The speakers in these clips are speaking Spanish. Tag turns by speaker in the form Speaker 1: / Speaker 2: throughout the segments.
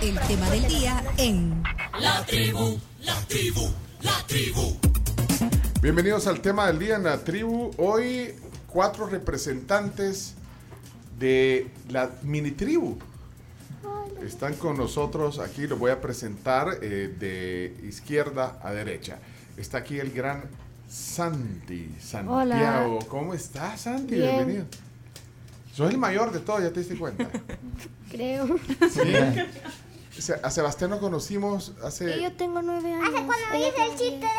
Speaker 1: El tema del día en
Speaker 2: La tribu, la tribu, la tribu.
Speaker 3: Bienvenidos al tema del día en la tribu. Hoy cuatro representantes de la mini tribu están con nosotros. Aquí los voy a presentar eh, de izquierda a derecha. Está aquí el gran Santi Santiago.
Speaker 4: Hola.
Speaker 3: ¿Cómo estás, Santi?
Speaker 4: Bien.
Speaker 3: Bienvenido. Sos el mayor de todos, ya te diste cuenta.
Speaker 4: Creo.
Speaker 3: Sí. Se- A Sebastián lo conocimos hace.
Speaker 4: Y yo tengo nueve años.
Speaker 5: Hace cuando
Speaker 4: Ella
Speaker 5: hice
Speaker 4: tiene
Speaker 5: el chiste
Speaker 4: diez.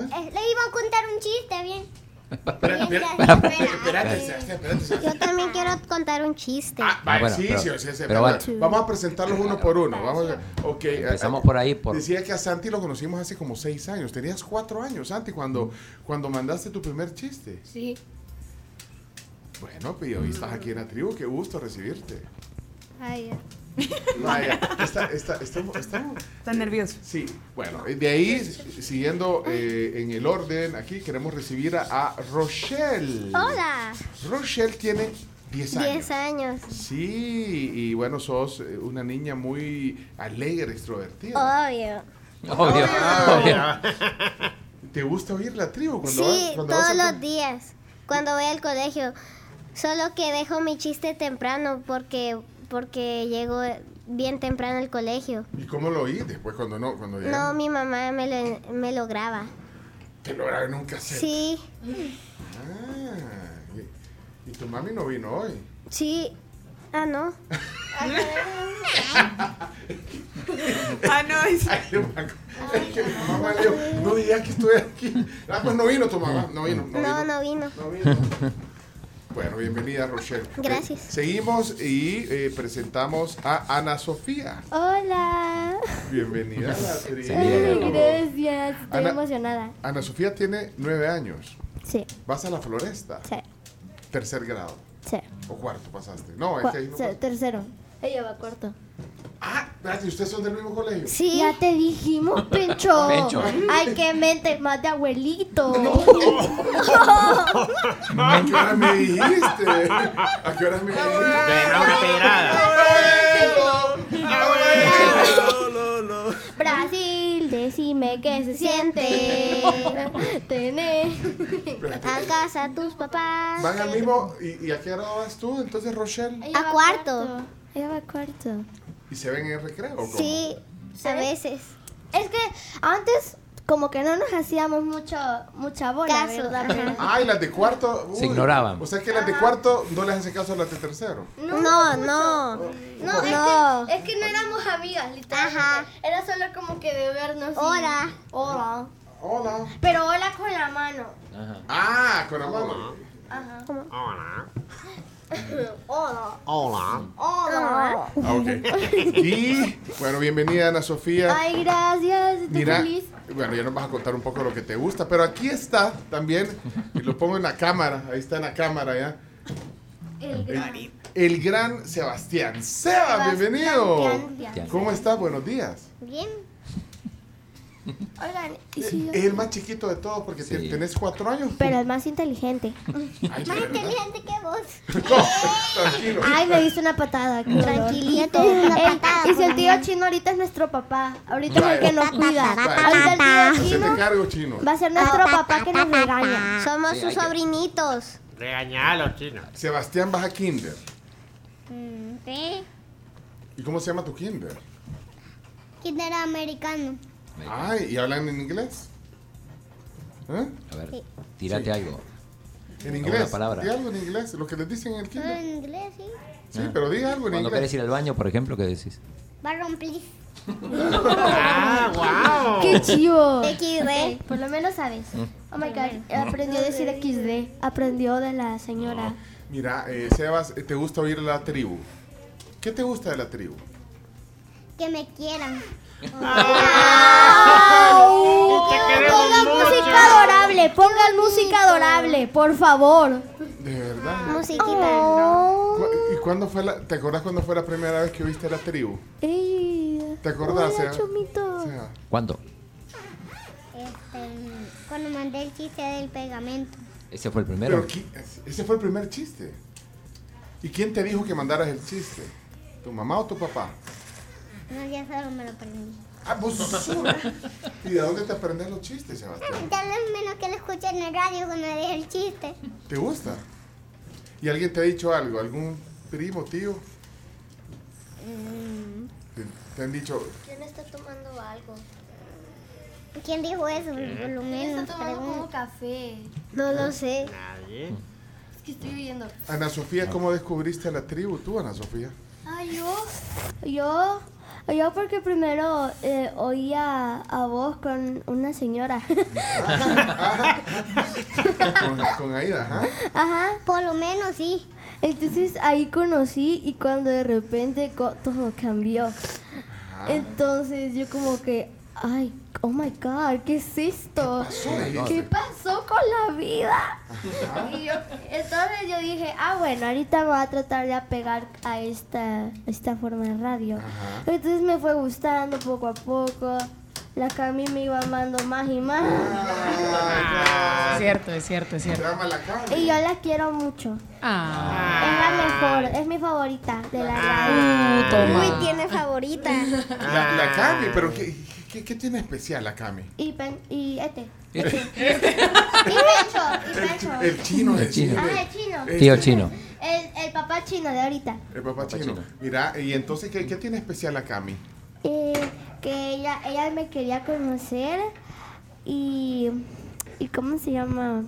Speaker 5: de-
Speaker 3: Este, ¿Eh?
Speaker 5: eh, le iba a contar un chiste, bien.
Speaker 3: Espera, espera,
Speaker 5: Espera,
Speaker 3: espera,
Speaker 5: espera.
Speaker 3: espérate, Sebastián, espérate, Sebastián.
Speaker 5: Yo también quiero contar un chiste.
Speaker 3: Ah, vale,
Speaker 6: bueno,
Speaker 3: sí,
Speaker 6: pero-
Speaker 3: sí, sí, sí, sí,
Speaker 6: pero
Speaker 3: vale.
Speaker 6: bueno.
Speaker 3: Vamos a presentarlos uno por uno. Vamos a- ok,
Speaker 6: Empezamos
Speaker 3: eh,
Speaker 6: por ahí, por-
Speaker 3: Decía que a Santi lo conocimos hace como seis años. Tenías cuatro años, Santi, cuando, cuando mandaste tu primer chiste.
Speaker 4: Sí.
Speaker 3: Bueno, pues y hoy estás aquí en la tribu. Qué gusto recibirte.
Speaker 4: Ah,
Speaker 5: Ay,
Speaker 3: Vaya, está, está, estamos, estamos-
Speaker 7: Está nervioso.
Speaker 3: Sí, bueno, eh, de ahí, s- siguiendo eh, en el orden, aquí queremos recibir a, a Rochelle.
Speaker 5: Hola,
Speaker 3: Rochelle tiene 10 años.
Speaker 5: 10 años.
Speaker 3: Sí, y bueno, sos eh, una niña muy alegre, extrovertida.
Speaker 5: Obvio.
Speaker 6: Obvio,
Speaker 7: Ah,
Speaker 6: obvio.
Speaker 3: ¿Te gusta oír la tribu cuando vas-
Speaker 5: Sí,
Speaker 3: cuando vas
Speaker 5: todos
Speaker 3: al-
Speaker 5: los días, cuando voy al colegio. Solo que dejo mi chiste temprano porque, porque llego bien temprano al colegio.
Speaker 3: ¿Y cómo lo oí después cuando no? Cuando
Speaker 5: No,
Speaker 3: llegan?
Speaker 5: mi mamá me lo, me lo graba.
Speaker 3: Te lo graben nunca sé.
Speaker 5: Sí,
Speaker 3: Ah, y, y tu mami no vino hoy.
Speaker 5: sí. Ah, no.
Speaker 7: Ah, no, es...
Speaker 3: Ay, le marco. Es que mi mamá le dijo, no diría que estoy aquí. Ah, pues no vino tu mamá. No vino. No,
Speaker 5: No,
Speaker 3: vino.
Speaker 5: no vino.
Speaker 3: No vino. Bueno, bienvenida, Rochelle.
Speaker 5: Gracias.
Speaker 3: Eh, seguimos y eh, presentamos a Ana Sofía.
Speaker 5: Hola.
Speaker 3: Bienvenida a la tribu.
Speaker 6: Ay,
Speaker 4: Gracias. Estoy
Speaker 3: Ana-
Speaker 4: emocionada.
Speaker 3: Ana Sofía tiene nueve años.
Speaker 5: Sí,
Speaker 3: Vas a la floresta.
Speaker 5: sí,
Speaker 3: Tercer grado.
Speaker 5: sí.
Speaker 3: O cuarto pasaste. No, es
Speaker 4: Cua-
Speaker 3: que Oh, ahí no
Speaker 4: se-
Speaker 3: pasa.
Speaker 4: tercero. Ella va cuarto.
Speaker 3: Ah, espérate, ¿ustedes son del mismo colegio?
Speaker 5: Sí.
Speaker 4: Ya te dijimos, Pencho.
Speaker 6: Pencho.
Speaker 4: Ay, que mente más de abuelito.
Speaker 3: ¿A qué hora me dijiste? ¿A qué hora me dijiste?
Speaker 8: Era una perada.
Speaker 4: Brasil, decime qué se siente. Tener.
Speaker 5: A casa tus papás.
Speaker 3: Van al mismo. ¿Y, y a qué hora vas tú? Entonces, Rochelle.
Speaker 4: Ella va
Speaker 5: cuarto.
Speaker 4: Ella va cuarto.
Speaker 3: ¿Y se ven en el recreo? o cómo?
Speaker 5: Sí, a veces.
Speaker 4: Es que antes como que no nos hacíamos mucho mucha bola,
Speaker 5: Caso.
Speaker 4: ¿verdad?
Speaker 5: Ajá.
Speaker 3: Ah, y las de cuarto. uy.
Speaker 6: Se ignoraban.
Speaker 3: O sea que las de cuarto no les hacen caso a las de tercero.
Speaker 5: No, no.
Speaker 4: No,
Speaker 5: No.
Speaker 4: Es, que, es que no éramos amigas, literalmente.
Speaker 5: Ajá.
Speaker 4: Era solo como que de vernos. y-
Speaker 5: Hola.
Speaker 4: Hola.
Speaker 3: Hola.
Speaker 4: Pero hola con la mano.
Speaker 3: Ah, con amor.
Speaker 8: Hola.
Speaker 4: Hola.
Speaker 8: Hola.
Speaker 4: Hola.
Speaker 3: Ah, ok. Y, bueno, bienvenida, Ana Sofía.
Speaker 4: Ay, gracias. Estoy
Speaker 3: Mira,
Speaker 4: feliz.
Speaker 3: bueno, ya nos vas a contar un poco lo que te gusta, pero aquí está también, y lo pongo en la cámara, ahí está en la cámara ya. El gran, el gran Sebastián. Seba, bienvenido.
Speaker 4: Sebastián.
Speaker 3: ¿Cómo estás? Buenos días.
Speaker 5: Bien.
Speaker 4: Oigan, y
Speaker 3: Es
Speaker 4: si yo-
Speaker 3: Eh, el más chiquito de todos porque
Speaker 6: Sí.
Speaker 3: te- tenés cuatro años.
Speaker 4: Pero es más inteligente.
Speaker 3: Ay,
Speaker 5: Más
Speaker 3: de verdad.
Speaker 5: inteligente que vos.
Speaker 3: No, tranquilo.
Speaker 4: Ay, me diste una patada. Eh,
Speaker 5: Tranquilito, una patada.
Speaker 4: y si el tío chino ahorita es nuestro papá. Ahorita es el que nos cuida.
Speaker 3: Vaya.
Speaker 4: Ahorita el tío
Speaker 3: Se te
Speaker 4: chino
Speaker 3: cargo, chino.
Speaker 4: va a ser nuestro papá que nos regaña.
Speaker 5: Somos
Speaker 6: Sí,
Speaker 5: sus
Speaker 6: hay que-
Speaker 5: sobrinitos.
Speaker 8: Regañalo, chino.
Speaker 3: Sebastián baja kinder.
Speaker 5: Mm, Sí.
Speaker 3: ¿Y cómo se llama tu kinder?
Speaker 5: Kinder americano.
Speaker 3: Ay, ¿y hablan en inglés? ¿Eh?
Speaker 6: A ver, tírate algo.
Speaker 3: ¿En
Speaker 6: Alguna
Speaker 3: inglés?
Speaker 6: palabra.
Speaker 3: Di algo en inglés, lo que les dicen en el kinder.
Speaker 5: En inglés, sí.
Speaker 3: Sí, pero di algo en
Speaker 6: Cuando querés
Speaker 3: inglés.
Speaker 6: ir al baño, por ejemplo, ¿qué decís?
Speaker 5: Barron, please.
Speaker 8: Ah, wow.
Speaker 4: ¡Qué chivo!
Speaker 5: XD.
Speaker 4: Por lo menos sabes.
Speaker 8: Mm.
Speaker 4: Oh my god, aprendió a decir XD. Aprendió de la señora.
Speaker 3: Mira, eh, Sebas, eh, ¿te gusta oír la tribu? ¿Qué te gusta de la tribu?
Speaker 5: Que me quieran.
Speaker 3: Ah.
Speaker 8: Te queremos
Speaker 4: Música
Speaker 8: mucho.
Speaker 4: adorable, pongan música adorable, por favor.
Speaker 3: De verdad.
Speaker 5: Musiquita.
Speaker 3: ¿Cu- ¿Y cuándo fue la, te acordás cuándo fue la primera vez que oíste la tribu?
Speaker 4: Ey.
Speaker 3: ¿Te acordás, ¿eh?
Speaker 4: Hola,
Speaker 3: Sebas?
Speaker 4: chomito.
Speaker 3: Sebas?
Speaker 6: ¿Cuándo?
Speaker 5: Este, cuando mandé el chiste del pegamento.
Speaker 6: ¿Ese fue el primero?
Speaker 3: Pero qui- ese fue el primer chiste. ¿Y quién te dijo que mandaras el chiste? ¿Tu mamá o tu papá?
Speaker 5: No, ya solo me lo aprendí.
Speaker 3: Ah, vos sos uno. ¿Y de dónde te aprendes los chistes, Sebastián?
Speaker 5: Tal vez menos que lo escuché en el radio cuando dije el chiste.
Speaker 3: ¿Te gusta? ¿Y alguien te ha dicho algo? ¿Algún primo, tío? ¿Te, te han dicho,
Speaker 5: Mm. ¿Quién está tomando algo? ¿Quién dijo eso? Por lo menos. pregunta.
Speaker 4: café.
Speaker 5: No lo sé.
Speaker 8: Nadie.
Speaker 4: Es que estoy oyendo.
Speaker 3: Ana Sofía, ¿cómo descubriste a la tribu tú, Ana Sofía?
Speaker 4: Ay, yo. Yo. Yo porque primero eh, oía a vos con una señora.
Speaker 3: Con, con Aida, ajá.
Speaker 4: Ajá.
Speaker 5: Por lo menos sí.
Speaker 4: Entonces ahí conocí y cuando de repente co- todo cambió. Entonces yo como que, ay, oh my god, ¿qué es esto?
Speaker 3: ¿Qué pasó?
Speaker 4: ¿Qué pasó con la vida? Y yo- entonces yo dije, ah bueno, ahorita me voy a tratar de apegar a esta, a esta forma de radio.
Speaker 3: Ajá.
Speaker 4: Entonces me fue gustando poco a poco. La Cami me iba amando más y más.
Speaker 3: Ah,
Speaker 9: Es cierto, es cierto, es
Speaker 3: ya. Te
Speaker 9: cierto.
Speaker 3: ama la cara.
Speaker 4: Y yo la quiero mucho.
Speaker 9: Ah,
Speaker 4: Es la mejor, es mi favorita de
Speaker 6: Ah.
Speaker 4: la radio.
Speaker 9: uh, toma.
Speaker 5: Uy, tiene favorita.
Speaker 3: La, la Cami, pero ¿qué, qué, qué tiene especial la Cami?
Speaker 4: Y, pen- y este.
Speaker 6: Este.
Speaker 4: Y Pencho, y Pencho.
Speaker 3: El chino
Speaker 6: El
Speaker 3: de
Speaker 6: chino.
Speaker 4: Ah, el chino.
Speaker 6: Tío chino.
Speaker 4: El, el papá chino de ahorita.
Speaker 3: El papá chino.
Speaker 6: chino.
Speaker 3: Mira, y entonces, ¿qué, qué tiene especial la Cami?
Speaker 4: Eh, que ella, ella me quería conocer y, y ¿cómo se llama?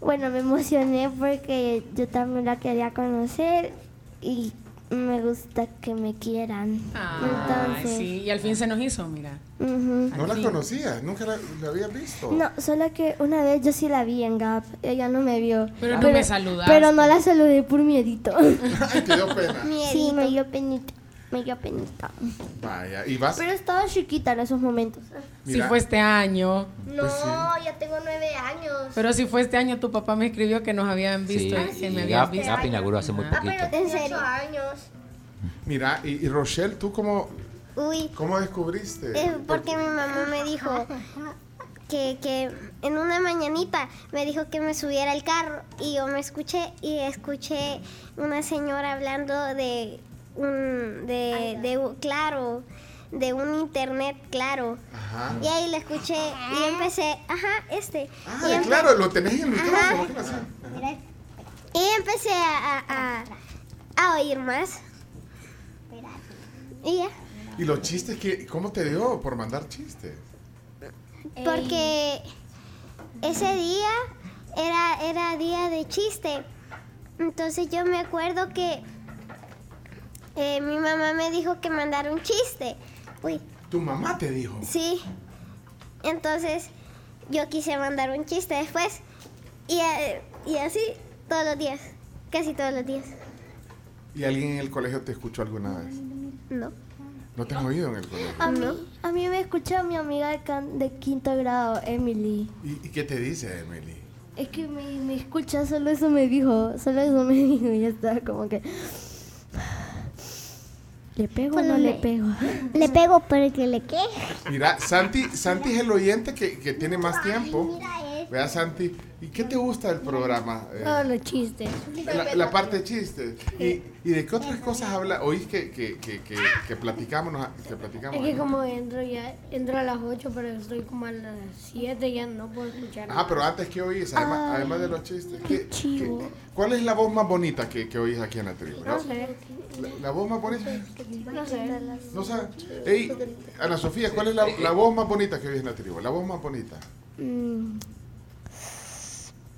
Speaker 4: Bueno, me emocioné porque yo también la quería conocer y me gusta que me quieran.
Speaker 9: Ay,
Speaker 4: Entonces,
Speaker 9: sí, y al fin se nos hizo, mira.
Speaker 4: ujú.
Speaker 3: No
Speaker 9: Al
Speaker 3: la
Speaker 9: fin.
Speaker 3: conocía, nunca la, la había visto.
Speaker 4: No, solo que una vez yo sí la vi en Gap, ella no me vio.
Speaker 9: Pero no me saludaste.
Speaker 4: Pero no la saludé por miedito.
Speaker 3: Ay, te dio pena.
Speaker 4: sí, me dio penita, me dio penita.
Speaker 3: Vaya, y vas.
Speaker 4: Pero estaba chiquita en esos momentos.
Speaker 9: Si
Speaker 3: mira,
Speaker 9: fue este año,
Speaker 4: No,
Speaker 3: Pues
Speaker 4: ya tengo nueve años. Ah,
Speaker 9: pero si fue este año, tu papá me escribió que nos habían visto y que
Speaker 6: y
Speaker 9: me habían
Speaker 4: este
Speaker 6: Gap,
Speaker 9: visto.
Speaker 6: Gap inauguró hace muy poquito.
Speaker 4: ¿En serio? años.
Speaker 3: Ah. mira, y, y Rochelle, ¿tú cómo,
Speaker 5: Uy,
Speaker 3: cómo descubriste?
Speaker 4: Eh,
Speaker 5: Es porque mi mamá me dijo que, que en una mañanita me dijo que me subiera al carro y yo me escuché y escuché una señora hablando de un de, de un- claro de un internet claro
Speaker 3: Ajá.
Speaker 5: y ahí la escuché y empecé ajá este
Speaker 3: Ah,
Speaker 5: y, empe-
Speaker 3: claro, lo tenés en el micrófono.
Speaker 5: Ajá.
Speaker 3: ¿qué pasa?
Speaker 5: y empecé a, a- a- a oír más y ya
Speaker 3: Y los chistes que, ¿cómo te dio por mandar chistes?
Speaker 5: Porque ese día era, era día de chiste. Entonces yo me acuerdo que eh, mi mamá me dijo que mandara un chiste. Uy,
Speaker 3: Tu mamá te dijo.
Speaker 5: sí. Entonces yo quise mandar un chiste después. Y, eh, y así todos los días. Casi todos los días.
Speaker 3: ¿Y alguien en el colegio te escuchó alguna vez?
Speaker 5: No.
Speaker 3: ¿No te han oído en el colegio?
Speaker 4: A mí, a mí me escucha mi amiga de, can- de quinto grado, Emily.
Speaker 3: ¿Y, y qué te dice, Emily?
Speaker 4: Es que me, me escucha, solo eso me dijo, solo eso me dijo y ya estaba como que... ¿Le pego o no le pego?
Speaker 5: Le pego para que le queje.
Speaker 3: Mira, Santi, Santi es el oyente que, que tiene más tiempo. Vea, Santi, ¿y qué te gusta del programa? Eh,
Speaker 4: los chistes.
Speaker 3: la, la parte de chistes. ¿Y, y de qué otras cosas habla? ¿Oís que, que, que, que, que platicamos? nos- Que platicamos
Speaker 4: entro ya, entro a las 8, pero estoy como a las 7, ya no puedo escuchar.
Speaker 3: Ah, pero antes, ¿qué oís? Además, además de los chistes. Ah, ¿qué-
Speaker 4: chivo.
Speaker 3: qué- ¿Cuál es la voz más bonita que, que oís aquí en la tribu? ¿No?
Speaker 4: sé,
Speaker 3: La, la voz más bonita?
Speaker 4: no sé.
Speaker 3: No sabes. Ey, Ana Sofía, ¿cuál es la, la voz más bonita que oís en la tribu? La voz más bonita.
Speaker 4: Mm.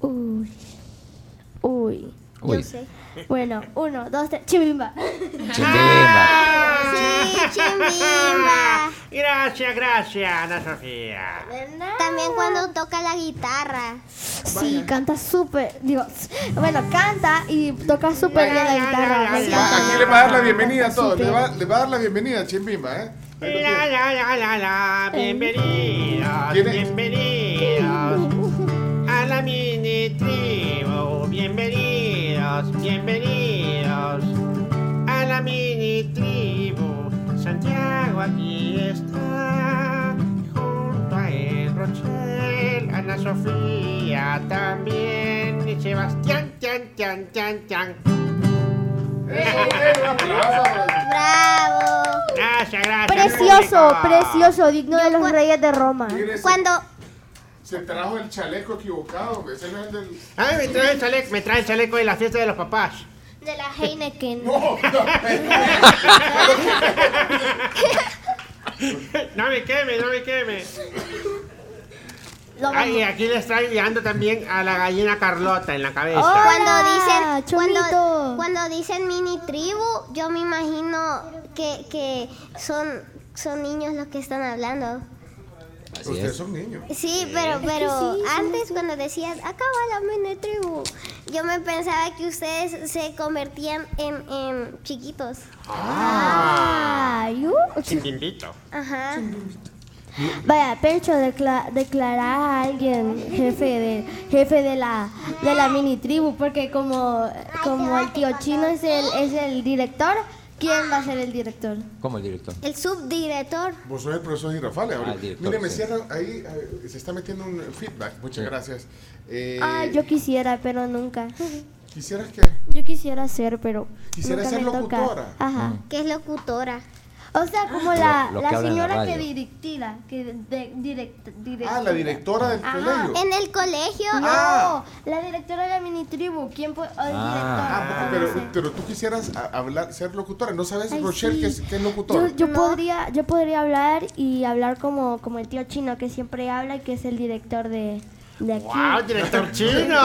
Speaker 4: Uy. Uy.
Speaker 6: Uy,
Speaker 4: Bueno, uno, dos, tres. Chimimba.
Speaker 6: chimbimba.
Speaker 5: Sí, chimbimba.
Speaker 8: Gracias, gracias, Ana Sofía.
Speaker 5: También cuando toca la guitarra.
Speaker 4: Sí, canta súper. Digo, bueno, canta y toca súper bien la guitarra. Me encanta.
Speaker 3: Aquí le va a dar la bienvenida a todos. Le va, le va a dar la bienvenida a Chimbimba, ¿eh? Ahí lo
Speaker 8: La,
Speaker 3: tiene.
Speaker 8: la, la, la, la. Bienvenidos,
Speaker 3: ¿Quién es?
Speaker 8: bienvenidos a la mini tribu. Bienvenidos, bienvenidos a la mini tribu. Santiago aquí está, junto a él Rochelle, Ana Sofía también y Sebastián, tian, tian, tian, tian.
Speaker 3: Eso, eso, aplausos.
Speaker 5: ¡Bravo!
Speaker 4: Ah.
Speaker 8: La, Gracias, gracias.
Speaker 4: Precioso,
Speaker 8: público.
Speaker 4: precioso, digno de los reyes de Roma.
Speaker 3: Mire, se-
Speaker 5: Cuando
Speaker 3: Se trajo el chaleco equivocado. Ese no es el del.
Speaker 8: Ay, me trae el chaleco, me trae el chaleco de la fiesta de los papás.
Speaker 5: de la Heineken.
Speaker 3: No, no.
Speaker 8: No me queme, no me queme.
Speaker 4: Lo
Speaker 8: Ay, y
Speaker 4: vamos-
Speaker 8: aquí le estoy guiando también a la gallina Carlota en la cabeza.
Speaker 4: Oh.
Speaker 5: Cuando
Speaker 4: Hola,
Speaker 5: dicen, cuando,
Speaker 4: chomito.
Speaker 5: cuando dicen mini tribu, yo me imagino que, que son, son niños los que están hablando.
Speaker 6: Así
Speaker 3: Ustedes
Speaker 6: es.
Speaker 3: son niños.
Speaker 5: Sí, pero, ah, pero antes cuando decías, acaba la mini tribu, yo me pensaba que ustedes se convertían en, en chiquitos.
Speaker 4: Ay, uh.
Speaker 8: Chimbito.
Speaker 5: Ajá.
Speaker 4: Vaya, Pencho, decla- declarar a alguien jefe de jefe de la de la mini tribu, porque como, como el tío chino es el es el director, ¿quién va a ser el director?
Speaker 6: ¿Cómo el director?
Speaker 5: El subdirector.
Speaker 3: Vos sos el profesor Girafales. ahorita.
Speaker 6: Ah, director,
Speaker 3: Mire, me
Speaker 6: sí.
Speaker 3: cierran ahí. eh, Se está metiendo un feedback. Muchas gracias. Eh,
Speaker 4: Ay, Ah, yo quisiera, pero nunca.
Speaker 3: Quisieras que.
Speaker 4: Yo quisiera ser, pero
Speaker 3: Quisiera
Speaker 4: nunca
Speaker 3: ser
Speaker 4: me toca.
Speaker 3: locutora.
Speaker 4: Ajá.
Speaker 5: que es locutora.
Speaker 4: O sea, como la,
Speaker 6: lo que
Speaker 4: Ah, la
Speaker 6: habla en la
Speaker 4: señora que
Speaker 6: radio.
Speaker 4: directira, que de- de- direct-
Speaker 3: Ah, la directora del
Speaker 4: Ajá.
Speaker 3: colegio.
Speaker 5: En el colegio.
Speaker 4: No,
Speaker 3: Ah.
Speaker 4: la directora de la mini tribu, ¿quién puede?
Speaker 6: Ah.
Speaker 3: Ah, pero, pero tú quisieras a- hablar, ser locutora. ¿No sabes,
Speaker 4: Ay,
Speaker 3: Rochelle,
Speaker 4: sí.
Speaker 3: que, es, que es
Speaker 4: Yo,
Speaker 3: locutora?
Speaker 4: yo podría, yo podría hablar y hablar como, como el tío chino que siempre habla y que es el director de, de aquí.
Speaker 8: ¡Wow, director chino!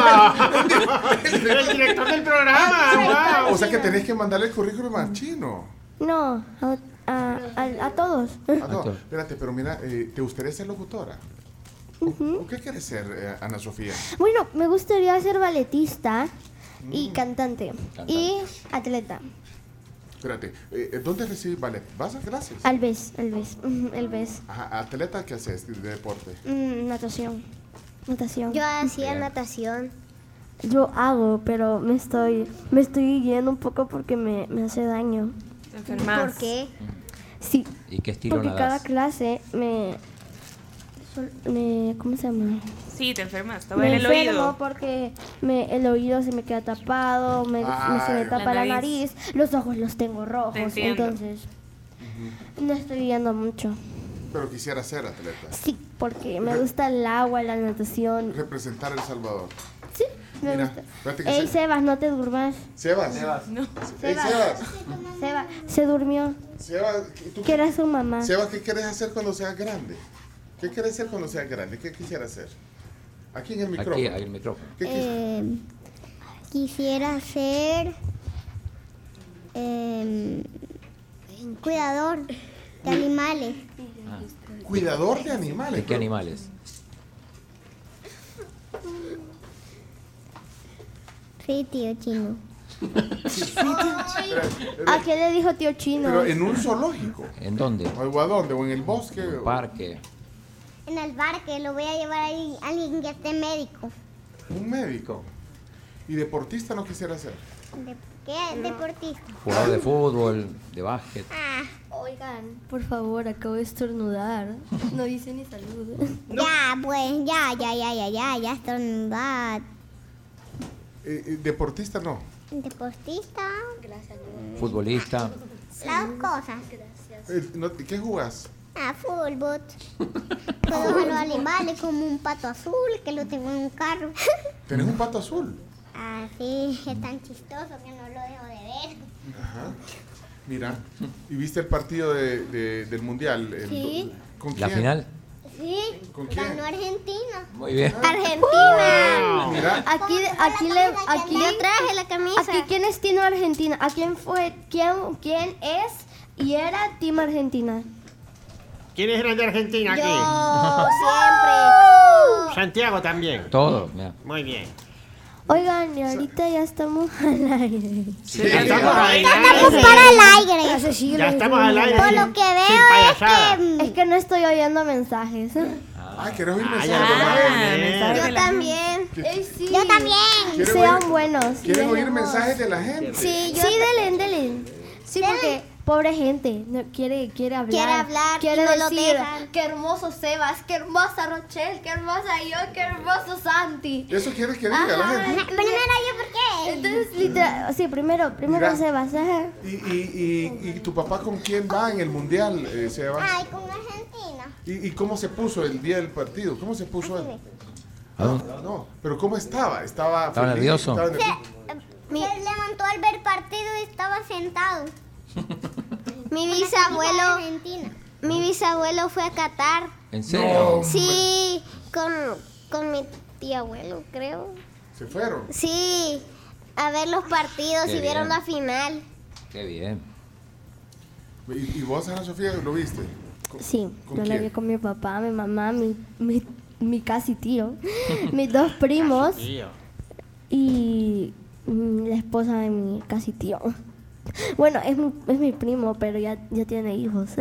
Speaker 8: el director del programa. ¡Wow!
Speaker 3: Ah, o sea que tenés que mandarle el currículum al chino.
Speaker 4: No, a, a- a- a todos.
Speaker 3: Ah, no,
Speaker 6: todo.
Speaker 3: espérate, pero mira, eh, ¿te gustaría ser locutora?
Speaker 4: Ujú.
Speaker 3: ¿O qué quieres ser, eh, Ana Sofía?
Speaker 4: Bueno, me gustaría ser balletista y cantante,
Speaker 6: Mm. Cantante.
Speaker 4: y atleta.
Speaker 3: Espérate, eh, ¿dónde recibes ballet? ¿Vas a clases?
Speaker 4: Al vez, al vez, ujú, al vez.
Speaker 3: Ajá, ¿atleta qué haces de deporte?
Speaker 4: Mm, natación. Natación.
Speaker 5: Yo hacía natación.
Speaker 4: Yo hago, pero me estoy, me estoy guiando un poco porque me, me hace daño.
Speaker 7: Te enfermas.
Speaker 5: ¿Por qué?
Speaker 4: Sí,
Speaker 6: ¿Y qué estilo
Speaker 4: porque cada
Speaker 6: nadas?
Speaker 4: clase me, sol- me, ¿cómo se llama?
Speaker 7: Sí, te enfermas.
Speaker 3: ah,
Speaker 7: Te
Speaker 4: Me
Speaker 7: duele el
Speaker 4: enfermo
Speaker 7: oído.
Speaker 4: porque me, el oído se me queda tapado, me, me se me
Speaker 3: Ay.
Speaker 4: tapa
Speaker 7: La
Speaker 4: la nariz.
Speaker 7: nariz.
Speaker 4: los ojos los tengo rojos,
Speaker 7: entiendo.
Speaker 4: entonces no estoy guiando mucho.
Speaker 3: Pero quisiera ser atleta.
Speaker 4: Sí, porque me gusta el agua, la natación.
Speaker 3: Representar a El Salvador.
Speaker 4: Sí, me
Speaker 3: Mira,
Speaker 4: gusta.
Speaker 3: espérate que
Speaker 4: Ey,
Speaker 3: se-
Speaker 4: Sebas, no te durmas.
Speaker 3: Sebas. Sebas.
Speaker 7: No.
Speaker 3: Ey, Sebas.
Speaker 4: Sebas. Sebas, se durmió.
Speaker 3: Sebas, ¿y ¿tú
Speaker 4: Que era su mamá.
Speaker 3: Sebas, ¿qué quieres hacer cuando seas grande? ¿Qué quieres hacer cuando seas grande? ¿Qué quisieras hacer? Aquí en el micrófono.
Speaker 6: Aquí hay el micrófono.
Speaker 3: ¿Qué quis-
Speaker 4: Eh.
Speaker 5: Em, quisiera ser em, cuidador de animales.
Speaker 3: Cuidador de animales.
Speaker 6: Ah. ¿De qué animales?
Speaker 5: Sí, tío chino.
Speaker 4: ¿A qué le dijo tío chino?
Speaker 3: Pero en un zoológico.
Speaker 6: ¿En dónde?
Speaker 3: ¿O a dónde? ¿O en el bosque?
Speaker 6: ¿En
Speaker 3: o-
Speaker 6: un parque?
Speaker 5: En el parque lo voy a llevar a alguien- alguien que esté médico.
Speaker 3: Un médico. ¿Y deportista no quisiera ser?
Speaker 5: ¿De ¿Qué? Deportista.
Speaker 6: ¿Jugador de fútbol? ¿De básquet?
Speaker 5: Ah,
Speaker 4: Oigan, por favor, acabo de estornudar. No dice ni salud.
Speaker 5: ya, pues, ya, ya, ya, ya, ya, ya, estornudad.
Speaker 3: Eh, eh, deportista no.
Speaker 5: Deportista.
Speaker 6: ¿Futbolista?
Speaker 5: Las cosas.
Speaker 3: Eh, no- ¿Qué jugás?
Speaker 5: Ah, fútbol. Todos los animales como un pato azul que lo tengo en un carro.
Speaker 3: ¿Tenés un pato azul?
Speaker 5: Ah, sí, es tan chistoso que no lo dejo de ver.
Speaker 3: Mira. ¿Y viste el partido de- de- del mundial? El-
Speaker 5: Sí.
Speaker 3: ¿Con
Speaker 6: ¿La
Speaker 3: quién?
Speaker 6: final?
Speaker 5: Sí,
Speaker 3: ¿Con quién?
Speaker 5: ganó Argentina.
Speaker 6: Muy bien.
Speaker 5: ¡Argentina!
Speaker 3: Mira,
Speaker 4: Aquí, aquí le, aquí,
Speaker 5: Yo traje la camisa.
Speaker 4: aquí, ¿quién es Tino Argentina? ¿A quién fue, quién, quién es y era Team Argentina?
Speaker 8: ¿Quiénes eran de Argentina aquí?
Speaker 5: siempre.
Speaker 8: Santiago también.
Speaker 6: Todo. mira.
Speaker 8: Muy bien.
Speaker 4: Oigan, y ahorita ya estamos al aire.
Speaker 8: Ya estamos al aire.
Speaker 5: Estamos para el aire.
Speaker 8: Ya estamos al aire.
Speaker 5: Por
Speaker 8: sin-
Speaker 5: lo que veo
Speaker 8: sin
Speaker 5: es
Speaker 8: payasada.
Speaker 5: que mm,
Speaker 4: Es que no estoy oyendo mensajes.
Speaker 3: ah, ¿querés oír
Speaker 8: Ah,
Speaker 3: mensajes?
Speaker 8: ya lo
Speaker 7: Ah,
Speaker 8: bien.
Speaker 7: mensaje de
Speaker 5: yo
Speaker 7: la-
Speaker 5: también.
Speaker 4: Ey, sí.
Speaker 5: Yo también.
Speaker 3: ¿Quieren
Speaker 4: Sean
Speaker 3: oír-
Speaker 4: buenos.
Speaker 3: ¿Quieren
Speaker 4: Déjenos.
Speaker 3: oír mensajes de la gente?
Speaker 5: Sí, yo
Speaker 4: Sí, delen, delen. Sí, porque, pobre gente, no, quiere, quiere hablar.
Speaker 5: Quiere hablar
Speaker 4: quiere
Speaker 5: y no lo
Speaker 4: decir,
Speaker 5: dejan.
Speaker 4: Qué hermoso Sebas, qué hermosa Rochelle, qué hermosa yo, qué hermoso Santi.
Speaker 3: Eso quieres que diga la
Speaker 5: Ajá,
Speaker 3: gente.
Speaker 5: Pero Ah, no era yo por qué.
Speaker 4: Entonces, literal, sí, primero, primero
Speaker 3: Mira.
Speaker 4: Sebas, ajá.
Speaker 3: ¿Y, y, y, y tu papá con quién va en el mundial, eh, Sebas?
Speaker 5: Ay, con Argentina.
Speaker 3: ¿Y, y cómo se puso el día del partido? ¿Cómo se puso él?
Speaker 6: Ah,
Speaker 3: No, pero ¿cómo estaba? Estaba,
Speaker 6: Estaba
Speaker 3: feliz,
Speaker 6: nervioso.
Speaker 3: estaba nervioso.
Speaker 5: Se levantó al ver partido y estaba sentado. mi bisabuelo. Mi bisabuelo fue a Qatar.
Speaker 6: ¿En serio?
Speaker 5: Sí, con, con mi tía abuelo, creo.
Speaker 3: Se fueron.
Speaker 5: Sí, a ver los partidos
Speaker 6: Qué
Speaker 5: y vieron
Speaker 6: bien.
Speaker 5: la final.
Speaker 6: Qué bien.
Speaker 3: ¿Y, y vos, Ana Sofía, lo viste? ¿Con-
Speaker 4: Sí,
Speaker 3: ¿con
Speaker 4: yo la
Speaker 3: quién?
Speaker 4: vi con mi papá, mi mamá, mi, mi, mi casi tío, mis dos primos y mm, la esposa de mi casi tío. Bueno, es mi, es mi primo, pero ya, ya tiene hijos.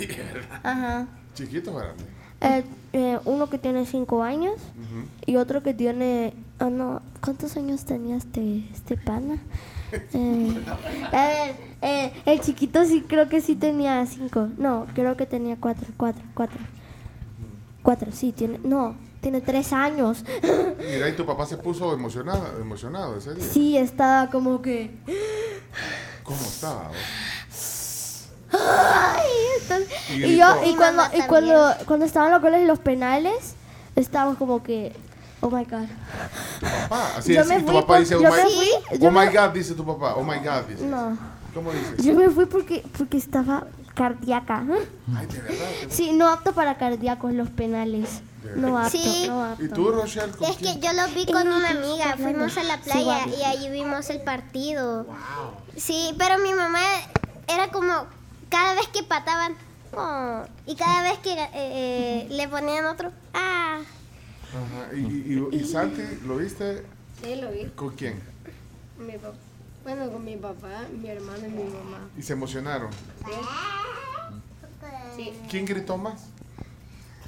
Speaker 4: Ajá.
Speaker 3: Chiquito, grande.
Speaker 4: Eh, eh, uno que tiene cinco años y otro que tiene... ah, no, ¿cuántos años tenía este, este pana? Eh, a ver, eh, el chiquito sí creo que sí tenía cinco. No, creo que tenía cuatro, cuatro, cuatro. Cuatro, sí, tiene... No, tiene tres años.
Speaker 3: Mira, y tu papá se puso emocionado, emocionado ese día.
Speaker 4: sí, estaba como que...
Speaker 3: ¿Cómo estaba? vos?
Speaker 4: ¡Ay! Entonces-
Speaker 3: Y
Speaker 4: y
Speaker 3: gritó.
Speaker 4: yo, y
Speaker 5: Mi
Speaker 4: cuando,
Speaker 5: mamá
Speaker 4: y cuando, cuando estaban los goles y los penales, estábamos como que... Oh my God.
Speaker 3: Tu papá. Ah, Así
Speaker 4: Yo
Speaker 3: es.
Speaker 4: me
Speaker 3: Y tu
Speaker 4: fui
Speaker 3: papá
Speaker 4: por-
Speaker 3: dice, oh,
Speaker 4: yo
Speaker 3: my,
Speaker 4: me fui,
Speaker 3: oh
Speaker 4: yo
Speaker 3: my
Speaker 4: me-
Speaker 3: God, dice tu papá. Oh my God, dice.
Speaker 4: No.
Speaker 3: ¿Cómo dices?
Speaker 4: Yo me fui porque, porque estaba cardíaca.
Speaker 3: Ay, de verdad. qué-
Speaker 4: Sí, no apto para cardíacos los penales. No apto,
Speaker 5: Sí.
Speaker 4: no
Speaker 3: ¿Y
Speaker 4: apto.
Speaker 3: tú, Rochelle? con
Speaker 5: Es que
Speaker 3: quién?
Speaker 5: yo los vi con
Speaker 4: Eh,
Speaker 5: una
Speaker 4: ¿qué estás
Speaker 5: amiga,
Speaker 4: hablando?
Speaker 5: fuimos a la
Speaker 4: Sí,
Speaker 5: playa
Speaker 4: Gaby.
Speaker 5: y allí vimos el partido. Sí, pero mi mamá era como cada vez que pataban "Oh", y cada vez que eh, eh, le ponían otro ah.
Speaker 3: Ajá. ¿Y, y, y- y Santi, lo viste?
Speaker 10: Sí, lo vi.
Speaker 3: ¿Con quién?
Speaker 10: Mi papá. Bueno, con mi papá, mi hermano y mi mamá.
Speaker 3: Y se emocionaron.
Speaker 5: Ah,
Speaker 10: Sí.
Speaker 3: ¿Quién gritó más?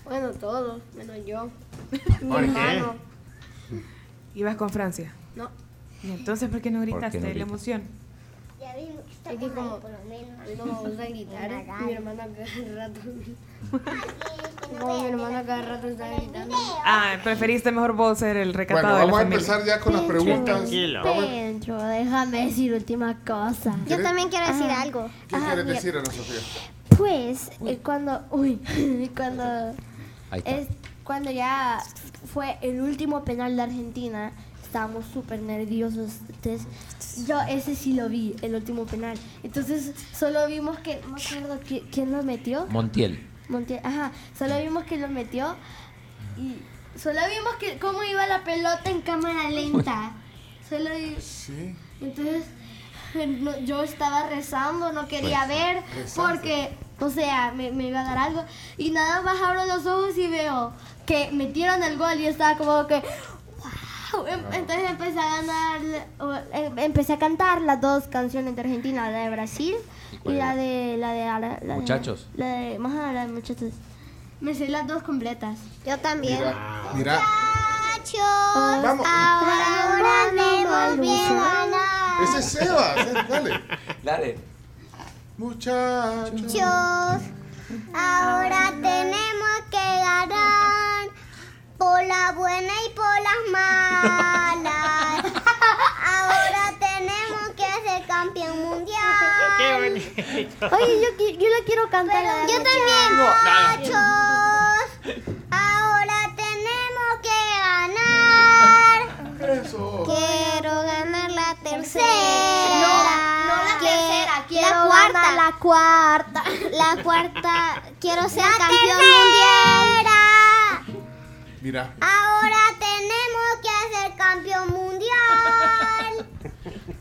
Speaker 10: Bueno, todos, menos yo. Mi
Speaker 8: ¿Por qué?
Speaker 10: hermano.
Speaker 7: Ibas con Francia.
Speaker 10: No,
Speaker 7: ¿Y entonces por qué no gritaste
Speaker 6: no
Speaker 7: de la
Speaker 6: grito?
Speaker 7: emoción?
Speaker 10: es que como a mí no me gusta gritar, mi hermano cada rato.
Speaker 3: Ah,
Speaker 10: Como mi hermano cada rato está gritando.
Speaker 7: Ah, preferiste mejor vos ser el
Speaker 3: Bueno,
Speaker 7: recatado
Speaker 3: vamos a
Speaker 7: de la familia.
Speaker 3: empezar ya con las
Speaker 4: Pedro.
Speaker 3: preguntas.
Speaker 8: Tranquilo.
Speaker 3: Vamos a-
Speaker 4: Pedro, déjame decir última cosa. Ah.
Speaker 5: Yo
Speaker 3: ¿Quieres-
Speaker 5: también quiero decir algo.
Speaker 3: ¿Qué
Speaker 4: Ajá,
Speaker 3: quieres
Speaker 4: mira.
Speaker 3: decir, Ana Sofía?
Speaker 4: Pues, eh, cuando. Uy, cuando.
Speaker 6: Ahí está.
Speaker 4: Es, cuando ya fue el último penal de Argentina, estábamos súper nerviosos. Entonces, yo ese sí lo vi, el último penal. Entonces, solo vimos que. No me acuerdo qui- quién lo metió.
Speaker 6: Montiel.
Speaker 4: Montiel, ajá, solo vimos que lo metió y solo vimos que cómo iba la pelota en cámara lenta. Solo vi-
Speaker 3: Sí.
Speaker 4: entonces no, yo estaba rezando, no quería ver porque o sea, me, me iba a dar algo y nada más abro los ojos y veo que metieron el gol y estaba como que ¡Wow! Em- Entonces empecé a ganar, o, em- empecé a cantar las dos canciones de Argentina, la de Brasil
Speaker 6: ¿Y
Speaker 4: y
Speaker 6: cuál
Speaker 4: la
Speaker 6: era?
Speaker 4: de la de Ara- la de-
Speaker 6: Muchachos.
Speaker 4: la de más a la de muchachos. Me sé las dos completas.
Speaker 5: Yo también.
Speaker 3: Mira, mira.
Speaker 5: Muchachos,
Speaker 3: Vamos.
Speaker 4: Ah.
Speaker 5: ahora me
Speaker 4: Vamos,
Speaker 5: volvieron
Speaker 4: Luisa.
Speaker 5: a ganar.
Speaker 3: Ese es Sebas. eh, Dale.
Speaker 6: Dale.
Speaker 3: Muchachos.
Speaker 5: Muchachos, ahora tenemos que ganar por la buena y por las malas. Ahora tenemos que ser campeón
Speaker 8: Qué
Speaker 5: mundial.
Speaker 8: bonito.
Speaker 4: Oye, yo, qui- yo la quiero cantar. la de
Speaker 5: Yo
Speaker 4: Muchachos.
Speaker 5: también, muchachos, ahora tenemos que ganar.
Speaker 3: Eso.
Speaker 5: Quiero ganar la tercera.
Speaker 4: No, no la
Speaker 5: Quiero-
Speaker 4: tercera,
Speaker 5: quiero
Speaker 4: la cuarta,
Speaker 5: ganar-
Speaker 4: la cuarta.
Speaker 5: La cuarta, quiero ser campeón mundial.
Speaker 3: Mira.
Speaker 5: Ahora tenemos que ser campeón mundial.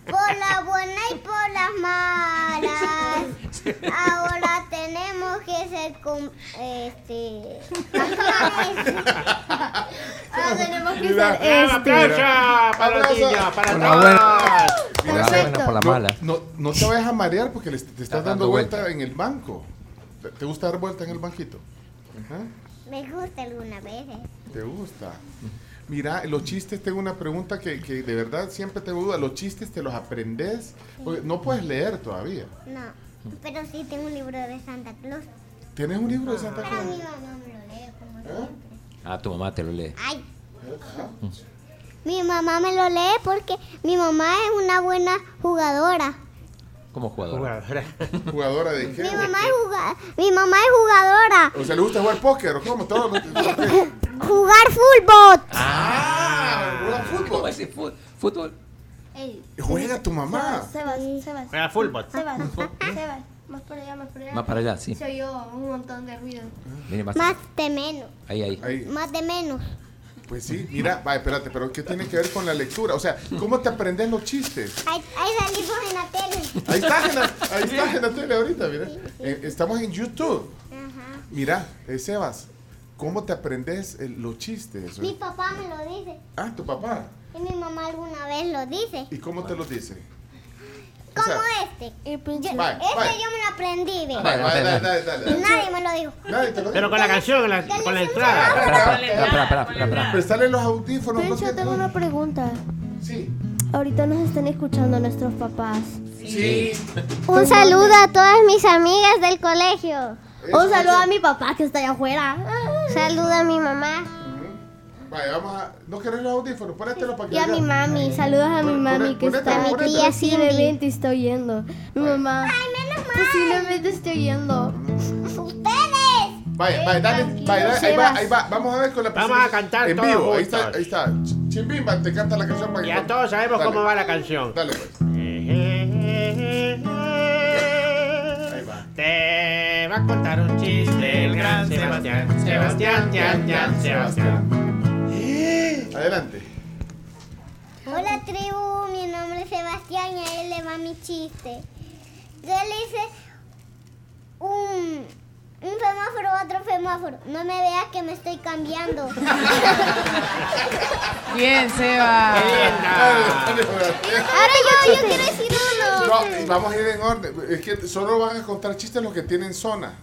Speaker 5: Por la buena y por las malas. Ahora tenemos que ser com- este.
Speaker 4: Ahora tenemos que
Speaker 3: Mira.
Speaker 4: ser
Speaker 8: Un
Speaker 4: este.
Speaker 8: aplauso para
Speaker 3: Aplauso.
Speaker 8: los niños, para
Speaker 6: Una buena.
Speaker 8: todos.
Speaker 6: Por la
Speaker 4: Perfecto.
Speaker 6: buena, por la
Speaker 3: No,
Speaker 6: mala.
Speaker 3: No, no te vayas a marear porque le- te estás
Speaker 6: Estás
Speaker 3: dando,
Speaker 6: dando
Speaker 3: vuelta,
Speaker 6: vuelta.
Speaker 3: en el banco. ¿Te- ¿Te gusta dar vuelta en el banquito? Ajá.
Speaker 5: Me gusta ¿eh? algunas veces.
Speaker 3: ¿Te gusta? Mira, los chistes, tengo una pregunta que, que de verdad siempre tengo duda. ¿Los chistes te los aprendes? Porque no puedes leer todavía.
Speaker 5: No. Pero sí tengo un libro de Santa Claus.
Speaker 3: ¿Tienes un libro de Santa
Speaker 5: Pero mi
Speaker 3: Claus?
Speaker 5: mamá me lo lee como siempre.
Speaker 6: Ah, tu mamá te lo lee.
Speaker 5: Ay. Mi mamá me lo lee porque mi mamá es una buena jugadora.
Speaker 6: Como jugador.
Speaker 8: Jugadora.
Speaker 3: ¿Jugadora de qué?
Speaker 5: Mi mamá es, juga- mi mamá es jugadora.
Speaker 3: O sea, ¿le gusta jugar póker o cómo? Todo lo-
Speaker 5: Jugar fútbol.
Speaker 3: ¡Ah! ¿Juega
Speaker 6: ¿Cómo
Speaker 3: fútbol?
Speaker 6: es el fu- fútbol?
Speaker 3: Juega tu mamá.
Speaker 10: Sebas, Sebas,
Speaker 8: Juega fútbol.
Speaker 10: Sebas, Sebas, más por allá, más por allá.
Speaker 6: Más para allá, sí.
Speaker 10: Se oyó un montón de ruido.
Speaker 6: Mire, más.
Speaker 5: Más de menos.
Speaker 6: Ahí, ahí.
Speaker 3: Ahí.
Speaker 5: Más de menos.
Speaker 3: Pues sí, mira, va, espérate, pero ¿qué tiene que ver con la lectura? O sea, ¿cómo te aprendes los chistes?
Speaker 5: Ahí, ahí salimos en la tele.
Speaker 3: Ahí está, en la, ahí está en la tele ahorita, mira. Eh, estamos en YouTube. Mira, eh, Sebas, ¿cómo te aprendes eh, los chistes?
Speaker 5: Mi papá me lo dice.
Speaker 3: Ah, tu papá.
Speaker 5: Y mi mamá alguna vez lo dice.
Speaker 3: ¿Y cómo te los dice? O
Speaker 5: Como
Speaker 3: sea,
Speaker 5: este. Yo-
Speaker 3: Bye,
Speaker 5: este
Speaker 3: bye.
Speaker 5: yo me lo aprendí, ve.
Speaker 3: Dale, dale, dale, dale.
Speaker 5: Nadie me lo dijo.
Speaker 3: Nadie te lo
Speaker 8: Pero
Speaker 3: dice.
Speaker 8: con la canción, con la, con la entrada.
Speaker 6: Espera, espera, espera, espera, espera, espera.
Speaker 3: Prestarle los audífonos. no
Speaker 4: Pencho,
Speaker 3: te-
Speaker 4: tengo una pregunta.
Speaker 3: Sí.
Speaker 4: Ahorita nos están escuchando nuestros papás.
Speaker 3: Sí.
Speaker 5: Un saludo a todas mis amigas del colegio.
Speaker 4: Un saludo a mi papá que está allá afuera.
Speaker 5: Saludo a mi mamá
Speaker 3: Vale, vamos a. ¿No querés los audífonos? Ponételos para que.
Speaker 4: Y a mi
Speaker 3: oigas.
Speaker 4: mami. Saludos a mi
Speaker 3: Pon-
Speaker 4: mami
Speaker 3: pone-
Speaker 4: que
Speaker 3: ponete,
Speaker 4: está
Speaker 3: ponete.
Speaker 5: Mi tía
Speaker 4: Sí,
Speaker 5: Cindy.
Speaker 4: de 20 está oyendo. Mi mamá. Posiblemente esté oyendo.
Speaker 5: ¡Ustedes!
Speaker 3: Vaya, vaya, dale, vaya, dale, ahí va, ahí va. Vamos a ver con la
Speaker 8: Vamos
Speaker 3: presentación
Speaker 8: a cantar
Speaker 3: en
Speaker 8: todos
Speaker 3: vivo. Ahí
Speaker 8: juntos.
Speaker 3: está, ahí está. Ch- Chimbimba, te canta la canción para que-
Speaker 8: Ya todos sabemos
Speaker 3: Dale.
Speaker 8: cómo va la canción.
Speaker 3: Dale, pues. va.
Speaker 8: Te va a contar un chiste el gran Sebastián. Sebastián, Sebastián, Sebastián. Sebastián.
Speaker 3: Adelante.
Speaker 5: Hola tribu, mi nombre es Sebastián y a él le va mi chiste. Yo le hice un, un semáforo a otro semáforo. No me veas que me estoy cambiando.
Speaker 9: Bien, Seba.
Speaker 3: Dale, dale, dale.
Speaker 5: Ahora yo, yo quiero decir uno.
Speaker 3: No, vamos a ir en orden. Es que solo van a contar chistes los que tienen zona.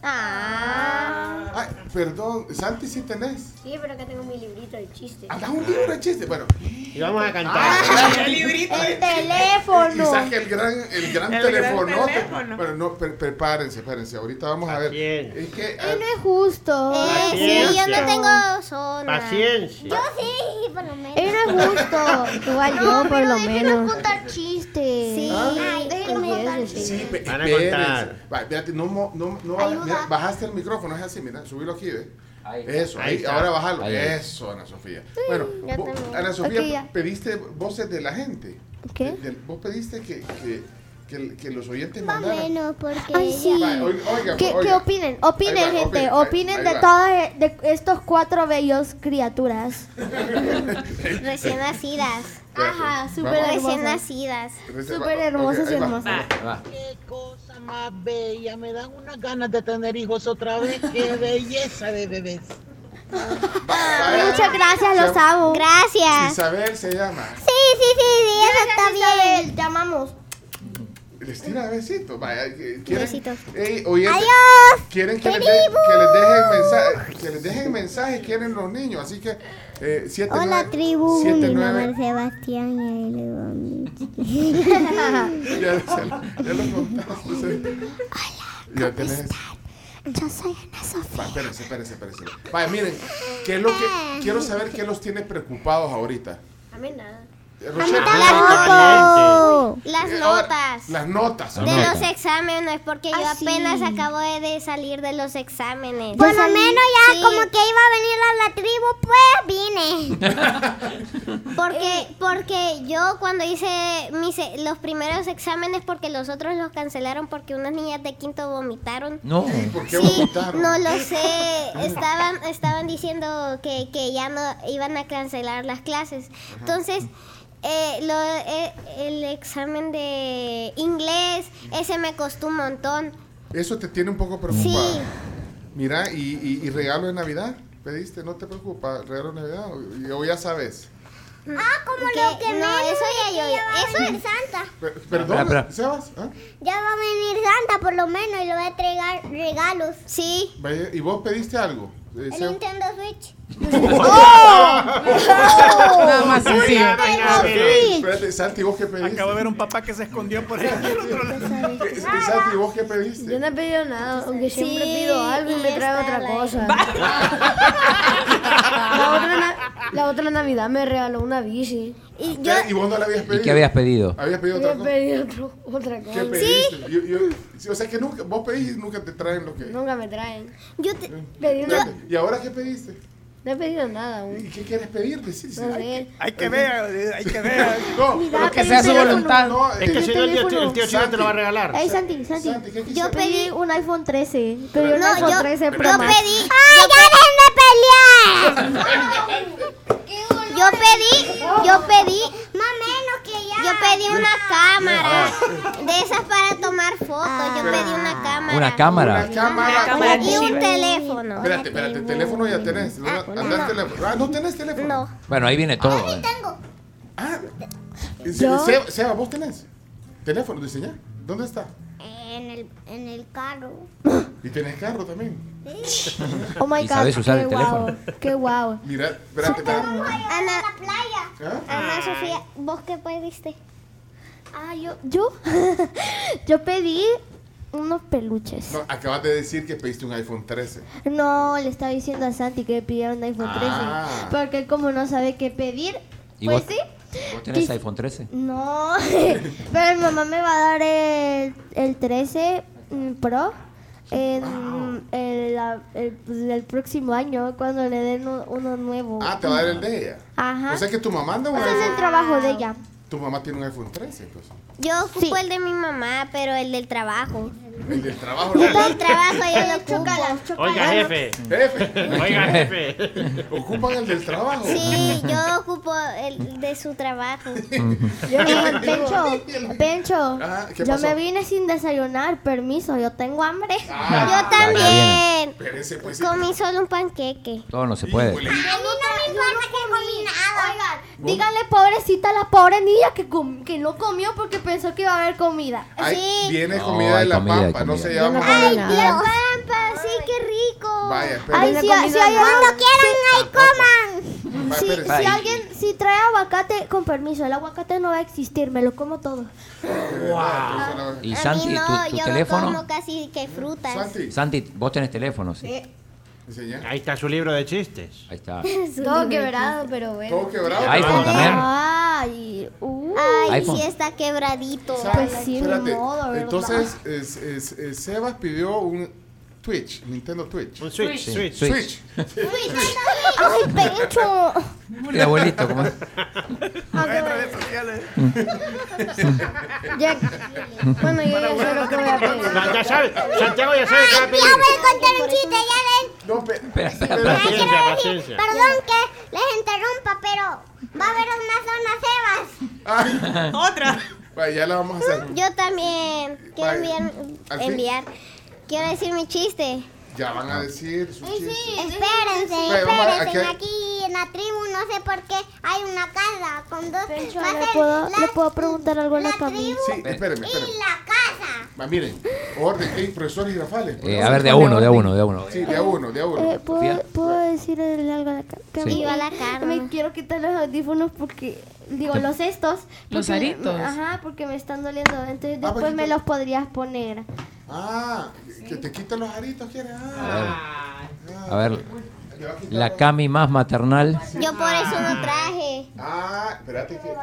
Speaker 5: Ah.
Speaker 3: Ay, perdón, Santi, si tenés.
Speaker 10: Sí, pero acá tengo mi librito de chistes.
Speaker 3: Andás Ah, un libro de chistes. Bueno, Ah,
Speaker 8: Y vamos a
Speaker 6: Ah,
Speaker 8: cantar. Ah,
Speaker 5: El teléfono.
Speaker 3: quizás que el gran, el gran
Speaker 7: El gran
Speaker 3: telefonote.
Speaker 7: teléfono.
Speaker 3: Bueno, no, pre- prepárense, espérense. Ahorita vamos a ver.
Speaker 8: Bien.
Speaker 3: Es que.
Speaker 4: Ay, no
Speaker 3: ah,
Speaker 4: es justo.
Speaker 5: Eh, sí, yo no tengo zona.
Speaker 8: Paciencia.
Speaker 5: Yo sí, por lo menos.
Speaker 4: Ay, no es justo. Igual yo, por lo menos.
Speaker 5: contar chistes. Sí, ay, déjenme contar chistes.
Speaker 3: Sí, pe-
Speaker 8: Van a
Speaker 3: espérense.
Speaker 8: contar.
Speaker 3: Va, espérate, no, mo- no, no,
Speaker 5: Ayuda.
Speaker 3: mira, bajaste el micrófono, es así, mira, subilo aquí, ¿ves?
Speaker 6: Ahí.
Speaker 3: Eso,
Speaker 8: Ahí
Speaker 3: ahí,
Speaker 8: está.
Speaker 3: ahora bájalo.
Speaker 6: Ahí.
Speaker 3: Eso, Ana Sofía. Bueno,
Speaker 5: yo
Speaker 3: vos-
Speaker 5: también.
Speaker 3: Ana Sofía,
Speaker 4: Ok, ya.
Speaker 3: pediste voces de la gente.
Speaker 4: ¿Qué?
Speaker 3: De- de- vos pediste que, que, que, que los oyentes
Speaker 5: Más o
Speaker 3: mandaran.
Speaker 5: menos, porque.
Speaker 4: Ay, sí.
Speaker 3: Va, oiga, oiga,
Speaker 4: ¿Qué,
Speaker 3: oiga.
Speaker 4: qué opinen? Opinen,
Speaker 3: Ahí va,
Speaker 4: gente.
Speaker 3: opinen, ahí-
Speaker 4: opinen
Speaker 3: ahí
Speaker 4: de
Speaker 3: va.
Speaker 4: todas de estos cuatro bellos criaturas.
Speaker 5: Recién nacidas.
Speaker 4: Ajá, súper
Speaker 5: Recién
Speaker 4: hermosas.
Speaker 5: nacidas.
Speaker 3: Reserva-
Speaker 4: Súper
Speaker 3: ok,
Speaker 4: hermosas y
Speaker 3: ahí va.
Speaker 4: hermosas.
Speaker 6: Va.
Speaker 11: Qué cosa más bella, me dan unas ganas de tener hijos otra vez. Qué belleza de bebés.
Speaker 4: Muchas gracias, los amo.
Speaker 5: Gracias. Sí,
Speaker 3: Isabel se llama.
Speaker 5: sí, sí, sí, eso está bien.
Speaker 4: Llamamos.
Speaker 3: Les tira besitos. Vaya, eh, ¿quieren?
Speaker 5: Besitos.
Speaker 3: Ey, oyentes,
Speaker 5: Adiós.
Speaker 3: Quieren que les, de-
Speaker 5: tribu.
Speaker 3: que les dejen mensajes. Que les dejen mensajes, quieren los niños. Así que, eh, siete,
Speaker 5: Hola
Speaker 3: nueve-
Speaker 5: tribu,
Speaker 3: siete,
Speaker 5: mi
Speaker 3: nueve-
Speaker 5: nombre es Sebastián y él le va mi chiste.
Speaker 3: Ya, ya lo- ya lo contaste. Hola, ya tenés.
Speaker 5: Yo soy Ana Sofía.
Speaker 3: Va, espérense, espérense, espérense. Va, miren, ¿qué es lo que, quiero saber qué los tiene preocupados ahorita.
Speaker 10: A mí nada.
Speaker 3: Eh, Rochelle,
Speaker 8: tampoco.
Speaker 5: Las
Speaker 3: eh, ahora,
Speaker 5: notas.
Speaker 3: Las notas.
Speaker 5: De
Speaker 6: Nota.
Speaker 5: los exámenes, porque yo
Speaker 4: Ah, sí.
Speaker 5: apenas acabo de- de salir de los exámenes.
Speaker 4: Por lo menos
Speaker 5: ya como que iba a venir a la tribu, pues vine. porque, porque yo cuando hice mis, e- los primeros exámenes, porque los otros los cancelaron porque unas niñas de quinto vomitaron.
Speaker 6: No.
Speaker 3: ¿Por qué
Speaker 5: Sí,
Speaker 3: votaron?
Speaker 5: no lo sé. Estaban, estaban diciendo que, que ya no iban a cancelar las clases. Entonces, eh, lo, eh, el examen de inglés, ese me costó un montón.
Speaker 3: Eso te tiene un poco preocupada.
Speaker 5: Sí.
Speaker 3: Mira, y, y- y regalo de Navidad, pediste, no te preocupa, regalo de Navidad, o, o ya sabes.
Speaker 5: Ah, como lo que no, eso ya yo, eso es Santa.
Speaker 3: Per- Perdón,
Speaker 6: Espera, espera.
Speaker 3: Sebas. ¿ah?
Speaker 5: Ya va a venir Santa por lo menos y le va a entregar regalos. Sí.
Speaker 3: Vaya, ¿Y vos pediste algo? eh,
Speaker 5: El
Speaker 3: sea-
Speaker 5: Nintendo Switch.
Speaker 12: Nada más
Speaker 3: Uy,
Speaker 12: sencillo.
Speaker 3: ya, ya, ya,
Speaker 12: Nintendo
Speaker 3: ya.
Speaker 12: Switch.
Speaker 3: Espérate, Santi, ¿vos qué pediste?
Speaker 12: Acabo de ver un papá que se escondió por ahí.
Speaker 3: Eh, Santi, ¿vos qué pediste?
Speaker 10: Yo no he pedido nada, aunque siempre
Speaker 5: Sí,
Speaker 10: pido algo y
Speaker 5: y
Speaker 10: me trae
Speaker 5: está
Speaker 10: otra
Speaker 5: la-
Speaker 10: cosa. la, otra na- la otra Navidad me regaló una bici.
Speaker 5: Y
Speaker 3: yo- Ah, ¿Y vos no la habías
Speaker 6: ¿Y qué habías pedido?
Speaker 3: ¿Habías pedido
Speaker 10: Yo
Speaker 3: otra
Speaker 10: he
Speaker 3: cosa?
Speaker 10: pedido otro- otra cosa.
Speaker 3: ¿Qué pediste? Yo- yo- sí, o sea que nunca, vos pedís y nunca te traen lo que.
Speaker 10: Nunca me traen.
Speaker 5: Yo te,
Speaker 10: pedí una-
Speaker 3: Espérate, ¿Y ahora qué pediste?
Speaker 10: no he pedido nada aún.
Speaker 3: ¿Y qué quieres pedir? Decís,
Speaker 10: No sé.
Speaker 12: Hay que ver, hay que ver.
Speaker 3: No,
Speaker 10: pero que sea su voluntad.
Speaker 3: No,
Speaker 8: Es que
Speaker 3: eh,
Speaker 8: si Ah, no, el tío- el tío Chino te lo va a
Speaker 3: Santi,
Speaker 8: regalar.
Speaker 4: Ey, Santi, Santi, yo
Speaker 5: quisiste?
Speaker 4: pedí un iPhone 13. Pedí un
Speaker 5: No,
Speaker 4: iPhone
Speaker 5: yo-
Speaker 4: 13 Pro
Speaker 5: yo
Speaker 4: Max.
Speaker 5: pedí. ¡Ay, déjenme pelear! yo pedí, yo pedí. Más menos que ya. Yo pedí una cámara. De esas para tomar fotos. Yo pedí una cámara.
Speaker 6: Una cámara.
Speaker 3: Una cámara.
Speaker 5: Y un teléfono.
Speaker 3: Espérate, espérate, teléfono ya tenés. ¿no? ¿Andás teléfono? Ah, no tenés teléfono. No.
Speaker 6: Bueno, ahí viene todo. eh.
Speaker 5: Yo-
Speaker 3: Seba, Seba, ¿vos tenés? Teléfono, diseñar. ¿Dónde está?
Speaker 5: En el, en el carro.
Speaker 3: Y tenés carro también.
Speaker 4: Oh my
Speaker 6: Y
Speaker 4: god.
Speaker 6: sabes usar
Speaker 4: qué
Speaker 6: el
Speaker 4: guau,
Speaker 6: teléfono.
Speaker 4: Qué guau.
Speaker 3: Mira, espérate, espérate.
Speaker 5: Ana, la playa. Ana Sofía, ¿vos qué pediste?
Speaker 4: Ah, yo, yo, yo pedí unos peluches.
Speaker 3: No, acabas de decir que pediste un iPhone 13.
Speaker 4: No, le estaba diciendo a Santi que pidiera un iPhone 13.
Speaker 3: Ah.
Speaker 4: Porque él como no sabe qué pedir,
Speaker 6: ¿Y
Speaker 4: pues
Speaker 6: vos-
Speaker 4: sí.
Speaker 6: ¿Vos tenés
Speaker 4: Quis-
Speaker 6: iPhone 13?
Speaker 4: No, pero mi mamá me va a dar el, el 13 mm, Pro en el, la- el- el próximo año cuando le den u- uno nuevo.
Speaker 3: Ah, te va a dar el de ella.
Speaker 4: Oh, Ajá. Ah.
Speaker 3: O sea que tu mamá anda un
Speaker 4: Ese es el
Speaker 3: iPhone.
Speaker 4: trabajo de ella.
Speaker 3: Tu mamá tiene un iPhone 13, pues.
Speaker 5: Yo ocupo el de mi mamá, pero el del trabajo.
Speaker 3: El del trabajo.
Speaker 5: El del trabajo yo lo ocupo.
Speaker 8: Oiga, jefe.
Speaker 3: Jefe.
Speaker 8: Oiga, jefe.
Speaker 3: Ocupan el del trabajo.
Speaker 5: Sí, yo ocupo el de su trabajo.
Speaker 4: Yo le dije, Pencho, Pencho,
Speaker 3: Ah, ¿qué
Speaker 4: yo
Speaker 3: pasó?
Speaker 4: me vine sin desayunar, permiso, yo tengo hambre.
Speaker 5: Yo también.
Speaker 3: Espérense, pues. sí.
Speaker 5: Comí solo un panqueque.
Speaker 6: Todo no se puede.
Speaker 5: A mí no me importa que comí nada.
Speaker 4: Díganle pobrecita a la pobre niña que, com- que no comió porque pensó que iba a haber comida.
Speaker 3: Hay-
Speaker 5: Sí.
Speaker 3: Viene
Speaker 6: No,
Speaker 3: comida de
Speaker 6: hay
Speaker 3: la
Speaker 6: comida, hay
Speaker 3: pampa, no
Speaker 6: comida.
Speaker 3: se
Speaker 4: Yo
Speaker 3: llama.
Speaker 4: no comí
Speaker 5: La
Speaker 4: nada.
Speaker 5: pampa, sí, qué rico.
Speaker 3: Vaya,
Speaker 4: Ay,
Speaker 3: espérense.
Speaker 4: si, si hay
Speaker 5: Cuando
Speaker 4: alguien,
Speaker 5: quieran, ahí coman.
Speaker 3: Va,
Speaker 4: si,
Speaker 3: espérense.
Speaker 4: si alguien, si trae aguacate, con permiso, el aguacate no va a existir, me lo como todo.
Speaker 6: ¿Y
Speaker 5: A
Speaker 6: Santi,
Speaker 5: mí no,
Speaker 6: tu, tu
Speaker 5: yo
Speaker 6: teléfono?
Speaker 5: no como casi que frutas.
Speaker 3: Santi,
Speaker 6: Santi, vos tenés teléfono, sí.
Speaker 3: enseñá.
Speaker 8: Ahí está su libro de chistes.
Speaker 6: Ahí está.
Speaker 10: Todo quebrado, pero bueno.
Speaker 3: Todo quebrado.
Speaker 6: iPhone Ah. también.
Speaker 4: Ay, uh,
Speaker 5: Ay,
Speaker 6: iPhone.
Speaker 5: sí está quebradito.
Speaker 4: Pues sí, ni
Speaker 3: Espérate.
Speaker 4: modo, ¿verdad?
Speaker 3: Entonces, es, es, es- Sebas pidió un Twitch, Nintendo Twitch.
Speaker 8: Un switch,
Speaker 6: Sí,
Speaker 8: switch.
Speaker 6: Switch.
Speaker 3: Switch.
Speaker 4: ay, Pencho.
Speaker 6: El abuelito, ¿cómo es?
Speaker 10: Ya- bueno, yo ya sé lo que voy a pedir.
Speaker 8: No, ya sabe, Santiago ya sabe qué va a pedir.
Speaker 5: contar un chiste, ya ven.
Speaker 3: No, pe-
Speaker 6: Espera, espera, espera.
Speaker 8: Paciencia, paciencia.
Speaker 5: Perdón que les interrumpa, pero va a haber una zona Sebas.
Speaker 3: Ah,
Speaker 7: Otra.
Speaker 3: vaya, ya la vamos a hacer.
Speaker 5: Yo también quiero
Speaker 3: Vale.
Speaker 5: enviar,
Speaker 3: Al fin.
Speaker 5: enviar. Quiero decir mi chiste.
Speaker 3: Ya van
Speaker 6: Ah.
Speaker 3: a decir su chiste.
Speaker 5: Espérense,
Speaker 3: Pero, mamá,
Speaker 5: espérense.
Speaker 3: aquí-
Speaker 5: Aquí en la tribu no sé por qué hay una casa con dos.
Speaker 4: Pencho,
Speaker 5: va a
Speaker 4: ¿le
Speaker 5: ser
Speaker 4: puedo,
Speaker 5: la-
Speaker 4: le puedo preguntar algo a la
Speaker 5: la
Speaker 4: Camila?
Speaker 5: tribu
Speaker 3: Sí,
Speaker 6: Eh.
Speaker 3: espérenme, espérenme.
Speaker 5: y la casa.
Speaker 3: Va, miren, orden, hay profesores girafales. por
Speaker 6: Eh, a
Speaker 3: favor.
Speaker 6: ver, de a uno, de a uno, de a uno.
Speaker 3: Sí, de a uno, de a uno.
Speaker 4: Eh, ¿puedo,
Speaker 6: Sofía.
Speaker 4: ¿Puedo decirle algo a la Ca- Camila?
Speaker 5: Viva la Carmen.
Speaker 4: Me quiero quitar los audífonos porque, digo, los estos.
Speaker 9: Los
Speaker 4: porque-
Speaker 9: aritos.
Speaker 4: Ajá, porque me están doliendo. Entonces
Speaker 3: Ah,
Speaker 4: después me
Speaker 3: poquito.
Speaker 4: los podrías poner.
Speaker 3: Ah, que te quitan los aritos, ¿quieres? Ah,
Speaker 6: A ver,
Speaker 3: te va a quitar
Speaker 6: la
Speaker 3: los-
Speaker 6: Cami más maternal.
Speaker 5: Yo por eso no traje.
Speaker 3: Ah, espérate que...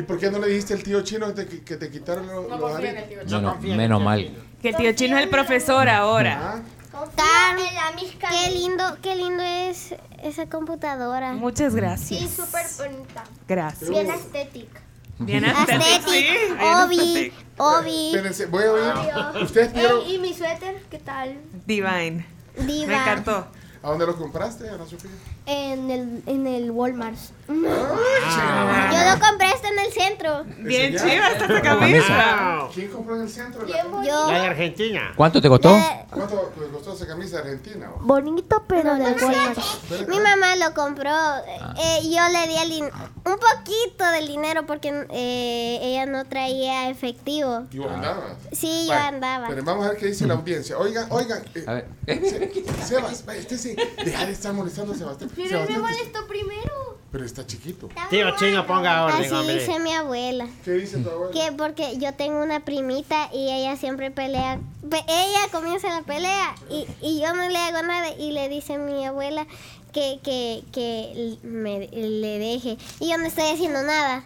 Speaker 3: ¿Y por qué no le dijiste al tío chino que te, que te quitaron los, los aritos?
Speaker 6: Menos, menos mal.
Speaker 7: Que el tío chino es el profesor ahora.
Speaker 3: Ah,
Speaker 5: Carmen, qué lindo, qué lindo es esa computadora.
Speaker 7: Muchas gracias.
Speaker 5: súper bonita.
Speaker 7: Gracias.
Speaker 5: Bien estética.
Speaker 7: Bien,
Speaker 5: Aesthetic,
Speaker 7: sí, bien
Speaker 5: Obi, Obi,
Speaker 3: espérense, voy a oír. ¿Ustedes vieron
Speaker 4: ¿Y mi suéter? ¿Qué tal?
Speaker 7: Divine. Me
Speaker 5: Diva.
Speaker 7: encantó.
Speaker 3: a dónde los compraste, Ana Sofía?
Speaker 4: En el, en el Walmart.
Speaker 5: Ah,
Speaker 8: Ah.
Speaker 5: Yo lo compré hasta en el centro.
Speaker 7: Bien
Speaker 3: ¿Ese ya?
Speaker 7: chiva está esta
Speaker 6: La
Speaker 7: camisa.
Speaker 6: camisa.
Speaker 3: ¿Quién compró en el centro?
Speaker 5: Yo-
Speaker 8: La de Argentina.
Speaker 6: ¿Cuánto te costó?
Speaker 5: Eh,
Speaker 3: ¿Cuánto te costó esa camisa argentina? vos?
Speaker 4: Bonito, pero del Walmart.
Speaker 5: Mi mamá lo compró. eh, yo le di el din- un poquito del dinero porque eh, ella no traía efectivo.
Speaker 3: ¿Y
Speaker 6: Ah.
Speaker 3: vos andabas?
Speaker 5: Sí, yo
Speaker 3: Vale,
Speaker 5: andaba.
Speaker 3: Pero vamos a ver qué dice la audiencia. eh, Oigan, oigan. A ver. Sebas, vaya, este sí. Deja de estar molestando a Sebastián. Sebastián,
Speaker 5: molestó primero.
Speaker 3: pero está chiquito.
Speaker 8: Tío Chino, ponga orden,
Speaker 5: Así
Speaker 8: hombre.
Speaker 5: dice mi abuela.
Speaker 3: ¿Qué dice tu abuela?
Speaker 5: Que porque yo tengo una primita y ella siempre pelea. pe- ella comienza la pelea y, y yo no le hago nada. Y le dice mi abuela que, que, que l- me, le deje. Y yo no estoy haciendo nada.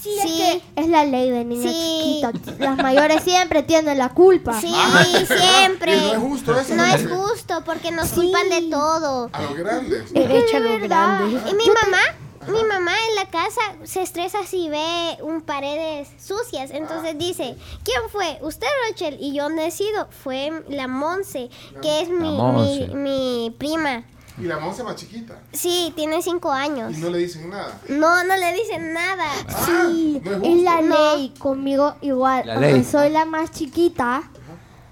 Speaker 5: Sí,
Speaker 4: Es que es la ley de niños
Speaker 5: Sí.
Speaker 4: chiquitos. Las mayores siempre tienen la culpa.
Speaker 5: Sí,
Speaker 3: Ah.
Speaker 5: siempre.
Speaker 3: Y no es justo eso,
Speaker 5: No
Speaker 3: ¿no?
Speaker 5: es justo porque nos culpan de todo.
Speaker 3: A los grandes.
Speaker 4: Derecha a los grandes.
Speaker 5: Y mi mamá, mi mamá en la casa se estresa si ve un paredes sucias. Entonces dice, ¿quién fue? Usted, Rochel. Y yo no decido. Fue la Monse, que es mi, mi,
Speaker 6: Monse.
Speaker 5: mi prima.
Speaker 3: Y la monza más chiquita.
Speaker 5: Sí, tiene cinco años.
Speaker 3: Y no le dicen nada.
Speaker 5: No, no le dicen nada.
Speaker 4: Sí,
Speaker 3: no es
Speaker 4: es la
Speaker 5: justo.
Speaker 4: ley. Conmigo igual.
Speaker 6: La
Speaker 4: aunque
Speaker 6: ley.
Speaker 4: soy la más chiquita.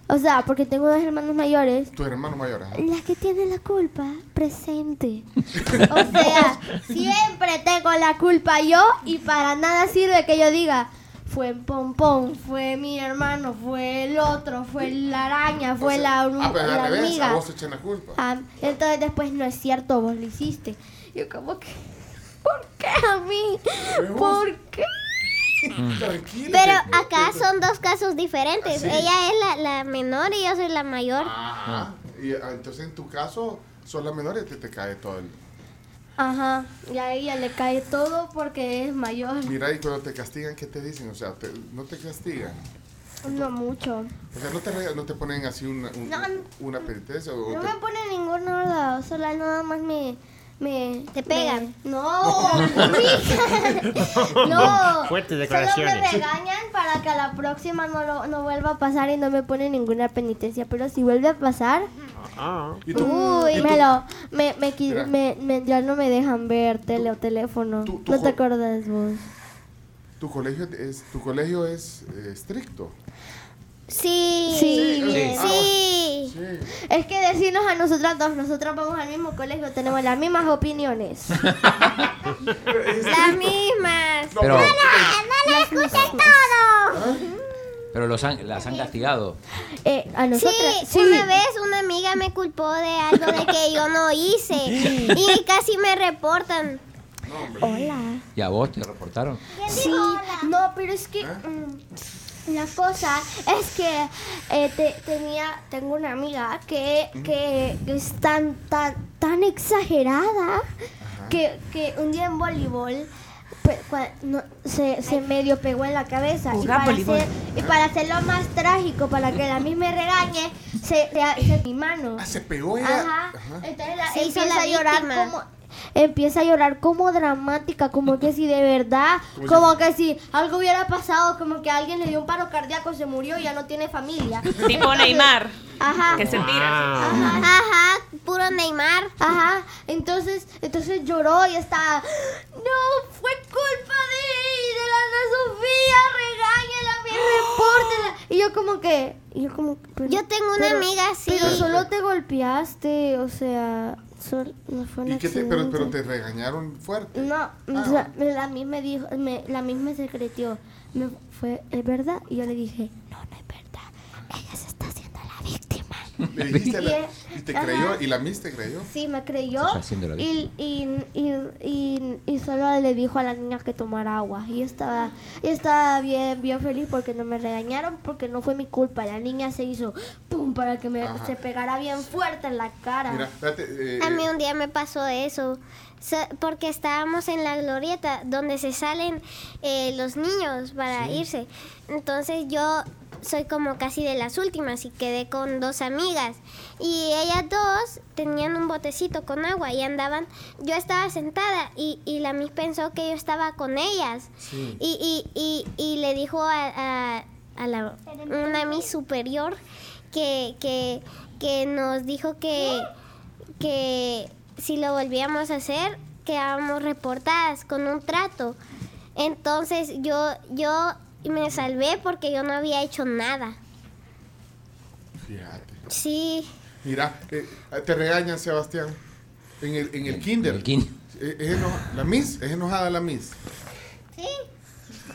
Speaker 4: O sea, porque tengo dos hermanos mayores.
Speaker 3: Tu hermano mayor. ¿eh? ajá.
Speaker 4: La que tiene la culpa, presente. o sea, siempre tengo la culpa yo y para nada sirve que yo diga, fue Pompón, fue mi hermano, fue el otro, fue la araña, fue la,
Speaker 3: Ah, pero
Speaker 4: la
Speaker 3: al revés, a
Speaker 4: hormiga.
Speaker 3: vos te echan la culpa.
Speaker 4: Ah, entonces después no es cierto, vos lo hiciste. Yo como que, ¿por qué a mí?
Speaker 3: Pero vos-
Speaker 4: ¿Por qué?
Speaker 6: Mm.
Speaker 3: Tranquila.
Speaker 5: Pero
Speaker 3: te-
Speaker 5: acá
Speaker 3: te-
Speaker 5: son dos casos diferentes.
Speaker 3: Así.
Speaker 5: Ella es la, la menor y yo soy la mayor.
Speaker 3: Ajá. Y ah, entonces en tu caso son las menores que te cae todo el.
Speaker 4: Ajá, y a ella le cae todo porque es mayor,
Speaker 3: Mira, y cuando te castigan, ¿qué te dicen? O sea, te- no te castigan.
Speaker 4: no mucho.
Speaker 3: O sea, no te, rega- no te ponen así una, un-
Speaker 4: No, no.
Speaker 3: una penitencia. O
Speaker 4: No
Speaker 3: te-
Speaker 4: me pone ningún orden, solo nada más me... me
Speaker 5: Te pegan.
Speaker 4: me- Oh, no, no.
Speaker 8: Fuertes
Speaker 4: Solo me
Speaker 8: declaraciones.
Speaker 4: regañan para que a la próxima no, lo- no vuelva a pasar y no me pone ninguna penitencia. Pero si vuelve a pasar,
Speaker 8: Ah.
Speaker 3: ¿Y tú? ¿Y
Speaker 4: uy,
Speaker 3: tú?
Speaker 4: me lo, me, me, qui-
Speaker 3: Mira.
Speaker 4: me- me- ya no me dejan ver tele o teléfono.
Speaker 3: tú- tú
Speaker 4: no te
Speaker 3: jo-
Speaker 4: acuerdas vos.
Speaker 3: Tu colegio es, tu colegio es eh, estricto.
Speaker 5: Sí.
Speaker 4: Sí,
Speaker 3: Sí. Ah,
Speaker 4: bien.
Speaker 5: Sí.
Speaker 3: Sí.
Speaker 4: Es que decirnos a nosotras dos, nosotras vamos al mismo colegio, tenemos las mismas opiniones.
Speaker 5: Las mismas.
Speaker 6: Pero,
Speaker 5: ¡No lo escuché todo!
Speaker 6: pero los han- las han castigado.
Speaker 4: Eh, a
Speaker 5: Sí,
Speaker 4: nosotras,
Speaker 5: una vez una amiga me culpó de algo de que yo no hice y casi me reportan.
Speaker 4: Hola.
Speaker 6: ¿Y a vos te reportaron?
Speaker 4: Sí, no, pero es que mm, la cosa es que eh, te- tenía, tengo una amiga que, que es tan, tan, tan exagerada que, que un día en voleibol pe- cua- no, se, se medio pegó en la cabeza. Y
Speaker 7: Jugá
Speaker 4: para,
Speaker 7: voleibol.
Speaker 4: hacer- y para hacerlo más trágico, para que la misma regañe, se, se, se- mi mano.
Speaker 3: Ah, se pegó ella.
Speaker 4: Ajá. Entonces la-
Speaker 5: Se hizo
Speaker 4: empieza
Speaker 5: la
Speaker 4: a llorar
Speaker 5: víctima.
Speaker 4: como empieza a llorar como dramática, como que si de verdad, como que si algo hubiera pasado, como que alguien le dio un paro cardíaco, se murió y ya no tiene familia.
Speaker 7: Tipo Neymar,
Speaker 4: Ajá.
Speaker 7: que se tira.
Speaker 8: Ah.
Speaker 5: Ajá, puro Neymar.
Speaker 4: Ajá, entonces, entonces lloró y estaba, no, fue culpa de, de la Ana Sofía, regáñala, me repórtela. Y yo como que, y yo como, pero-
Speaker 5: Yo tengo una
Speaker 4: pero-
Speaker 5: amiga así.
Speaker 4: Pero solo te golpeaste, o sea, sol- no fue un
Speaker 3: ¿Y qué te, pero, pero
Speaker 4: accidente.
Speaker 3: te regañaron fuerte. Ah,
Speaker 4: No, o sea, me- la misma me dijo, me- la misma se creyó. Me fue, ¿es verdad? Y yo le dije, no, no es verdad. Ella se está haciendo la víctima.
Speaker 3: Le dijiste a la-
Speaker 4: Bien.
Speaker 3: y te
Speaker 4: Ajá.
Speaker 3: creyó y la mis te creyó.
Speaker 4: Sí, me creyó.
Speaker 6: Se está haciendo la
Speaker 4: Y, y, y, y, y solo le dijo a la niña que tomara agua. Y estaba, y estaba bien, bien feliz porque no me regañaron, porque no fue mi culpa. La niña se hizo pum para que me
Speaker 3: Ajá.
Speaker 4: se pegara bien fuerte en la cara.
Speaker 3: Mira, espérate. eh,
Speaker 5: A mí
Speaker 3: eh,
Speaker 5: un día me pasó eso, so- porque estábamos en la glorieta donde se salen eh, los niños para irse. Entonces yo soy como casi de las últimas y quedé con dos amigas. Y ellas dos tenían un botecito con agua y andaban, yo estaba sentada y, y la Miss pensó que yo estaba con ellas.
Speaker 3: Sí.
Speaker 5: Y, y- y- y le dijo a, a- a la, una Miss superior que, que, que nos dijo que que si lo volvíamos a hacer, quedábamos reportadas con un trato. Entonces yo, yo me salvé porque yo no había hecho nada.
Speaker 3: Fíjate.
Speaker 5: Sí,
Speaker 3: Mira, eh, te regañan, Sebastián. En el, en el kinder. Eh, es enoja- la Miss, es enojada la Miss.
Speaker 13: Sí,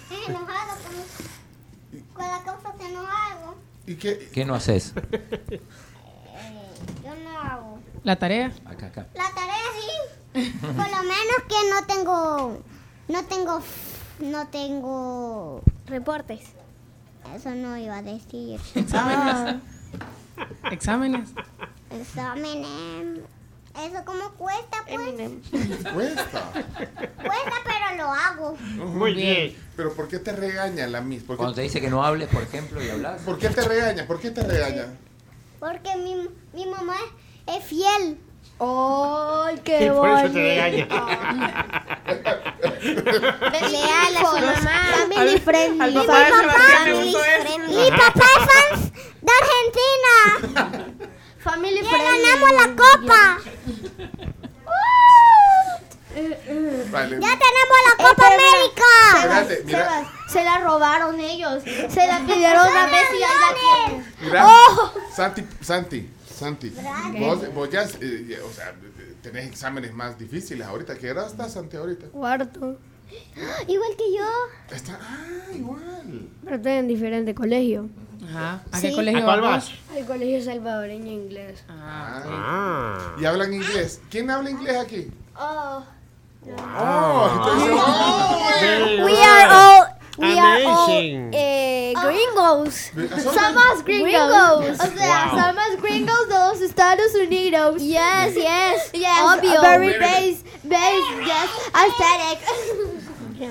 Speaker 13: estoy enojado con, con la cosa que no hago.
Speaker 3: ¿Y qué?
Speaker 6: ¿Qué no haces?
Speaker 13: Eh, yo no hago.
Speaker 10: ¿La tarea?
Speaker 6: Acá, acá.
Speaker 13: La tarea sí. Por lo menos que no tengo, no tengo, no tengo reportes. Eso no iba a decir.
Speaker 10: Exámenes. Exámenes.
Speaker 13: Exámenes. Eso como cuesta, pues.
Speaker 3: Cuesta.
Speaker 13: Cuesta, pero lo hago.
Speaker 3: Muy bien. Pero ¿por qué te regaña la Miss? ¿Por qué-
Speaker 6: Cuando te dice que no hables, por ejemplo, y hablas.
Speaker 3: ¿Por qué te regaña? ¿Por qué te regaña?
Speaker 13: Porque mi, mi mamá es, es fiel. ¡Ay,
Speaker 3: Y
Speaker 13: qué
Speaker 3: por eso te
Speaker 13: Eh,
Speaker 5: leal a su mamá.
Speaker 13: Family friendly.
Speaker 5: Al
Speaker 13: Mi
Speaker 5: papá de Sebastián le
Speaker 13: family
Speaker 5: gustó eso.
Speaker 13: friendly. Mi papá es fans de Argentina.
Speaker 4: Family
Speaker 13: Le
Speaker 4: friendly.
Speaker 13: ganamos la copa.
Speaker 3: Vale.
Speaker 13: Ya tenemos la Copa América.
Speaker 3: Espérate, mira.
Speaker 4: Se la robaron ellos. Se la pidieron una vez y ahí la tienen.
Speaker 3: Mira,
Speaker 4: ¡Oh!
Speaker 3: Santi, Santi, Santi,
Speaker 4: Gracias.
Speaker 3: vos, vos ya, eh, ya, o sea, eh, tenés exámenes más difíciles ahorita. ¿Qué edad estás, Santi, ahorita?
Speaker 4: Cuarto. Igual que yo.
Speaker 3: Está, ah, igual.
Speaker 4: Pero estoy en diferente colegio.
Speaker 10: Ajá.
Speaker 3: ¿A qué colegio ¿A cuál vas?
Speaker 4: Al colegio salvadoreño inglés.
Speaker 3: Ah. Y hablan inglés. ¿Quién habla inglés aquí?
Speaker 4: Oh.
Speaker 3: Oh, entonces-
Speaker 4: We are all. We are all
Speaker 3: Amazing.
Speaker 4: eh, gringos.
Speaker 3: Ah.
Speaker 4: Somos gringos.
Speaker 13: Gringos.
Speaker 4: O sea,
Speaker 13: Wow.
Speaker 4: somos gringos de los Estados Unidos.
Speaker 13: Yes, yes.
Speaker 4: Yes,
Speaker 13: Obvio.
Speaker 4: Very base, base, yes. Aesthetic.
Speaker 13: Ya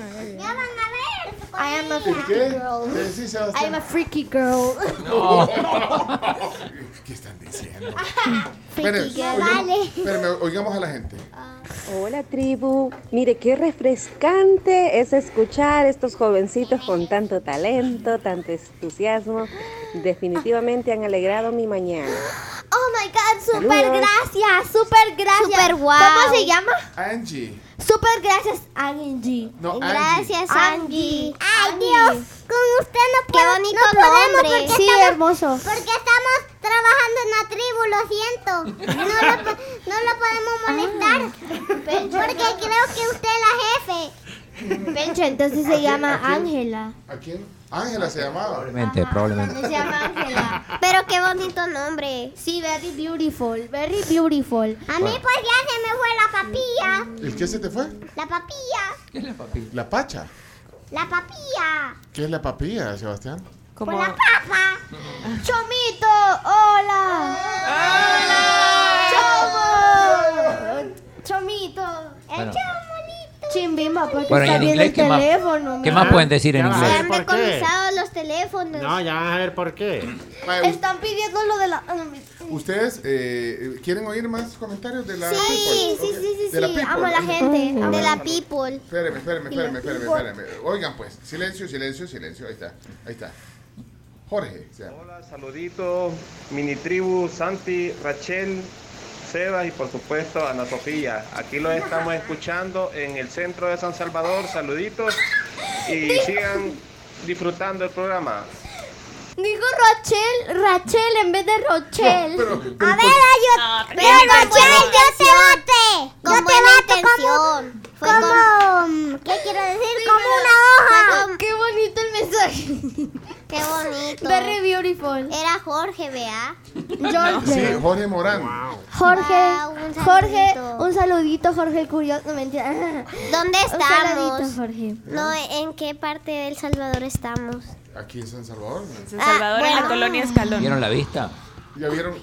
Speaker 13: van a ver. su
Speaker 4: I am a
Speaker 13: comida.
Speaker 4: freaky
Speaker 3: ¿Qué?
Speaker 4: girl.
Speaker 3: ¿Qué decís,
Speaker 4: I am
Speaker 3: Sebastián?
Speaker 4: a freaky girl.
Speaker 3: ¿Qué están diciendo?
Speaker 4: Freaky
Speaker 3: Espérenme,
Speaker 4: girl.
Speaker 3: oigamos-
Speaker 4: Vale.
Speaker 3: espérenme, oigamos a la gente.
Speaker 9: Hola tribu, mire qué refrescante es escuchar estos jovencitos con tanto talento, tanto entusiasmo. Definitivamente han alegrado mi mañana.
Speaker 13: Oh my god, super
Speaker 9: Saludos.
Speaker 13: gracias, super gracias.
Speaker 5: Super guau.
Speaker 13: ¿Cómo se llama?
Speaker 3: Angie.
Speaker 13: Super gracias, Angie.
Speaker 3: No,
Speaker 13: gracias, Angie.
Speaker 5: Angie.
Speaker 13: Ay,
Speaker 5: Angie.
Speaker 13: Dios, con usted no, puedo,
Speaker 5: bonito
Speaker 13: no podemos
Speaker 5: nombre.
Speaker 13: porque
Speaker 5: Sí,
Speaker 13: estamos,
Speaker 4: hermoso.
Speaker 13: Porque estamos trabajando en la tribu, lo siento. No lo, po- no lo podemos molestar. Porque creo que usted es la jefe.
Speaker 4: Pencho, entonces se llama Ángela.
Speaker 3: ¿A quién? Ángela se llamaba.
Speaker 6: Probablemente, probablemente.
Speaker 4: Se llama Ángela.
Speaker 5: Pero qué bonito nombre.
Speaker 4: Sí, very beautiful, very beautiful.
Speaker 13: A mí pues ya se me fue la papilla.
Speaker 3: ¿El qué se te fue?
Speaker 13: La papilla.
Speaker 6: ¿Qué es la papilla?
Speaker 3: La pacha.
Speaker 13: La papilla.
Speaker 3: ¿Qué es la papilla, Sebastián?
Speaker 13: Con la papa. Chomito, hola.
Speaker 6: ¡Ah!
Speaker 4: ¡Chomo! Chomito.
Speaker 6: Bueno.
Speaker 4: Chimbimba, porque
Speaker 6: Bueno, y
Speaker 4: está
Speaker 6: en
Speaker 4: viendo
Speaker 6: inglés,
Speaker 4: el
Speaker 6: ¿qué más,
Speaker 4: teléfono.
Speaker 6: ¿qué
Speaker 4: mira.
Speaker 6: más pueden decir
Speaker 8: Ya
Speaker 6: en
Speaker 8: va.
Speaker 6: inglés?
Speaker 8: ¿Por qué?
Speaker 5: Decomisados los teléfonos.
Speaker 8: No, ya van a ver por qué.
Speaker 4: Están pidiendo lo de la...
Speaker 3: ¿Ustedes eh, quieren oír más comentarios de la
Speaker 5: Sí,
Speaker 3: people?
Speaker 5: sí,
Speaker 3: Ok.
Speaker 5: sí, sí,
Speaker 3: De la
Speaker 5: sí,
Speaker 3: people.
Speaker 5: amo a la gente,
Speaker 3: Ah,
Speaker 5: de la
Speaker 3: bueno.
Speaker 5: people.
Speaker 3: Espérame, espérame,
Speaker 5: Y la
Speaker 3: espérame, espérame,
Speaker 5: people.
Speaker 3: espérame. Oigan pues, silencio, silencio, silencio. Ahí está, ahí está. Jorge, se llama.
Speaker 14: Saludito, mini tribu, Santi, Rachel, Sebas y por supuesto Ana Sofía. Aquí los estamos escuchando en el centro de San Salvador. Saluditos y sigan disfrutando el programa.
Speaker 4: Digo Rachel, Rachel en vez de Rochelle.
Speaker 13: A ver, yo, pero Rochelle, yo te bate. yo
Speaker 5: Con
Speaker 13: te
Speaker 5: buena
Speaker 13: bato
Speaker 5: intención.
Speaker 13: como, como, ¿qué quiero decir? como una hoja.
Speaker 4: Qué bonito el mensaje.
Speaker 5: Qué bonito.
Speaker 4: Very beautiful.
Speaker 5: Era Jorge, vea.
Speaker 3: Sí,
Speaker 4: Jorge.
Speaker 3: Jorge Morán.
Speaker 4: Jorge,
Speaker 5: Wow, un
Speaker 4: Jorge,
Speaker 5: saludito.
Speaker 4: un saludito, Jorge el curioso. No, mentira.
Speaker 5: ¿Dónde
Speaker 4: Un
Speaker 5: estamos?
Speaker 4: saludito, Jorge.
Speaker 5: No, ¿en qué parte del Salvador estamos?
Speaker 3: Aquí en San Salvador.
Speaker 15: En Salvador, en
Speaker 5: bueno.
Speaker 15: la colonia Escalón.
Speaker 6: ¿Vieron la vista?
Speaker 3: ¿Ya vieron?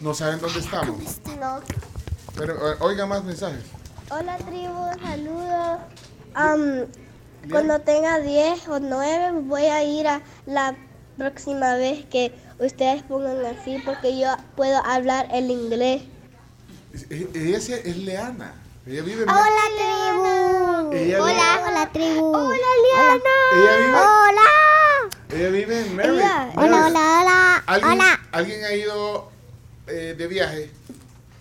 Speaker 3: No saben dónde estamos.
Speaker 13: No.
Speaker 3: Pero eh, oigan más mensajes.
Speaker 13: Hola tribu, saludos. Am, cuando tenga 10 o 9 voy a ir a la próxima vez que ustedes pongan así porque yo puedo hablar el inglés.
Speaker 3: E- e- Esa es Leana. Ella vive en...
Speaker 13: Hola tribu.
Speaker 3: Ella
Speaker 13: hola,
Speaker 3: vive-
Speaker 13: hola tribu. Hola Liana.
Speaker 3: Ella vive-
Speaker 13: Hola.
Speaker 3: Ella vive en Merritt.
Speaker 13: Hola, hola, hola.
Speaker 3: ¿Alguien,
Speaker 13: Hola.
Speaker 3: ¿Alguien ha ido eh, de viaje?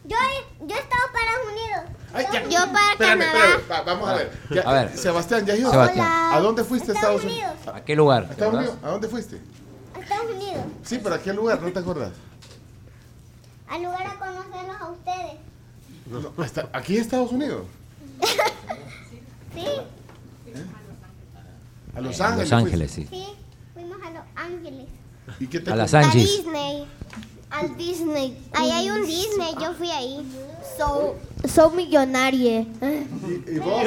Speaker 5: Yo, he- yo he estado para Unidos.
Speaker 3: Ay, ya.
Speaker 5: Yo para
Speaker 3: Espérame,
Speaker 5: Canadá.
Speaker 3: espérame, va- vamos a ver. Ya,
Speaker 6: A ver.
Speaker 3: Sebastián, ¿ya has ido?
Speaker 6: Sebastián.
Speaker 3: ¿A dónde fuiste a Estados Unidos?
Speaker 6: ¿A qué lugar?
Speaker 3: ¿A Estados
Speaker 6: ¿Verdad?
Speaker 3: Unidos? ¿A dónde fuiste?
Speaker 5: A Estados Unidos.
Speaker 3: Sí, pero ¿a qué lugar? ¿No te acuerdas?
Speaker 5: Al lugar a conocerlos a ustedes.
Speaker 3: No, está- ¿Aquí en Estados Unidos? A
Speaker 5: ¿Sí?
Speaker 3: Los
Speaker 6: Eh, a Los
Speaker 3: Ángeles.
Speaker 6: Ángeles,
Speaker 3: fuiste.
Speaker 5: Sí. Fuimos a Los Ángeles.
Speaker 3: ¿Y qué te
Speaker 6: A las
Speaker 3: contó?
Speaker 6: Angie. Angies.
Speaker 5: Disney. Al Disney. Ahí hay un Disney. Yo fui ahí. So,
Speaker 4: Soy millonaria.
Speaker 3: ¿Y vos,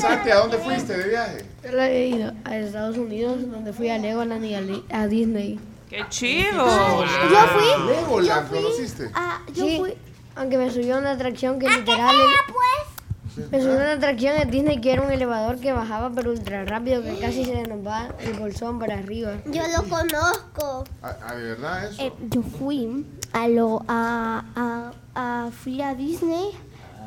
Speaker 3: Santi, a dónde fuiste de viaje?
Speaker 10: Yo la he ido a Estados Unidos, donde fui a Legoland y a, Li- a Disney.
Speaker 7: ¡Qué chivo!
Speaker 10: Yo fui-
Speaker 3: Legoland, ¿conociste?
Speaker 10: Ah, yo fui. Aunque me subió a una atracción
Speaker 5: Ah,
Speaker 10: que literal.
Speaker 5: pues?
Speaker 10: Me subió a una atracción en Disney que era un elevador que bajaba pero ultra rápido que casi se le nos va el bolsón para arriba.
Speaker 5: Yo lo conozco.
Speaker 3: ¿A, a Ah, de verdad eso?
Speaker 4: Eh, yo fui a lo a, a, a- fui a Disney,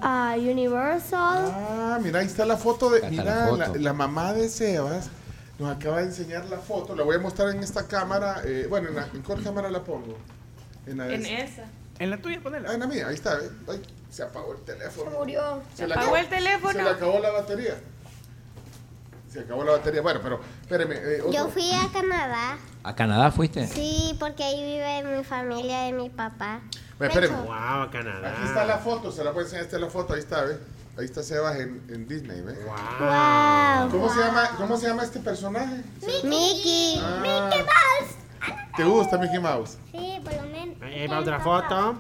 Speaker 4: a Universal.
Speaker 3: Ah, mira, ahí está la foto de.
Speaker 4: Ahí está
Speaker 3: Mira,
Speaker 4: la
Speaker 3: la,
Speaker 4: foto.
Speaker 3: la mamá de Sebas nos acaba de enseñar la foto. La voy a mostrar en esta cámara. eh, bueno, en, la- ¿en cuál cámara la pongo? En la de-
Speaker 7: En esa.
Speaker 3: En la tuya, ponela. Ah, en la mía, ahí está. eh. Ay, se apagó el teléfono.
Speaker 10: Se murió.
Speaker 7: Se apagó el teléfono.
Speaker 3: Se le acabó la batería. Se acabó la batería. Bueno, pero espéreme. eh, otro.
Speaker 5: Yo fui a Canadá.
Speaker 6: ¿A Canadá fuiste?
Speaker 5: Sí, porque ahí vive mi familia de mi papá.
Speaker 3: Bueno, espéreme.
Speaker 5: Pecho.
Speaker 3: Wow, Canadá. Aquí está la foto, se la voy a enseñar. Esta es la foto, ahí está, ¿ve? Ahí está Sebas en, en Disney, ¿ve?
Speaker 5: Wow.
Speaker 3: ¿Cómo, Se llama, ¿Cómo se llama este personaje?
Speaker 5: Mickey. Mickey.
Speaker 3: Ah.
Speaker 5: Mouse.
Speaker 3: ¿Te gusta Mickey Mouse?
Speaker 5: Sí, por lo menos.
Speaker 3: Eh,
Speaker 8: Ahí va otra foto.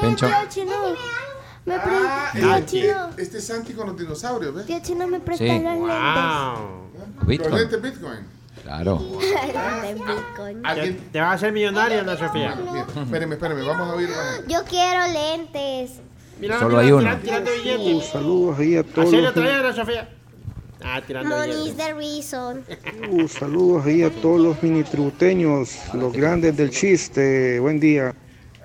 Speaker 6: Pencho.
Speaker 4: Tío Eh, Chino, me
Speaker 3: Ah,
Speaker 4: pre- tío
Speaker 3: este-
Speaker 4: Chino,
Speaker 3: Este es Santi con los dinosaurios, ¿ves?
Speaker 4: tío Chino me presta
Speaker 6: Sí.
Speaker 4: los lentes.
Speaker 6: Bitcoin.
Speaker 3: Los lentes Bitcoin.
Speaker 6: Claro.
Speaker 3: ¿Alguien?
Speaker 8: Te vas a hacer millonario, Ana Sofía.
Speaker 3: Espérame, espérame, vamos a oír.
Speaker 5: Yo quiero lentes.
Speaker 8: Mira,
Speaker 16: Solo
Speaker 8: mira,
Speaker 16: hay uno.
Speaker 8: tira- Tirando billetes.
Speaker 16: Saludos ahí a todos.
Speaker 8: Hacelo
Speaker 16: los
Speaker 8: otra vez, Ana Sofía. Ah, tirando
Speaker 5: Money is
Speaker 8: billetes.
Speaker 5: the reason.
Speaker 16: Uh, saludos ahí a todos los mini tributeños, los grandes del chiste. Buen día.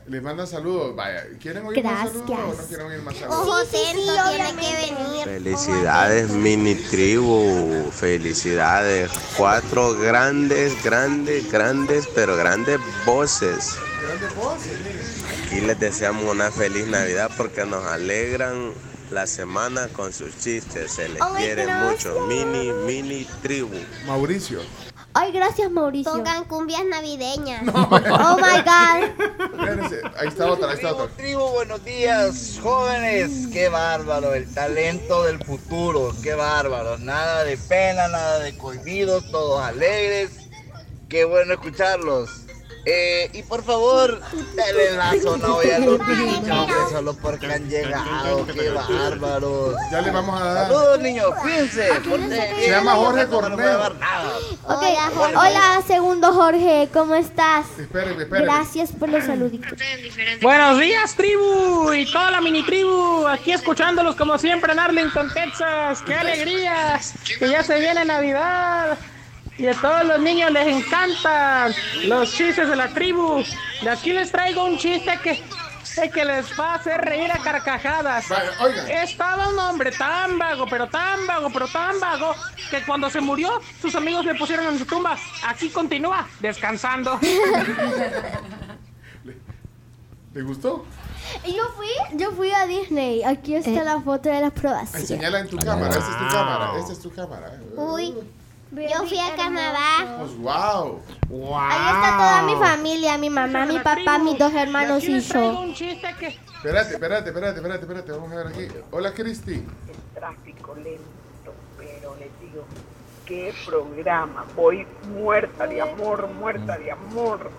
Speaker 3: Les manda saludos. Vaya, ¿quieren oír más saludos o no
Speaker 4: Gracias.
Speaker 3: quieren oír más saludos?
Speaker 5: Ojo atento, tiene que venir.
Speaker 17: Felicidades, mini tribu. Felicidades. Cuatro grandes, grandes, grandes, pero grandes voces.
Speaker 3: Grandes voces, miren.
Speaker 17: Aquí les deseamos una feliz Navidad porque nos alegran la semana con sus chistes. Se les
Speaker 4: Ay,
Speaker 17: quiere
Speaker 4: gracias.
Speaker 17: mucho. Mini, mini tribu.
Speaker 3: Mauricio.
Speaker 4: Ay, gracias Mauricio.
Speaker 5: Pongan cumbias navideñas.
Speaker 4: Oh my God.
Speaker 3: Espérense, Ahí está otra, ahí está otra.
Speaker 18: Tribu, buenos días, jóvenes. Qué bárbaro, el talento del futuro. Qué bárbaro. Nada de pena, nada de cohibidos, todos alegres. Qué bueno escucharlos. Eh, y por favor, denle la zona hoy a los niños, que solo porque han llegado. Qué bárbaros.
Speaker 3: Ya le vamos a dar.
Speaker 18: Saludos, niños. Cuídense.
Speaker 4: Ah,
Speaker 3: Se llama Jorge Corneo.
Speaker 4: Okay.
Speaker 5: Hola, Jorge.
Speaker 4: Hola, segundo Jorge, ¿cómo estás?
Speaker 3: Espérame, espérame.
Speaker 4: Gracias por los saluditos.
Speaker 9: Buenos días, tribu y toda la mini tribu. Aquí escuchándolos como siempre en Arlington, Texas. ¡Qué alegrías! Que ya se viene Navidad. Y a todos los niños les encantan los chistes de la tribu. De aquí les traigo un chiste que, que les va a hacer reír a carcajadas. Estaba un hombre tan vago, pero tan vago, pero tan vago, que cuando se murió, sus amigos le pusieron en su tumba. Aquí continúa, descansando.
Speaker 3: ¿Te gustó?
Speaker 4: Yo fui, yo fui a Disney. Aquí está la foto de las pruebas.
Speaker 3: Enseñala en tu
Speaker 4: Ah.
Speaker 3: cámara. Esta es tu
Speaker 8: Wow.
Speaker 3: cámara. Esta es tu cámara.
Speaker 5: Uy, yo fui a Canadá.
Speaker 3: Pues, wow.
Speaker 8: Wow.
Speaker 4: Ahí está toda mi familia, mi mamá, mi papá, mis dos hermanos y yo.
Speaker 9: Un chiste que
Speaker 3: Espérate, espérate, espérate, espérate, espérate. Vamos a ver aquí. Hola, Cristi.
Speaker 19: tráfico lento, pero les digo, qué programa, voy muerta de amor, muerta de amor.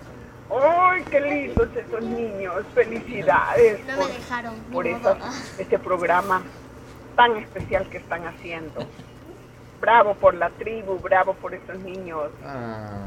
Speaker 19: ¡Ay, qué lindos esos niños! Felicidades
Speaker 5: No me
Speaker 19: por,
Speaker 5: dejaron. mi
Speaker 19: por
Speaker 5: mamá.
Speaker 19: esas- este programa tan especial que están haciendo. Bravo por la tribu, bravo por esos niños.
Speaker 3: Ah,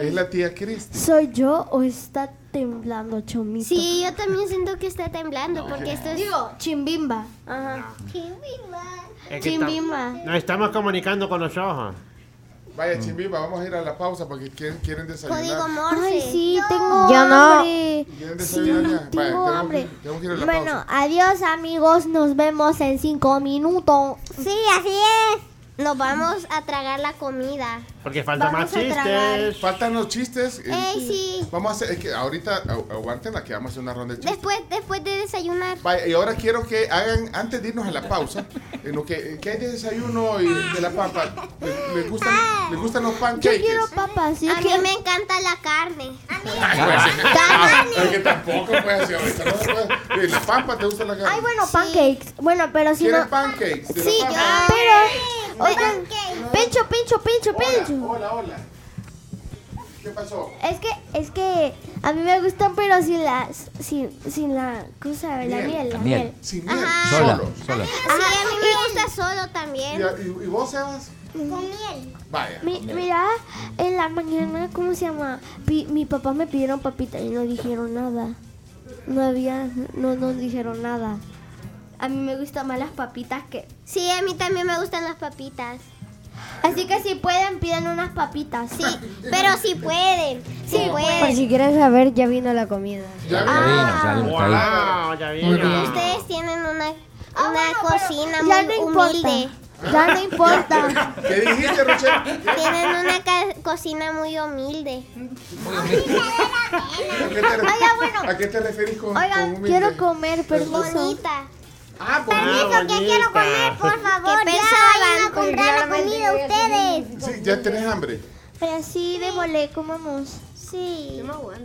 Speaker 3: Es la tía Cristi.
Speaker 4: ¿Soy yo o está temblando Chomito?
Speaker 5: Sí, yo también siento que está temblando porque esto es.
Speaker 4: Digo, chimbimba.
Speaker 5: Ajá.
Speaker 8: Es que tam-
Speaker 4: Chimbimba.
Speaker 8: Nos estamos comunicando con los ojos. Mm.
Speaker 3: Vaya, Chimbimba, vamos a ir a la pausa porque quieren, quieren desayunar.
Speaker 5: Código Morse.
Speaker 4: Ay, sí, tengo
Speaker 5: Yo no.
Speaker 4: hambre.
Speaker 3: ¿Quieren
Speaker 4: Sí,
Speaker 3: desayunar ya? Vaya,
Speaker 4: tengo
Speaker 3: tenemos que-
Speaker 4: hambre.
Speaker 3: tenemos que ir a la
Speaker 4: Bueno,
Speaker 3: pausa.
Speaker 4: adiós amigos, nos vemos en cinco minutos.
Speaker 5: Sí, así es. Nos vamos a tragar la comida.
Speaker 8: Porque falta
Speaker 5: Vamos
Speaker 8: más
Speaker 5: a tragar.
Speaker 8: chistes.
Speaker 3: Faltan los chistes. eh,
Speaker 5: Ey, sí.
Speaker 3: Vamos a hacer, es que ahorita au- aguanten la que vamos a hacer una ronda de chistes.
Speaker 5: Después, después de desayunar.
Speaker 3: Vaya, y ahora quiero que hagan, antes de irnos a la pausa, en lo que, que hay de desayuno y de la papa. ¿Les, les gustan, les gustan los pancakes?
Speaker 5: papas. A mí me encanta la carne.
Speaker 3: Ay, pues, ah, es que tampoco puede hacer ahorita. No se puede. Eh, La pampa te gusta la carne.
Speaker 4: Ay, bueno, pancakes. Bueno, pero si
Speaker 3: ¿Quieren
Speaker 4: no.
Speaker 3: pancakes? de la
Speaker 4: Sí,
Speaker 3: pampa?
Speaker 4: pero. Oigan, pincho, pincho, pincho, pincho.
Speaker 3: Hola, hola. ¿Qué pasó?
Speaker 4: Es que, es que a mí me gustan, pero sin la, sin, sin la cosa, la
Speaker 3: Miel.
Speaker 4: miel, la
Speaker 6: Miel.
Speaker 4: miel.
Speaker 3: Sin miel.
Speaker 6: Sola,
Speaker 3: Solo.
Speaker 6: sola.
Speaker 5: Sí, a mí me gusta solo también.
Speaker 3: Ya, ¿Y, y
Speaker 4: eh.
Speaker 3: vos, Sebas?
Speaker 5: Con miel.
Speaker 3: Vaya.
Speaker 4: Mi- mira, en la mañana, ¿cómo se llama? Pi- mi papá me pidieron papita y no dijeron nada. No había, no nos dijeron nada. A mí me gustan más las papitas que...
Speaker 5: Sí, a mí también me gustan las papitas.
Speaker 4: Así que si pueden, piden unas papitas. Sí,
Speaker 5: Pero si pueden. Si
Speaker 10: Por
Speaker 5: pueden.
Speaker 10: si quieren saber, ya vino la comida.
Speaker 6: Ya
Speaker 5: Ah.
Speaker 6: vino, ya vino, está ahí.
Speaker 8: Wow, ya vino.
Speaker 5: Ustedes tienen una, una cocina
Speaker 4: ya
Speaker 5: muy
Speaker 4: no importa.
Speaker 5: humilde.
Speaker 4: Ya no importa.
Speaker 3: ¿Qué dijiste, Rochelle?
Speaker 5: Tienen una ca- cocina muy humilde.
Speaker 3: ¿A qué te, re-
Speaker 5: Oiga, bueno.
Speaker 3: ¿a qué te referís con, con
Speaker 4: Oigan,
Speaker 3: humilde?
Speaker 4: quiero comer, permiso.
Speaker 5: Bonita.
Speaker 3: Ah,
Speaker 5: Permiso, que quiero comer, por favor. ya vayan a comprar la comida ustedes.
Speaker 3: Sí, ya tenés hambre.
Speaker 4: Pero sí, démosle, comamos.
Speaker 5: Sí.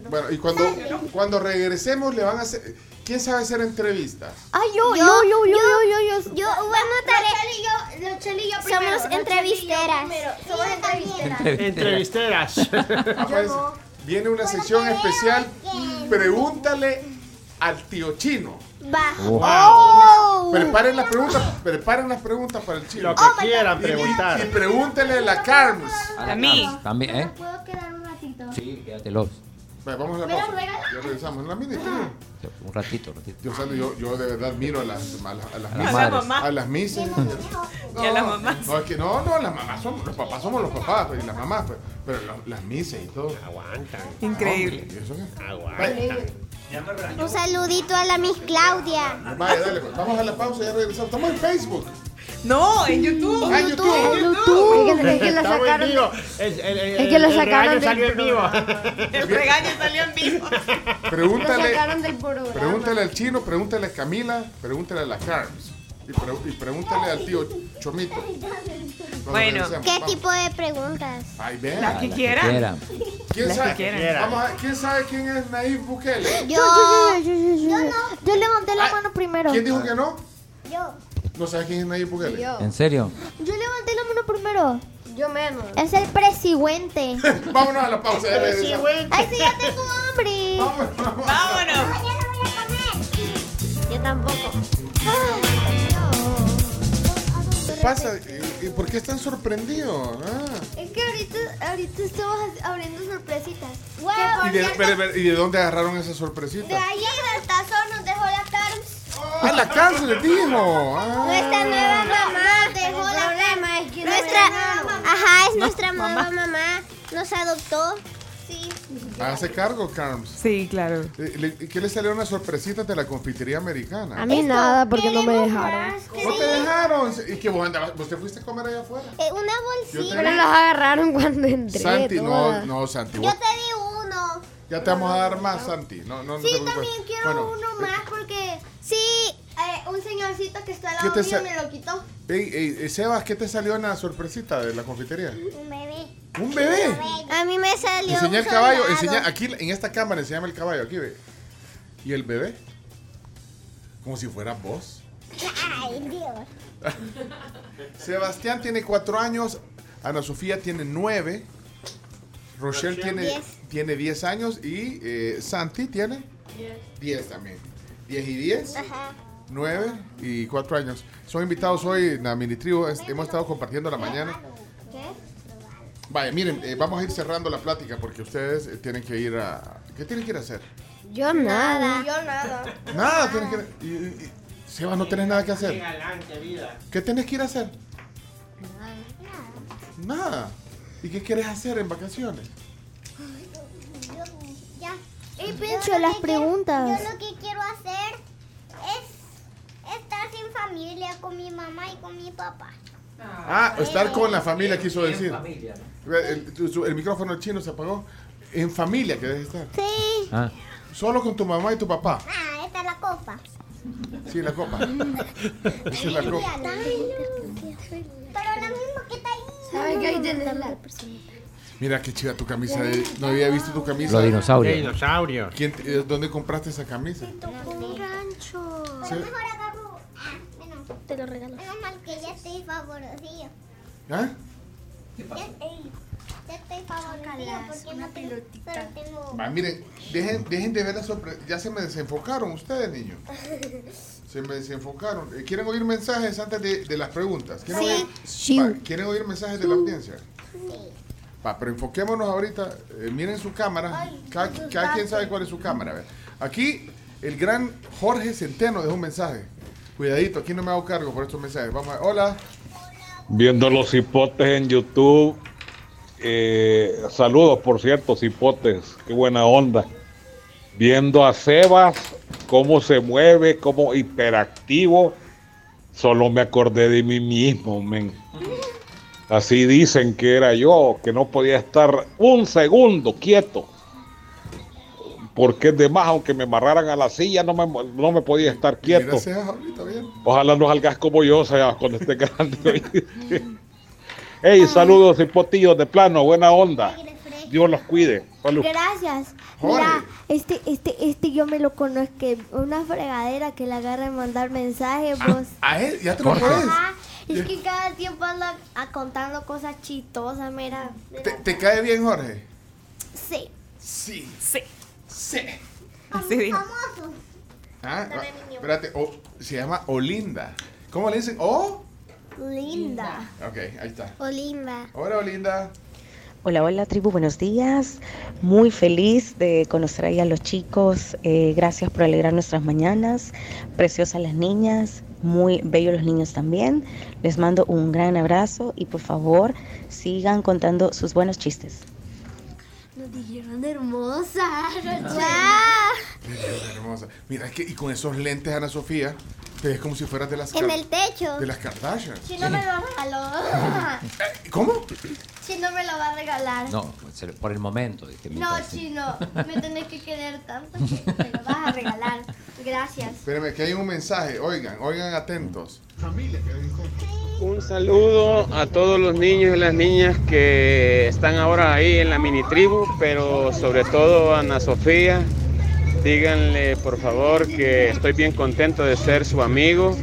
Speaker 3: Bueno, y cuando, cuando regresemos le van a hacer... ¿Quién sabe hacer entrevistas?
Speaker 4: Ay, yo, yo, yo, yo, yo, yo.
Speaker 5: Yo, bueno, Rochelle y yo, somos entrevisteras. Somos entrevisteras.
Speaker 8: Entrevisteras.
Speaker 3: Ah, pues, viene una sección especial. Pregúntale al tío chino.
Speaker 5: Va.
Speaker 3: Wow.
Speaker 5: Oh.
Speaker 3: Preparen las preguntas, preparen las preguntas para el chino.
Speaker 8: Lo
Speaker 7: Oh
Speaker 8: que quieran
Speaker 3: Y- y-
Speaker 8: preguntar.
Speaker 3: Y, pregúntele a la Carms.
Speaker 6: A mí. También, ¿eh?
Speaker 4: ¿Puedo quedar un ratito?
Speaker 6: Sí, quédatelos.
Speaker 3: Bueno, vamos a la
Speaker 4: ¿Me lo
Speaker 3: pausa.
Speaker 4: regalas?
Speaker 3: Ya regresamos. La
Speaker 5: Ah.
Speaker 3: mini.
Speaker 6: Un ratito, un ratito.
Speaker 3: Yo, Sandy, yo, yo de verdad miro a las, a las, a las
Speaker 6: A las
Speaker 3: misas.
Speaker 6: madres.
Speaker 3: A las misas.
Speaker 7: Y a las mamás.
Speaker 3: No, es que no, no, las mamás somos, los papás somos los papás, pues, y las mamás, pues, pero lo- las misas y todo.
Speaker 8: Aguantan.
Speaker 7: Increíble.
Speaker 3: ¿Y eso qué?
Speaker 8: Aguantan.
Speaker 5: Un saludito a la Miss Claudia.
Speaker 3: Vaya, dale, pues, vamos a la pausa y ya regresamos. Estamos en Facebook.
Speaker 7: No, en YouTube.
Speaker 3: Ah, en YouTube.
Speaker 7: En
Speaker 10: Es que, es que la
Speaker 8: Estamos en
Speaker 10: sacaron.
Speaker 8: vivo. Es, el, el-
Speaker 10: Es que lo
Speaker 8: el
Speaker 10: sacaron
Speaker 8: regaño
Speaker 10: del
Speaker 8: salió en vivo.
Speaker 7: El regaño salió en vivo.
Speaker 10: Lo
Speaker 3: Pregúntale,
Speaker 10: sacaron del programa.
Speaker 3: pregúntale al chino, pregúntale a Camila, pregúntale a la Carms. Y, pre- y pregúntale al tío Chomito. Cuando
Speaker 7: Bueno.
Speaker 3: regresemos,
Speaker 5: ¿Qué
Speaker 3: vamos.
Speaker 5: tipo de preguntas?
Speaker 3: Ay, vean.
Speaker 7: Las que
Speaker 6: Las que
Speaker 7: quieran.
Speaker 6: quieran.
Speaker 3: ¿Quién
Speaker 7: las que
Speaker 3: sabe?
Speaker 7: quieran.
Speaker 3: Vamos a- ¿Quién sabe quién es Nayib Bukele?
Speaker 5: Yo.
Speaker 4: Yo, yo, yo, yo, yo, yo, yo. Yo levanté la
Speaker 3: Ah,
Speaker 4: mano primero.
Speaker 3: ¿Quién dijo que no?
Speaker 5: Yo.
Speaker 3: ¿No sabes quién es Nayib Bukele?
Speaker 6: ¿En serio?
Speaker 4: Yo levanté la mano primero.
Speaker 10: Yo menos.
Speaker 4: Es el presidente.
Speaker 3: Vámonos a la pausa. ya regresamos.
Speaker 4: Ay, sí, ya tengo hambre.
Speaker 3: Vámonos, vámonos.
Speaker 7: Vámonos.
Speaker 5: Yo tampoco.
Speaker 3: ¿Qué pasa? ¿Y- y ¿Por qué están sorprendidos? Ah.
Speaker 4: Es que ahorita, ahorita estamos abriendo sorpresitas.
Speaker 5: Wow.
Speaker 3: ¿Y, de, pero- pero- ¿y de dónde agarraron esa sorpresita?
Speaker 5: ahí el tazón nos dejó la Carms.
Speaker 3: ¡Ah, la cárcel les dijo! Ah.
Speaker 5: Nuestra nueva mamá nos dejó la problema es que nuestra Ajá, es nuestra nueva mamá. Nos adoptó. Sí.
Speaker 3: Hace cargo, Carms.
Speaker 7: Sí, claro.
Speaker 3: Eh, le- ¿Qué le salieron las sorpresitas de la confitería americana?
Speaker 10: A mí nada, porque no me dejaron.
Speaker 3: ¿No te dejaron? ¿Y que vos andabas? ¿Vos te fuiste a comer allá afuera?
Speaker 5: Eh,
Speaker 3: Yo
Speaker 5: una
Speaker 3: te
Speaker 5: bolsita.
Speaker 10: Pero los agarraron cuando entré.
Speaker 3: Santi,
Speaker 10: toda.
Speaker 3: no, no, Santi.
Speaker 5: Yo
Speaker 3: vos-
Speaker 5: te di uno.
Speaker 3: ya te vamos a dar más, Santi. No, no, no
Speaker 5: Sí,
Speaker 3: te preocupes.
Speaker 5: también quiero
Speaker 3: Bueno,
Speaker 5: uno
Speaker 3: eh,
Speaker 5: más porque sí, eh, un señorcito que está al
Speaker 3: ¿Qué
Speaker 5: lado
Speaker 3: te
Speaker 5: mío
Speaker 3: sa-
Speaker 5: me lo quitó.
Speaker 3: ey, ey, eh, Sebas, ¿qué te salió en la sorpresita de la confitería?
Speaker 5: Un bebé.
Speaker 3: ¡Un bebé!
Speaker 5: A mí me salió un
Speaker 3: Enseña el caballo,
Speaker 5: soldado.
Speaker 3: enseña, aquí en esta cámara enseñame el caballo, aquí ve. ¿Y el bebé? Como si fuera vos.
Speaker 5: Ay, Dios.
Speaker 3: Sebastián tiene cuatro años, Ana Sofía tiene nueve, Rochelle tiene
Speaker 5: Diez.
Speaker 3: tiene diez años y eh, Santi tiene diez también. Diez y diez,
Speaker 8: Ah.
Speaker 5: Ajá.
Speaker 3: nueve y cuatro años. Son invitados hoy en la mini tribu, es- hemos estado compartiendo la mañana. Vaya, miren, eh, vamos a ir cerrando la plática porque ustedes eh, tienen que ir a... ¿Qué tienen que ir a hacer?
Speaker 10: Yo nada.
Speaker 5: Yo nada.
Speaker 3: Nada, tienes que. Y, y- y- Sebas, no tenés nada que hacer.
Speaker 8: galán, qué vida.
Speaker 3: ¿Qué tenés que ir a hacer? Ah. Nada. ¿Y qué querés hacer en vacaciones?
Speaker 5: Ya.
Speaker 4: Ey, Pencho, las preguntas.
Speaker 5: yo lo que quiero hacer es estar sin familia con mi mamá y con mi papá.
Speaker 3: Ah, estar con la familia, quiso
Speaker 6: En
Speaker 3: decir.
Speaker 6: familia,
Speaker 3: El, tu- su- el micrófono chino se apagó. En familia que debes estar.
Speaker 5: Sí.
Speaker 6: Ah.
Speaker 3: Solo con tu mamá y tu papá.
Speaker 5: Ah, esta es la copa.
Speaker 3: Sí, la copa. Esa es la copa.
Speaker 5: Pero lo mismo que está ahí.
Speaker 10: ¿Sabes qué hay de la
Speaker 3: Mira qué chida tu camisa. de- No había visto tu camisa.
Speaker 6: Los dinosaurios. De
Speaker 3: dinosaurio. ¿Dónde compraste esa camisa?
Speaker 5: Un rancho.
Speaker 3: Sí.
Speaker 5: Pero mejor agarro. Ah, bueno. Te lo regalo. Menos mal que ya estoy favorecido.
Speaker 3: ¿Ah?
Speaker 5: Ya, ey, ya estoy favorecido porque no tengo, solo tengo...
Speaker 3: Va, miren, dejen, dejen de ver la sorpresa. Ya se me desenfocaron ustedes, niños. Se me desenfocaron. Eh, ¿Quieren oír mensajes antes de, de las preguntas? ¿Quieren,
Speaker 5: Sí.
Speaker 3: oír, Va, ¿Quieren oír mensajes de la audiencia? Va, pero enfoquémonos ahorita. Eh, miren su cámara. cada,
Speaker 5: sus
Speaker 3: cada quien
Speaker 5: datos.
Speaker 3: sabe cuál es su cámara. a ver. Aquí el gran Jorge Centeno dejó un mensaje. Cuidadito, aquí no me hago cargo por estos mensajes. Vamos a Hola.
Speaker 20: Viendo los hipotes en YouTube. Eh, saludos, por cierto, hipotes. Qué buena onda. Viendo a Sebas, cómo se mueve, cómo hiperactivo. Solo me acordé de mí mismo, men. Así dicen que era yo, que no podía estar un segundo quieto. Porque es de más, aunque me amarraran a la silla, no me, no me podía estar quieto.
Speaker 3: Gracias, ahorita bien.
Speaker 20: Ojalá no salgas como yo, sea cuando esté grande. Ey, saludos y potillos de plano, buena onda. Dios los cuide. Salud.
Speaker 4: Gracias. Mira, este, este, este yo me lo conozco. Una fregadera que le agarra en mandar
Speaker 3: Ah.
Speaker 4: mensajes,
Speaker 5: Ah,
Speaker 4: vos.
Speaker 3: A él, ya te lo
Speaker 4: Jorge.
Speaker 3: puedes.
Speaker 4: Ajá, Es que cada tiempo anda a- contando cosas chistosas, mira.
Speaker 3: ¿Te, te cae bien, Jorge?
Speaker 4: Sí.
Speaker 3: Sí.
Speaker 4: Sí.
Speaker 3: Sí.
Speaker 4: Así
Speaker 5: Famoso.
Speaker 3: Ah, va, espérate, o- se llama Olinda. ¿Cómo le dicen? Oh,
Speaker 5: Linda.
Speaker 3: ok, ahí está.
Speaker 5: Olimba.
Speaker 3: Hola, Olinda.
Speaker 21: Hola, hola tribu, buenos días. Muy feliz de conocer ahí a los chicos. Eh, gracias por alegrar nuestras mañanas. Preciosas las niñas, muy bellos los niños también. Les mando un gran abrazo y por favor sigan contando sus buenos chistes.
Speaker 4: Nos dijeron
Speaker 3: Ah,
Speaker 4: hermosa.
Speaker 3: Hermosa. Mira, es que y con esos lentes, Ana Sofía, te ves como si fueras de las,
Speaker 5: En
Speaker 3: Kar-
Speaker 5: el techo.
Speaker 3: de las Kardashian.
Speaker 4: Si no me lo regaló.
Speaker 3: ¿Cómo?
Speaker 4: Chino me lo va a regalar.
Speaker 6: No, se- por el momento. dije,
Speaker 4: No,
Speaker 6: mientras-
Speaker 4: Chino, me tenés que querer tanto que me lo vas a regalar. Gracias.
Speaker 3: Espérame, que hay un mensaje. Oigan, oigan atentos. Familia,
Speaker 14: Un saludo a todos los niños y las niñas que están ahora ahí en la mini tribu, pero sobre todo a Ana Sofía. Díganle por favor que estoy bien contento de ser su amigo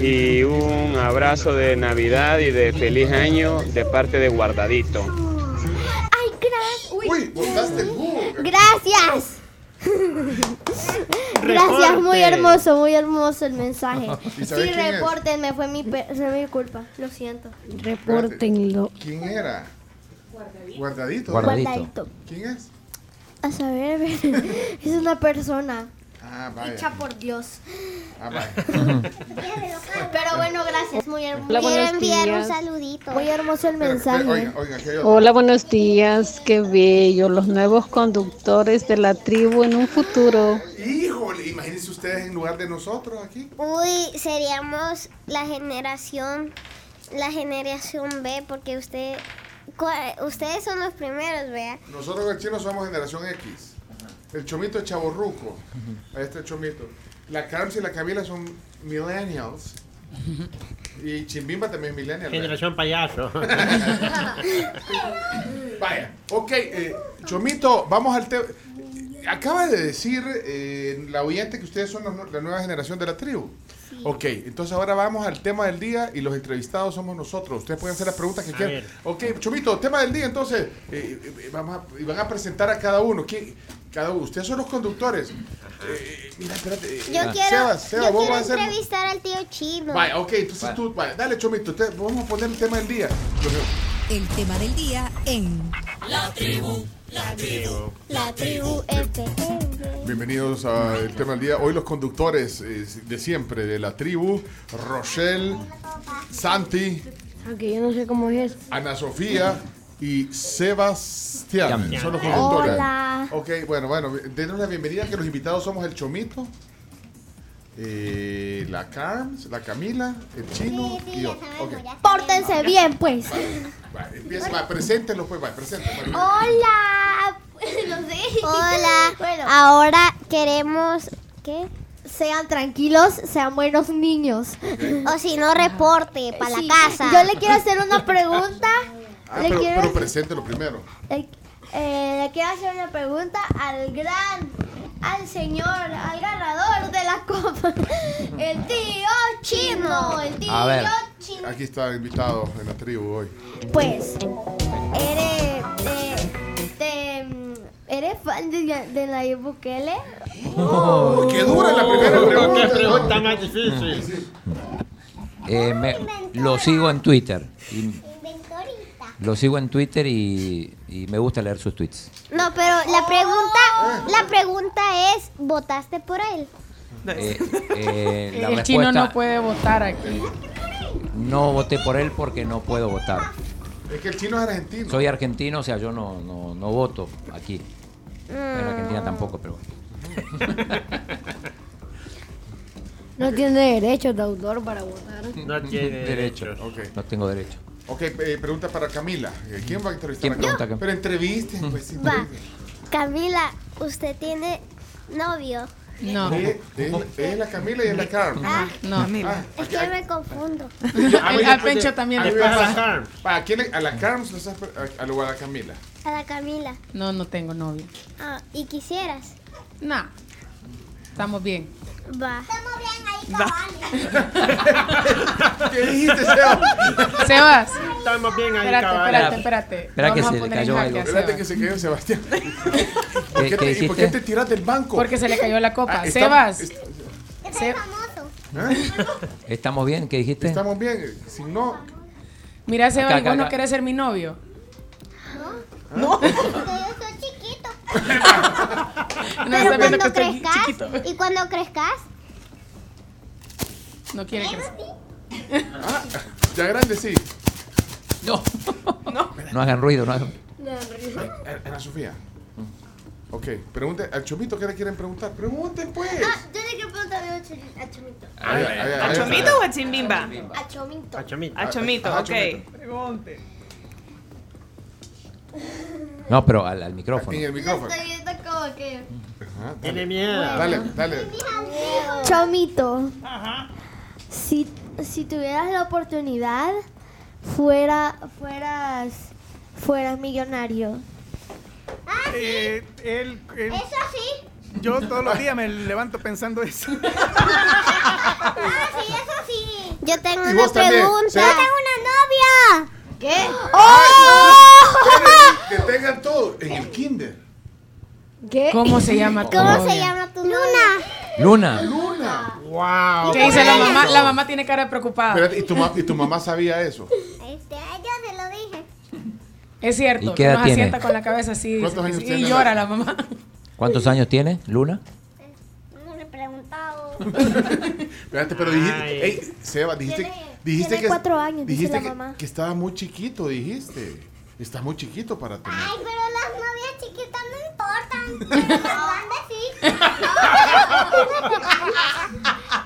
Speaker 14: y un abrazo de Navidad y de feliz año de parte de Guardadito.
Speaker 5: Ay, gracias. Uy,
Speaker 3: botaste el jugo.
Speaker 4: Gracias. Gracias, muy hermoso, muy hermoso el mensaje.
Speaker 3: ¿Y
Speaker 4: Sí,
Speaker 3: sabe quién es?
Speaker 4: repórtenme, fue mi, pe- fue mi culpa, lo siento.
Speaker 3: Repórtenlo. ¿Quién era?
Speaker 4: Guardadito.
Speaker 3: Guardadito.
Speaker 4: Guardadito.
Speaker 3: ¿Quién es?
Speaker 4: A saber, es una persona
Speaker 3: Ah,
Speaker 4: hecha
Speaker 3: vaya.
Speaker 4: por Dios.
Speaker 3: Ah, vaya.
Speaker 4: Pero bueno, gracias, muy hermoso.
Speaker 5: Hola, buenos Quiero enviar un días.
Speaker 4: saludito. Muy hermoso el mensaje.
Speaker 3: Oigan, oigan, que hay otro.
Speaker 22: Hola, buenos días, qué bello, los nuevos conductores de la tribu en un futuro.
Speaker 3: Híjole, imagínense ustedes en lugar de nosotros aquí.
Speaker 5: Uy, seríamos la generación, la generación B, porque usted, cua- ustedes son los primeros, vea.
Speaker 3: Nosotros los chinos somos generación X. El chomito es chaborruco. Ahí está el chomito. La Carms y la Camila son millennials. Y Chimbimba también es millennial. ¿verdad?
Speaker 8: Generación payaso.
Speaker 3: Vaya, ok, eh, Chomito, vamos al tema. Acaba de decir eh, la oyente que ustedes son los nu- la nueva generación de la tribu. Ok, entonces ahora vamos al tema del día y los entrevistados somos nosotros. Ustedes pueden hacer las preguntas que quieran.
Speaker 8: ver.
Speaker 3: Ok, Chomito, tema del día entonces. eh, eh, vamos a- y van a presentar a cada uno. ¿Quién- Cada uno. Ustedes son los conductores. Eh, mira, espérate. eh,
Speaker 5: Yo quiero,
Speaker 3: Sebas, Sebas,
Speaker 5: yo
Speaker 3: vos
Speaker 5: quiero
Speaker 3: vas a hacer-
Speaker 5: entrevistar al tío Chino.
Speaker 3: Vaya, ok, entonces tú, vaya, dale, Chomito, te- vamos a poner el tema del día. Yo creo-
Speaker 1: El tema del día en
Speaker 2: La tribu, la tribu,
Speaker 5: La tribu FM.
Speaker 3: Bienvenidos al tema del día. Hoy los conductores eh, de siempre de la tribu, Rochelle, Santi,
Speaker 10: Aunque yo no sé cómo es.
Speaker 3: Ana Sofía y Sebastián. Son los conductores.
Speaker 10: Hola.
Speaker 3: Ok, bueno, bueno, denos la bienvenida que los invitados somos el Chomito, eh, la Carms, la Camila, el Chino y yo. Ok.
Speaker 4: Pórtense bien, pues.
Speaker 3: Va, empieza, va, preséntelo, pues, va, preséntelo.
Speaker 5: Hola. Hola.
Speaker 4: Ahora queremos que sean tranquilos, sean buenos niños.
Speaker 5: O si no, reporte para la casa.
Speaker 4: Yo le quiero hacer una pregunta.
Speaker 3: Ah,
Speaker 4: le,
Speaker 3: pero,
Speaker 4: quiero,
Speaker 3: pero preséntelo primero.
Speaker 4: le- eh, le quiero hacer una pregunta al gran, al señor, al ganador de la copa. El tío chino. El tío
Speaker 3: A ver.
Speaker 4: chino.
Speaker 3: Aquí está el invitado en la tribu hoy.
Speaker 4: Pues, eres, te- te, mm, ¿eres fan de, de Nayib Bukele?
Speaker 3: Oh, qué dura la primera pregunta.
Speaker 8: pregunta más difícil.
Speaker 6: Eh, me- lo sigo en Twitter. y- lo sigo en Twitter y, y me gusta leer sus tweets.
Speaker 5: No, pero la pregunta, la pregunta es, ¿votaste por él?
Speaker 6: Eh, eh, la
Speaker 22: el chino
Speaker 6: respuesta-
Speaker 22: no puede votar aquí.
Speaker 6: No voté por él porque no puedo votar.
Speaker 3: Es que el chino es argentino.
Speaker 6: Soy argentino, o sea, yo no, no, no voto aquí. En Argentina tampoco, pero bueno.
Speaker 10: No tiene derechos de autor para votar.
Speaker 8: No tiene
Speaker 6: derecho. No tengo derecho.
Speaker 3: Ok, eh, pregunta para Camila. Eh, ¿Quién va a entrevistar
Speaker 6: ¿Quién
Speaker 3: a
Speaker 6: pregunta
Speaker 3: Camila?
Speaker 6: acá?
Speaker 3: Pero entrevisten, pues sí.
Speaker 5: Va. Camila, ¿usted tiene novio?
Speaker 3: No. Es, es- es la Camila y es la Carmen.
Speaker 22: No, mira.
Speaker 5: Es que me confundo.
Speaker 3: Ah, mira,
Speaker 22: Al
Speaker 3: pues,
Speaker 22: Pencho
Speaker 3: eh,
Speaker 22: también
Speaker 3: a
Speaker 22: le
Speaker 3: ver, a
Speaker 22: pasa.
Speaker 3: la Carmen. Pa, ¿A quién le- a la Carmen o sea, a- a la- a la Camila?
Speaker 5: A la Camila.
Speaker 22: No, no tengo novio.
Speaker 5: Ah, ¿Y quisieras?
Speaker 22: No. Estamos bien.
Speaker 5: Va.
Speaker 3: ¿Qué dijiste, Sebas?
Speaker 22: Sebas.
Speaker 8: Estamos bien ahí,
Speaker 22: Espérate, espérate,
Speaker 8: cabal.
Speaker 22: espérate.
Speaker 6: Espera que
Speaker 22: Vamos a
Speaker 6: se le
Speaker 22: poner en
Speaker 6: cayó
Speaker 22: jaque
Speaker 6: algo.
Speaker 22: a
Speaker 3: Espérate
Speaker 22: Sebas.
Speaker 3: que se cayó Sebastián. ¿Por
Speaker 6: ¿Qué-
Speaker 3: qué,
Speaker 6: qué
Speaker 3: te, ¿Por
Speaker 6: hiciste?
Speaker 3: qué te tiras del banco?
Speaker 22: Porque se le cayó la copa.
Speaker 3: Ah, está-
Speaker 22: Sebas.
Speaker 3: está-
Speaker 22: Se-
Speaker 6: ¿Eh? ¿Estamos bien? ¿Qué dijiste?
Speaker 3: Estamos bien. Si no,
Speaker 22: Mira, Sebas,
Speaker 6: Acá,
Speaker 22: ¿y vos
Speaker 6: acá,
Speaker 22: no
Speaker 6: acá.
Speaker 22: querés ser mi novio?
Speaker 5: Ah. No. Yo soy chiquito.
Speaker 22: No,
Speaker 5: Pero
Speaker 22: está viendo que
Speaker 5: cuando
Speaker 22: estoy
Speaker 5: crezcas,
Speaker 22: chiquito.
Speaker 5: y cuando crezcas,
Speaker 22: No quiere crecer.
Speaker 5: Ah.
Speaker 3: ya grande sí.
Speaker 6: No. No hagan ruido, no hagan
Speaker 3: Eh, Ana Sofía. Ok, pregunte al Chomito qué le quieren preguntar. Pregunten pues.
Speaker 4: Ah, Yo le quiero preguntarle a Chomito. A Chomito.
Speaker 3: Ay, ay, ay,
Speaker 7: ¿A
Speaker 3: ay,
Speaker 7: Chomito
Speaker 3: ay.
Speaker 7: o a Chimbimba?
Speaker 4: A Chomito.
Speaker 8: A Chomito.
Speaker 7: A Chomito,
Speaker 3: Ah,
Speaker 7: ok.
Speaker 3: Chomito.
Speaker 7: Pregunte.
Speaker 6: No, pero al, al micrófono.
Speaker 3: En el micrófono.
Speaker 4: Estoy viendo como que...
Speaker 3: Ajá, dale.
Speaker 8: Tiene miedo.
Speaker 3: Dale, dale.
Speaker 4: Chomito, si, si tuvieras la oportunidad, fuera, fueras, fueras millonario.
Speaker 5: Ah,
Speaker 11: Eh, él- él-
Speaker 5: eso sí.
Speaker 11: yo todos los días me levanto pensando eso.
Speaker 5: Ah, sí, eso sí. Yo tengo
Speaker 11: Y
Speaker 5: una
Speaker 11: vos también,
Speaker 5: pregunta.
Speaker 11: ¿sí?
Speaker 5: Yo tengo una novia.
Speaker 4: ¿Qué?
Speaker 5: ¡Oh!
Speaker 3: Que tengan todo en el kinder.
Speaker 10: ¿Qué?
Speaker 22: ¿Cómo se llama tu
Speaker 5: ¿Cómo
Speaker 22: novia?
Speaker 5: se llama tu Luna.
Speaker 6: Luna.
Speaker 3: Ah. Luna.
Speaker 8: Wow.
Speaker 22: ¿Qué dice la mamá? La mamá tiene cara de preocupada.
Speaker 3: Espérate, ¿y tu, ma- ¿y tu mamá sabía eso?
Speaker 5: Este, yo se lo dije.
Speaker 22: Es cierto.
Speaker 6: ¿Y qué edad
Speaker 22: nos
Speaker 6: tiene?
Speaker 22: asienta con la cabeza así. dice
Speaker 3: ¿Cuántos
Speaker 22: que
Speaker 3: años
Speaker 22: sí,
Speaker 3: tiene
Speaker 22: Y
Speaker 3: la-
Speaker 22: llora la mamá.
Speaker 6: ¿Cuántos años tiene Luna?
Speaker 5: No le he preguntado.
Speaker 3: Espérate, pero dijiste, ey, Seba, dijiste,
Speaker 5: Tiene-
Speaker 3: dijiste
Speaker 5: tiene
Speaker 3: que
Speaker 5: cuatro años, dice
Speaker 3: dijiste
Speaker 5: la
Speaker 3: que,
Speaker 5: mamá.
Speaker 3: que estaba muy chiquito, dijiste. Está muy chiquito para tener.
Speaker 5: Ay, pero las novias chiquitas no importan. Pero las grandes sí.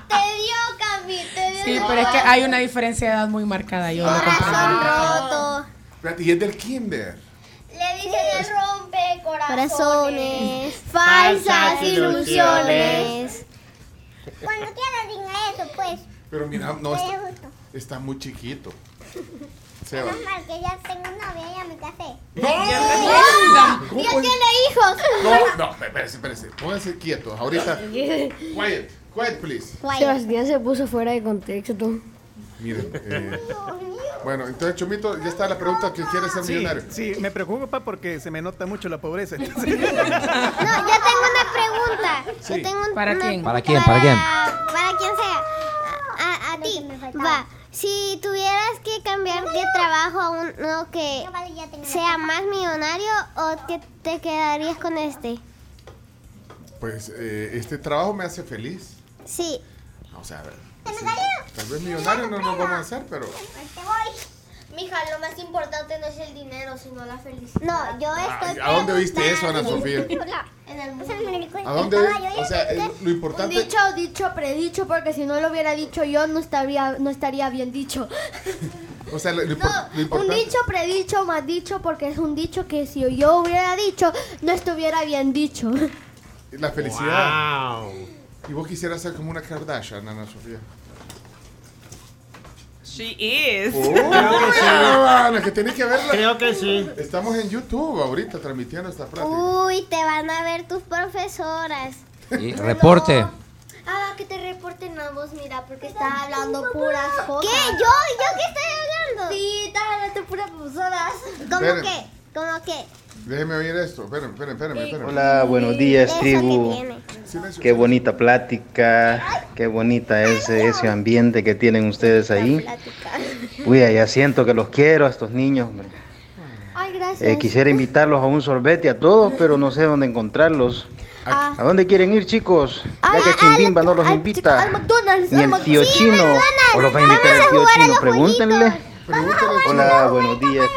Speaker 5: te dio, Cami, te dio.
Speaker 22: Sí,
Speaker 5: la
Speaker 22: pero es que
Speaker 5: bola.
Speaker 22: hay una diferencia de edad muy marcada. Yo lo
Speaker 5: Corazón
Speaker 22: comprendo.
Speaker 5: roto.
Speaker 3: Espérate, y es del kinder.
Speaker 5: Le dicen el rompe corazones.
Speaker 4: Falsas
Speaker 3: ilusiones.
Speaker 5: Cuando quieras, diga eso, pues.
Speaker 3: Pero mira, no,
Speaker 5: Te
Speaker 3: está,
Speaker 5: gusto.
Speaker 3: está muy chiquito. Seba.
Speaker 5: Menos mal que ya tengo novia, ya me casé.
Speaker 3: ¡No!
Speaker 5: ¡Ya tiene hijos!
Speaker 3: No, no, espérese, espérese. Pónganse quietos. Ahorita. Quiet, quiet, please.
Speaker 10: Sebastián se puso fuera de contexto.
Speaker 3: Miren. eh, bueno, entonces, Chomito, ya está la pregunta que quiere ser
Speaker 11: Sí,
Speaker 3: millonario.
Speaker 11: sí, me preocupa porque se me nota mucho la pobreza.
Speaker 5: No, yo tengo una pregunta. Yo
Speaker 11: Sí.
Speaker 5: tengo un-
Speaker 11: ¿Para
Speaker 5: una-
Speaker 11: quién?
Speaker 6: ¿Para quién? ¿Para quién?
Speaker 5: Para quien sea. A, a- a ti. Va. Si tuvieras que cambiar de trabajo a uno que sea más millonario o que te quedarías con este.
Speaker 3: Pues eh, este trabajo me hace feliz.
Speaker 5: Sí.
Speaker 3: pues, eh, O sea, a ver, sí, tal vez millonario no nos vamos a hacer, pero.
Speaker 4: Mija, lo más importante no es el dinero, sino la felicidad.
Speaker 5: No, yo estoy.
Speaker 3: Ah, ¿a dónde viste eso, Ana Sofía?
Speaker 4: En el mundo.
Speaker 3: ¿A dónde? O sea, eh, lo
Speaker 4: Un
Speaker 3: importante.
Speaker 4: dicho, dicho, predicho, porque si no lo hubiera dicho yo, no estaría, no estaría bien dicho.
Speaker 3: O sea, lo, lo impor- lo
Speaker 4: Un
Speaker 3: importante.
Speaker 4: dicho, predicho, más dicho, porque es un dicho que si yo hubiera dicho, no estuviera bien dicho.
Speaker 3: La felicidad. ¿Y vos quisieras ser como una Kardashian, Ana Sofía?
Speaker 13: She is.
Speaker 8: Oh.
Speaker 3: Ana, Oh, que tenés que verla.
Speaker 5: Creo
Speaker 3: que sí. Estamos en YouTube ahorita transmitiendo esta práctica.
Speaker 5: Uy, te van a ver tus profesoras.
Speaker 6: Y reporte.
Speaker 4: Ah, que te reporten a vos, mira, porque estás hablando puras cosas.
Speaker 5: ¿Qué? ¿Yo? ¿Yo qué estoy hablando?
Speaker 4: Sí, estás hablando puras cosas.
Speaker 5: ¿Cómo
Speaker 3: Esperen.
Speaker 5: qué? ¿Cómo qué?
Speaker 3: Déjeme oír esto. Espérenme, espérenme, espérenme. espérenme.
Speaker 23: Hola, buenos días, tribu. Qué bonita plática, qué bonita ese, ese ambiente que tienen ustedes ahí. Uy, ya siento que los quiero a estos niños. hombre.
Speaker 4: Ay, gracias.
Speaker 23: Eh, quisiera invitarlos a un sorbete a todos, pero no sé dónde encontrarlos.
Speaker 4: Ah.
Speaker 23: ¿A dónde quieren ir, chicos? Ya que Chimbimba no los invita.
Speaker 4: McDonald's,
Speaker 23: Ni
Speaker 4: al
Speaker 23: el
Speaker 4: Mc-
Speaker 23: tío
Speaker 4: Sí,
Speaker 23: chino. ¿O los va a invitar el tío chino? Pregúntenle. Hola, buenos días.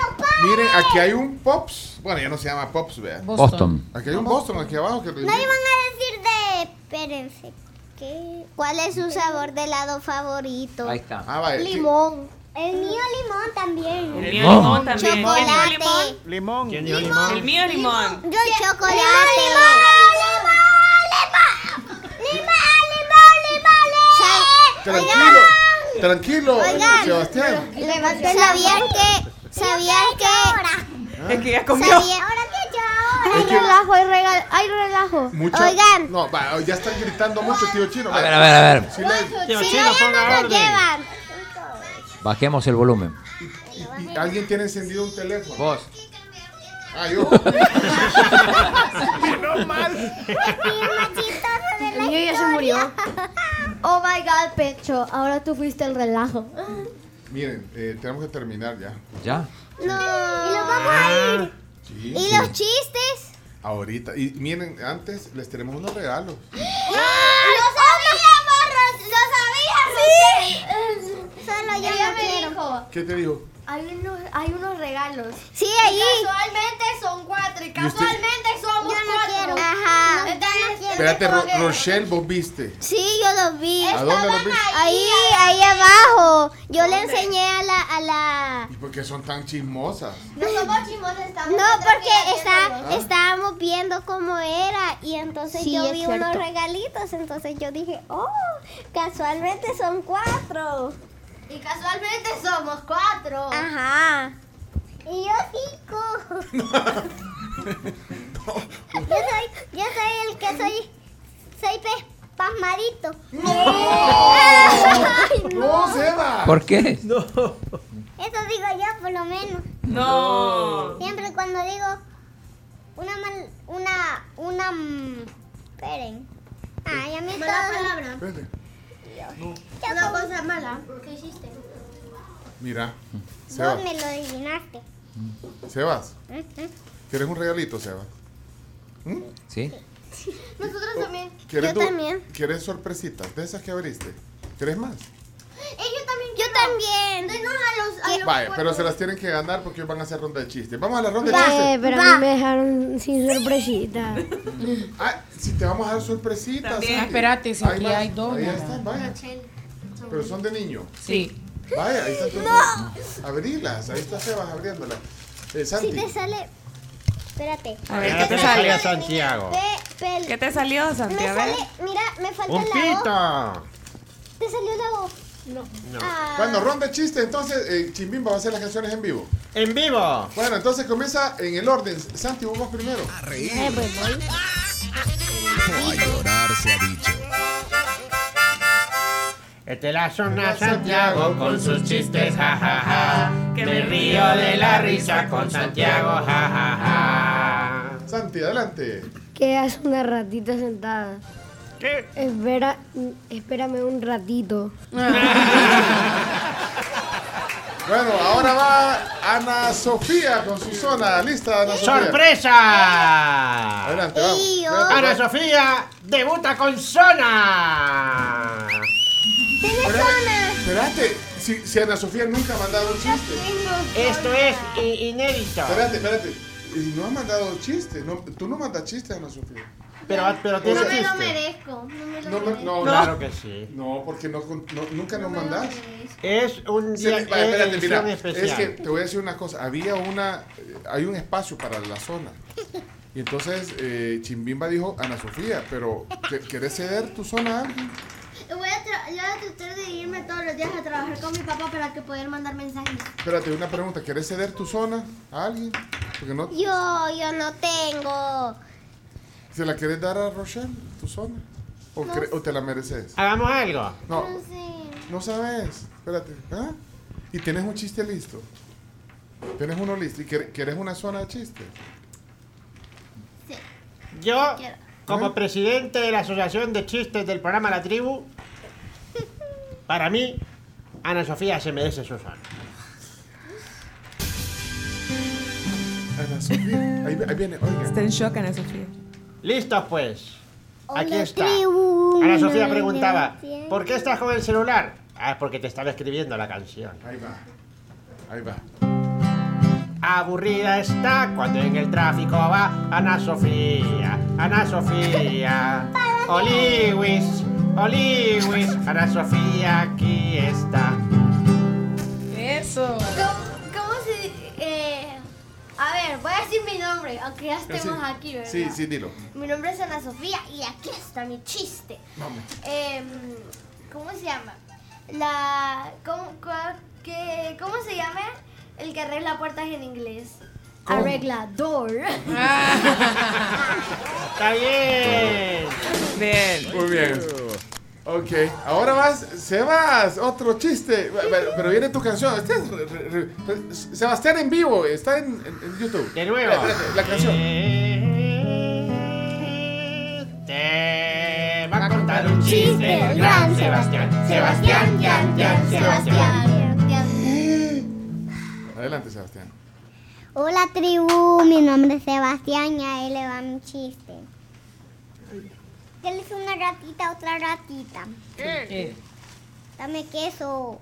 Speaker 3: Miren, aquí hay un Pops. Bueno, ya no se llama Pops, vea.
Speaker 6: Boston. Boston.
Speaker 3: Aquí hay un Boston, aquí abajo. Que lo
Speaker 5: No iban a decir de. Espérense. ¿Qué? ¿Cuál es su sabor de helado favorito?
Speaker 6: Ahí está.
Speaker 3: Ah, vaya,
Speaker 5: Limón. El mío limón también.
Speaker 13: El mío Limón. limón también.
Speaker 5: Chocolate.
Speaker 13: ¿Quién dijo limón?
Speaker 24: Limón.
Speaker 13: El mío es limón.
Speaker 5: Yo chocolate.
Speaker 3: Tranquilo, tranquilo, Sebastián.
Speaker 5: ¿Sabían que? ¿Sabían que?
Speaker 13: Es que ya
Speaker 3: comió.
Speaker 4: Ay, relajo, ay, regal- ay, relajo.
Speaker 3: Mucho-
Speaker 5: Oigan.
Speaker 3: No, va, ya están gritando mucho, tío chino. A
Speaker 6: ver, a ver, a ver.
Speaker 5: Si no, ya no nos llevan.
Speaker 6: Bajemos el volumen.
Speaker 3: ¿Alguien tiene encendido un teléfono?
Speaker 6: Vos.
Speaker 3: Ah, yo.
Speaker 24: no mal.
Speaker 4: El niño ya se murió. Oh my god, Pecho, ahora tú fuiste el relajo.
Speaker 3: Miren, eh, tenemos que terminar ya.
Speaker 6: ¿Ya?
Speaker 5: No. Y los vamos a ir.
Speaker 3: Sí.
Speaker 5: Y los chistes.
Speaker 3: Ahorita. Y miren, antes les tenemos unos regalos.
Speaker 5: ¡Lo sabíamos! ¡Lo sabíamos! Solo yo
Speaker 4: Ella
Speaker 5: no
Speaker 4: me
Speaker 5: quiero.
Speaker 4: dijo,
Speaker 3: ¿Qué te dijo?
Speaker 4: hay unos, hay unos regalos.
Speaker 5: Sí,
Speaker 4: Y
Speaker 5: ahí.
Speaker 4: Casualmente son cuatro y
Speaker 3: usted?
Speaker 4: casualmente somos
Speaker 5: Yo no
Speaker 4: cuatro.
Speaker 5: quiero. Ajá.
Speaker 4: No, Entonces,
Speaker 3: Espérate, Ro-
Speaker 4: como que-
Speaker 3: Rochelle, vos viste.
Speaker 5: Sí, yo los vi.
Speaker 3: ¿A dónde los viste?
Speaker 5: Ahí, ahí abajo. Yo le enseñé a la, a la.
Speaker 3: ¿Y por qué son tan chismosas?
Speaker 4: No somos chimos, estamos
Speaker 5: No,
Speaker 4: nosotros
Speaker 5: porque
Speaker 4: viéndolo.
Speaker 5: está, estábamos viendo cómo era y entonces
Speaker 4: Sí,
Speaker 5: yo
Speaker 4: es
Speaker 5: vi
Speaker 4: cierto.
Speaker 5: unos regalitos, entonces yo dije, oh, casualmente son cuatro.
Speaker 4: Y casualmente somos cuatro.
Speaker 5: Ajá. Y yo cinco. yo soy, yo soy el que soy, soy pe- pasmadito. Ay,
Speaker 3: no, Seba.
Speaker 6: ¿Por qué? No.
Speaker 5: Eso digo yo, por lo menos.
Speaker 6: No.
Speaker 5: Siempre cuando digo una mal, una, una, mm, esperen. Ah, ya me
Speaker 4: Mala
Speaker 5: estaba-
Speaker 4: palabra.
Speaker 5: Ya
Speaker 4: Una
Speaker 5: como-
Speaker 4: cosa mala que hiciste.
Speaker 3: Mira.
Speaker 5: Vos
Speaker 3: Sebas.
Speaker 5: me lo adivinaste.
Speaker 3: Sebas.
Speaker 5: Ujú.
Speaker 3: ¿Quieres un regalito, Sebas? ¿Mm?
Speaker 6: Sí.
Speaker 4: Nosotros también.
Speaker 3: ¿Quieres
Speaker 5: Yo
Speaker 3: du-
Speaker 5: también.
Speaker 3: ¿Quieres sorpresitas de esas que abriste? ¿Quieres más?
Speaker 4: Eh, yo también.
Speaker 5: Yo también.
Speaker 4: Denos a los, a los
Speaker 3: Vaya, pero
Speaker 4: cuatro.
Speaker 3: se las tienen que ganar porque hoy van a hacer ronda de chistes. Vamos a la ronda de
Speaker 10: Eh,
Speaker 3: chistes.
Speaker 10: pero a mí me dejaron sin sorpresita.
Speaker 3: Ah, si te vamos a dar sorpresitas.
Speaker 9: También.
Speaker 3: Sandy.
Speaker 9: Ah, espérate, si aquí
Speaker 3: más.
Speaker 9: hay dos,
Speaker 3: Ahí
Speaker 9: ¿verdad?
Speaker 3: están, vaya. Pero son de niño.
Speaker 9: Sí.
Speaker 3: Vaya, ahí están. No. Abrilas, ahí está Sebas abriéndolas. Eh,
Speaker 5: Si
Speaker 3: Santi.
Speaker 5: te sale. Espérate.
Speaker 13: A ver,
Speaker 5: Si
Speaker 13: ¿qué te sale?
Speaker 5: Santiago? Pe-
Speaker 13: ¿Qué te salió,
Speaker 5: Me
Speaker 13: Santiago?
Speaker 5: sale, mira, me falta
Speaker 3: Un
Speaker 5: la voz. ¿Te salió la voz? No. Ah.
Speaker 3: Bueno, ronda de chistes, entonces eh, Chimbimba va a hacer las canciones en vivo.
Speaker 8: En vivo.
Speaker 3: Bueno, entonces comienza en el orden. Santi, vos vas primero.
Speaker 5: Eh,
Speaker 8: reír.
Speaker 5: pues,
Speaker 25: A llorar se ha dicho.
Speaker 8: Esta Este es la zona Santiago con sus chistes, ja, ja, ja. Que me río de la risa con Santiago, ja, ja, ja.
Speaker 3: Santi, adelante.
Speaker 10: ¿Qué hace una ratita sentada? ¿Qué? Espera, espérame un ratito.
Speaker 3: Bueno, ahora va Ana Sofía con su zona. ¿Lista, Ana Sofía?
Speaker 8: ¡Sorpresa!
Speaker 3: Adelante, vamos.
Speaker 8: Ana Sofía debuta con zona.
Speaker 3: Espérate, espérate, Si, si Ana Sofía nunca ha mandado un chiste.
Speaker 8: Esto es i- inédito.
Speaker 3: Espérate, espérate. Y no ha mandado chiste. No, tú no mandas chistes, Ana Sofía.
Speaker 8: Pero, pero
Speaker 4: No
Speaker 8: tiene
Speaker 4: me lo
Speaker 8: chiste.
Speaker 4: merezco. No me lo
Speaker 3: No,
Speaker 4: merezco.
Speaker 3: no,
Speaker 8: Claro que sí.
Speaker 3: No, porque no, con- no- nunca nos mandás.
Speaker 8: Es un
Speaker 3: Sí,
Speaker 8: día
Speaker 3: va, espérate,
Speaker 8: edición
Speaker 3: mira,
Speaker 8: especial.
Speaker 3: es que te voy a decir una cosa. Había una, eh, hay un espacio para la zona. Y entonces eh, Chimbimba dijo, Ana Sofía, pero ¿que- ¿querés ceder tu zona a alguien?
Speaker 4: Voy a tra- yo voy a tratar de irme todos los días a trabajar con mi papá para que poder mandar mensajes.
Speaker 3: Espérate, una pregunta. ¿Querés ceder tu zona a alguien? Porque no
Speaker 13: Yo, yo no tengo.
Speaker 3: ¿Se la querés dar a Rochelle, tu zona? ¿O,
Speaker 13: No
Speaker 3: cre-
Speaker 13: sé.
Speaker 3: o te la mereces?
Speaker 8: Hagamos algo.
Speaker 3: No, no sabes. Espérate. ¿Ah? ¿Y tienes un chiste listo? ¿Tienes uno listo? ¿Y quer- querés una zona de chistes?
Speaker 8: Yo, como presidente de la Asociación de Chistes del programa La Tribu, para mí, Ana Sofía se merece su zona.
Speaker 3: Ana Sofía. Ahí, ahí viene, oiga.
Speaker 9: Está en shock Ana Sofía.
Speaker 8: Listos pues. Aquí
Speaker 9: Hola,
Speaker 8: está.
Speaker 9: tribu.
Speaker 8: Ana Sofía preguntaba,
Speaker 9: Gracias.
Speaker 8: ¿por qué estás con el celular? Ah, es porque te estaba escribiendo la canción.
Speaker 3: Ahí va. Ahí va.
Speaker 8: Aburrida está cuando en el tráfico va Ana Sofía, Ana Sofía. Oliwis, Oliwis, Ana Sofía aquí está.
Speaker 9: Eso.
Speaker 4: ¿Cómo, cómo se.? eh, a ver, voy a decir mi nombre, aunque ya estemos
Speaker 3: Ah, sí.
Speaker 4: aquí, ¿verdad?
Speaker 3: Sí, sí, dilo.
Speaker 4: Mi nombre es Ana Sofía y aquí está mi chiste.
Speaker 3: Vamos.
Speaker 4: Em, ¿Cómo se llama? La. ¿cómo, cua- qué- ¿Cómo se llama? El que arregla puertas en inglés.
Speaker 3: ¿Cómo?
Speaker 4: Arreglador.
Speaker 13: Ah.
Speaker 4: Ah.
Speaker 8: Está bien.
Speaker 26: Bien.
Speaker 3: Muy bien. Ok, ahora vas, Sebas, otro chiste. Pero- Pero viene tu canción. Este es re- re- re- Sebastián en vivo, está en, en- en YouTube.
Speaker 8: De nuevo.
Speaker 3: la canción.
Speaker 8: Te Eh, va a contar un chiste el gran Sebastián. Sebastián, Yan, Yan, Sebastián.
Speaker 3: Adelante, Sebastián.
Speaker 13: Hola tribu, mi nombre es Sebastián y ahí le va mi chiste. ¿Qué le hizo una ratita a otra ratita? Dame queso.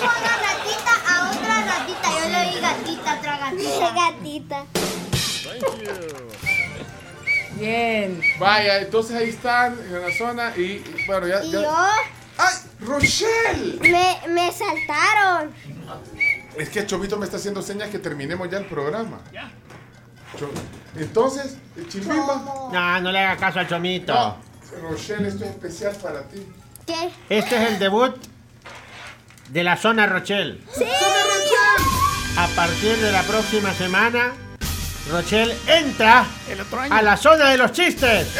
Speaker 4: Una ratita a otra ratita. Yo le di gatita a otra gatita.
Speaker 13: gatita.
Speaker 3: Bien. Vaya, entonces ahí están en la zona y bueno, ya.
Speaker 13: Y
Speaker 3: ya-
Speaker 13: yo.
Speaker 3: ¡Ay! ¡Rochelle!
Speaker 13: Me, me saltaron.
Speaker 3: Es que Chomito me está haciendo señas que terminemos ya el programa. Cho- Entonces, Chimbimba.
Speaker 8: No, no le hagas caso al chomito.
Speaker 3: Rochelle, esto es especial para ti.
Speaker 13: ¿Qué?
Speaker 8: Este es el debut de la zona Rochelle.
Speaker 13: ¡Sí!
Speaker 8: A partir de la próxima semana, Rochelle entra a la zona de los chistes.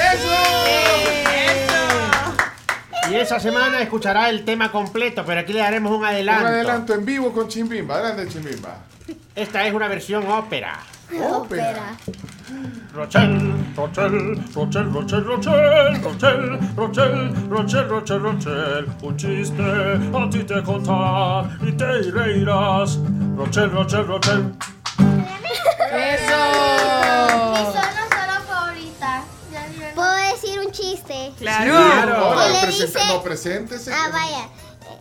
Speaker 8: Y esa semana escuchará el tema completo, pero aquí le daremos un adelanto.
Speaker 3: Un adelanto en vivo con Chimbimba. Adelante, Chimbimba.
Speaker 8: Esta es una versión ópera.
Speaker 3: Ópera.
Speaker 8: Rochelle, Rochelle, Rochelle, Rochelle, Rochelle, Rochelle, Rochelle, Rochelle, Rochelle, Rochelle, un chiste a ti te contar y te reirás. Rochelle, Rochelle, Rochelle.
Speaker 4: Mi zona solo favorita. Ya, ya.
Speaker 13: ¿Puedo decir un chiste?
Speaker 5: Ah,
Speaker 3: Ahora,
Speaker 13: ¿Qué le
Speaker 3: presenta-
Speaker 13: dice?
Speaker 3: no, preséntese.
Speaker 13: Ah, vaya.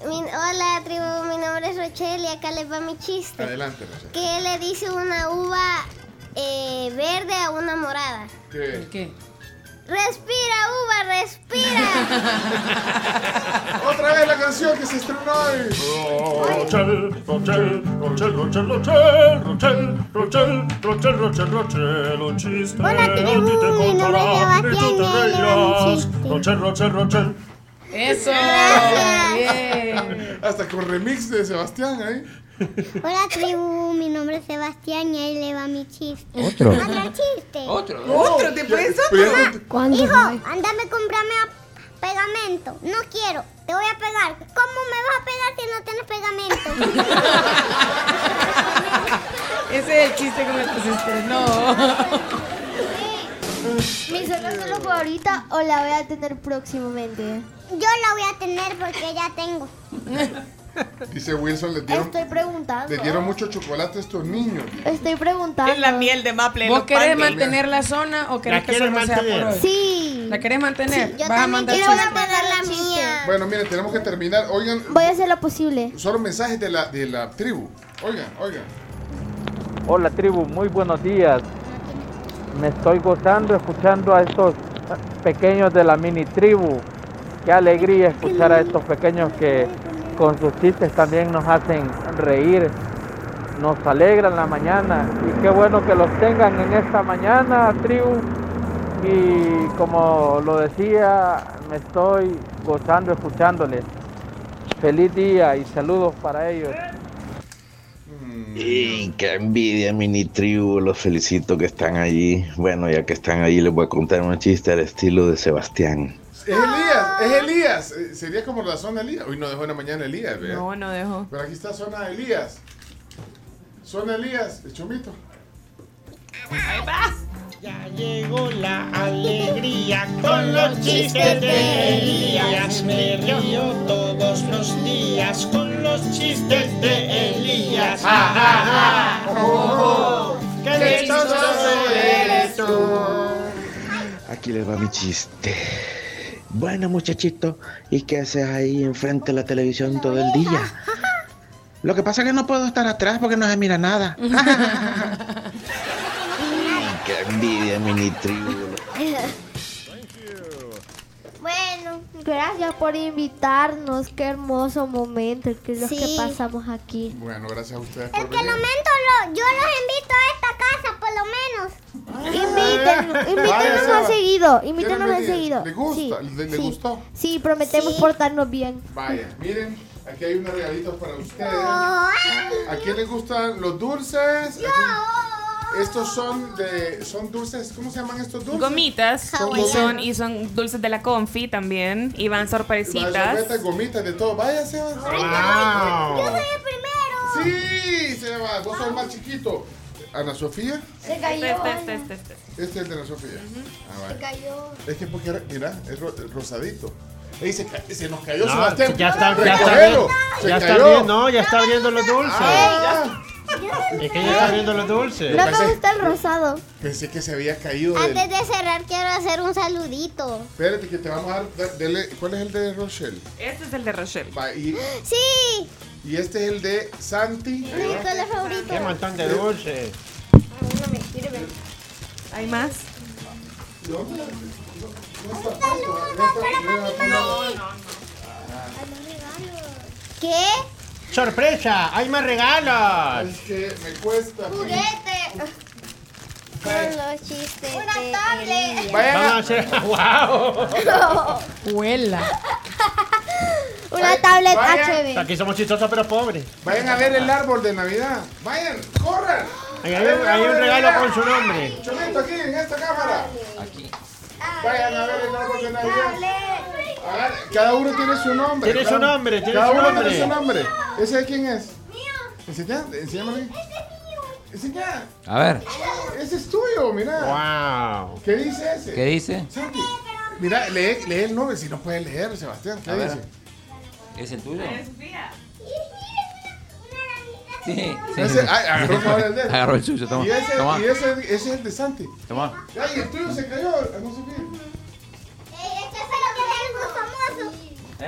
Speaker 13: Mi- hola tribu, mi nombre es Rochelle y acá les va mi chiste.
Speaker 3: Adelante, Rochelle.
Speaker 13: ¿Qué le dice una uva eh, verde a una morada?
Speaker 3: ¿Qué?
Speaker 13: Respira, uva, respira.
Speaker 3: Otra vez la canción que se estrenó hoy.
Speaker 8: Rochelle, Rochelle, Rochelle, Rochelle, Rochelle, Rochelle, Rochelle, Rochelle, Rochelle, Rochelle, un chiste a ti te contará y tú te reirás. Rochelle, Rochelle, Rochelle.
Speaker 9: Eso.
Speaker 3: Hasta con remix de Sebastián ¿eh? ahí.
Speaker 13: Hola tribu, mi nombre es Sebastián y ahí le va mi chiste.
Speaker 3: ¿Otro?
Speaker 13: Otro chiste.
Speaker 3: Otro. Otro, ¿te puedes otro?
Speaker 13: Ajá.
Speaker 3: ¿Cuándo?
Speaker 13: Hijo, andame, comprame a- pegamento. No quiero, te voy a pegar. ¿Cómo me vas a pegar si no tienes pegamento?
Speaker 9: Ese es el chiste con el que se estrenó.
Speaker 4: Mi zona solo favorita o la voy a tener próximamente.
Speaker 13: Yo la voy a tener porque ya tengo.
Speaker 3: Dice Wilson, les dieron,
Speaker 4: Estoy preguntando.
Speaker 3: les dieron mucho chocolate a estos niños.
Speaker 4: Estoy preguntando.
Speaker 9: Es la miel
Speaker 26: de maple.
Speaker 9: ¿Vos
Speaker 26: los
Speaker 9: querés
Speaker 26: pancakes.
Speaker 9: mantener la zona o querés
Speaker 3: ¿La
Speaker 9: que solo
Speaker 3: quieres
Speaker 9: sea por
Speaker 3: mantener?
Speaker 9: hoy?
Speaker 4: Sí.
Speaker 13: ¿La querés mantener?
Speaker 5: Sí, yo
Speaker 13: Vas a
Speaker 5: también
Speaker 13: mandar
Speaker 5: quiero
Speaker 13: chiste.
Speaker 5: mantener la mía.
Speaker 3: Bueno, miren, tenemos que terminar. Oigan,
Speaker 4: Voy a hacer lo posible.
Speaker 3: solo mensajes de la, de la tribu. Oigan, oigan.
Speaker 27: Hola tribu, muy buenos días. Me estoy gozando escuchando a estos pequeños de la mini tribu. Qué alegría escuchar a estos pequeños que con sus chistes también nos hacen reír, nos alegran la mañana y qué bueno que los tengan en esta mañana tribu. Y como lo decía, me estoy gozando escuchándoles. Feliz día y saludos para ellos.
Speaker 16: Y qué envidia, mini tribu. Los felicito que están allí. Bueno, ya que están allí, les voy a contar un chiste al estilo de Sebastián.
Speaker 3: Es Elías, es Elías. Eh, Sería como la zona Elías. Hoy no dejó en la mañana Elías, vea.
Speaker 7: No, no dejó.
Speaker 3: Pero aquí está zona Elías. Zona Elías, el chomito.
Speaker 2: Ya llegó la alegría con los chistes de Elías. Me río todos los días con los chistes de Elías. ¡Ja,
Speaker 8: Ah,
Speaker 2: ja, ja! ¡Oh, oh! qué chistoso eres tú!
Speaker 16: Aquí les va mi chiste. Bueno, muchachito, ¿y qué haces ahí enfrente de la televisión todo el día? Lo que pasa es que no puedo estar atrás porque no se mira nada. Qué envidia, mini tribu.
Speaker 4: Bueno, gracias por invitarnos. Qué hermoso momento que es lo que
Speaker 5: Sí.
Speaker 4: pasamos aquí.
Speaker 3: Bueno, gracias a ustedes
Speaker 5: El
Speaker 3: por
Speaker 5: que lo
Speaker 3: venir.
Speaker 5: mento, lo- yo los invito a esta casa, por lo menos.
Speaker 4: Invítenos, invítenos
Speaker 3: Ah. Seba.
Speaker 4: más seguido,
Speaker 3: Quieren
Speaker 4: invítenos más
Speaker 3: venir.
Speaker 4: seguido.
Speaker 3: ¿Le gusta?
Speaker 4: Sí,
Speaker 3: ¿Le- le
Speaker 4: sí.
Speaker 3: gustó?
Speaker 4: Sí, prometemos portarnos bien.
Speaker 3: Vaya, miren, aquí hay unos regalitos para ustedes.
Speaker 4: Ay.
Speaker 3: ¿A quién les gustan los dulces? ¿A quién- Estos son de. son dulces, ¿cómo se llaman estos dulces?
Speaker 7: Gomitas y
Speaker 3: Hawaiianas.
Speaker 7: son, y son dulces de la confi también y van sorpresitas.
Speaker 3: Sorbetas, gomitas, de todo. Vaya, Sebas.
Speaker 7: Wow.
Speaker 3: soy el primero. Sí, Sebas, vos sos el más chiquito. Ana Sofía,
Speaker 2: Se cayó.
Speaker 7: Este, este, este, este.
Speaker 3: este es de Ana Sofía. Ah, vaya.
Speaker 2: cayó.
Speaker 3: Es que porque, mira, es ro- rosadito. Ey, se, ca- se nos cayó
Speaker 17: No,
Speaker 3: Sebastián.
Speaker 17: ya está, ya está,
Speaker 3: Recogelo.
Speaker 17: abri-
Speaker 3: Se
Speaker 17: ya está
Speaker 3: cayó. Ah.
Speaker 17: abri- no, ya está abriendo los dulces. Es que ya está abriendo los dulces.
Speaker 5: No me gusta el rosado.
Speaker 3: Pensé que se había caído del...
Speaker 5: Antes de cerrar, quiero hacer un saludito.
Speaker 3: Espérate que te vamos a dar... da- dele- ¿Cuál es el de Rochelle?
Speaker 7: Este es el de Rochelle.
Speaker 3: Va, y,
Speaker 5: Sí,
Speaker 3: y este es el de Santi. Ahí
Speaker 5: mi
Speaker 3: va.
Speaker 5: color favorito.
Speaker 17: Qué montón de dulces.
Speaker 7: este. ¿Hay más?
Speaker 5: ¿Qué?
Speaker 17: ¡Sorpresa! ¡Hay más regalos!
Speaker 3: Es que me cuesta.
Speaker 5: Juguete. Con los chistes. Una tablet.
Speaker 17: Vamos a hacer. ¡Wow!
Speaker 13: Huela.
Speaker 5: Una tablet
Speaker 17: O sea, Aquí somos chistosos pero pobres.
Speaker 3: Vayan a ver el árbol de Navidad. Vayan, corran.
Speaker 17: Ahí hay, un- hay un regalo con su nombre.
Speaker 3: Chomito, aquí, en esta cámara.
Speaker 6: Aquí.
Speaker 3: Vayan a ver el árbol de Navidad. Agar- Cada uno tiene su nombre.
Speaker 17: Tiene
Speaker 3: Cada-
Speaker 17: su nombre, tiene
Speaker 3: Cada
Speaker 17: su
Speaker 3: uno
Speaker 17: nombre.
Speaker 3: tiene su nombre. ¿Ese de quién es? Enseña, enséñamele. Enseña.
Speaker 6: A ver,
Speaker 3: Ese es tuyo, mira.
Speaker 17: ¡Wow!
Speaker 3: ¿Qué dice ese?
Speaker 6: ¿qué dice?
Speaker 3: Santi, mira, lee, lee el nombre, si no puedes leer, Sebastián, ¿qué
Speaker 6: A ver.
Speaker 3: dice?
Speaker 6: ¿Es el tuyo? Sí, sí.
Speaker 3: Ese- ay, agarró ahora el dedo.
Speaker 6: Agarró el suyo, toma.
Speaker 3: Y ese,
Speaker 6: Toma,
Speaker 3: y ese, ese es el de Santi.
Speaker 6: toma.
Speaker 3: Ay, el tuyo se cayó, no sé qué.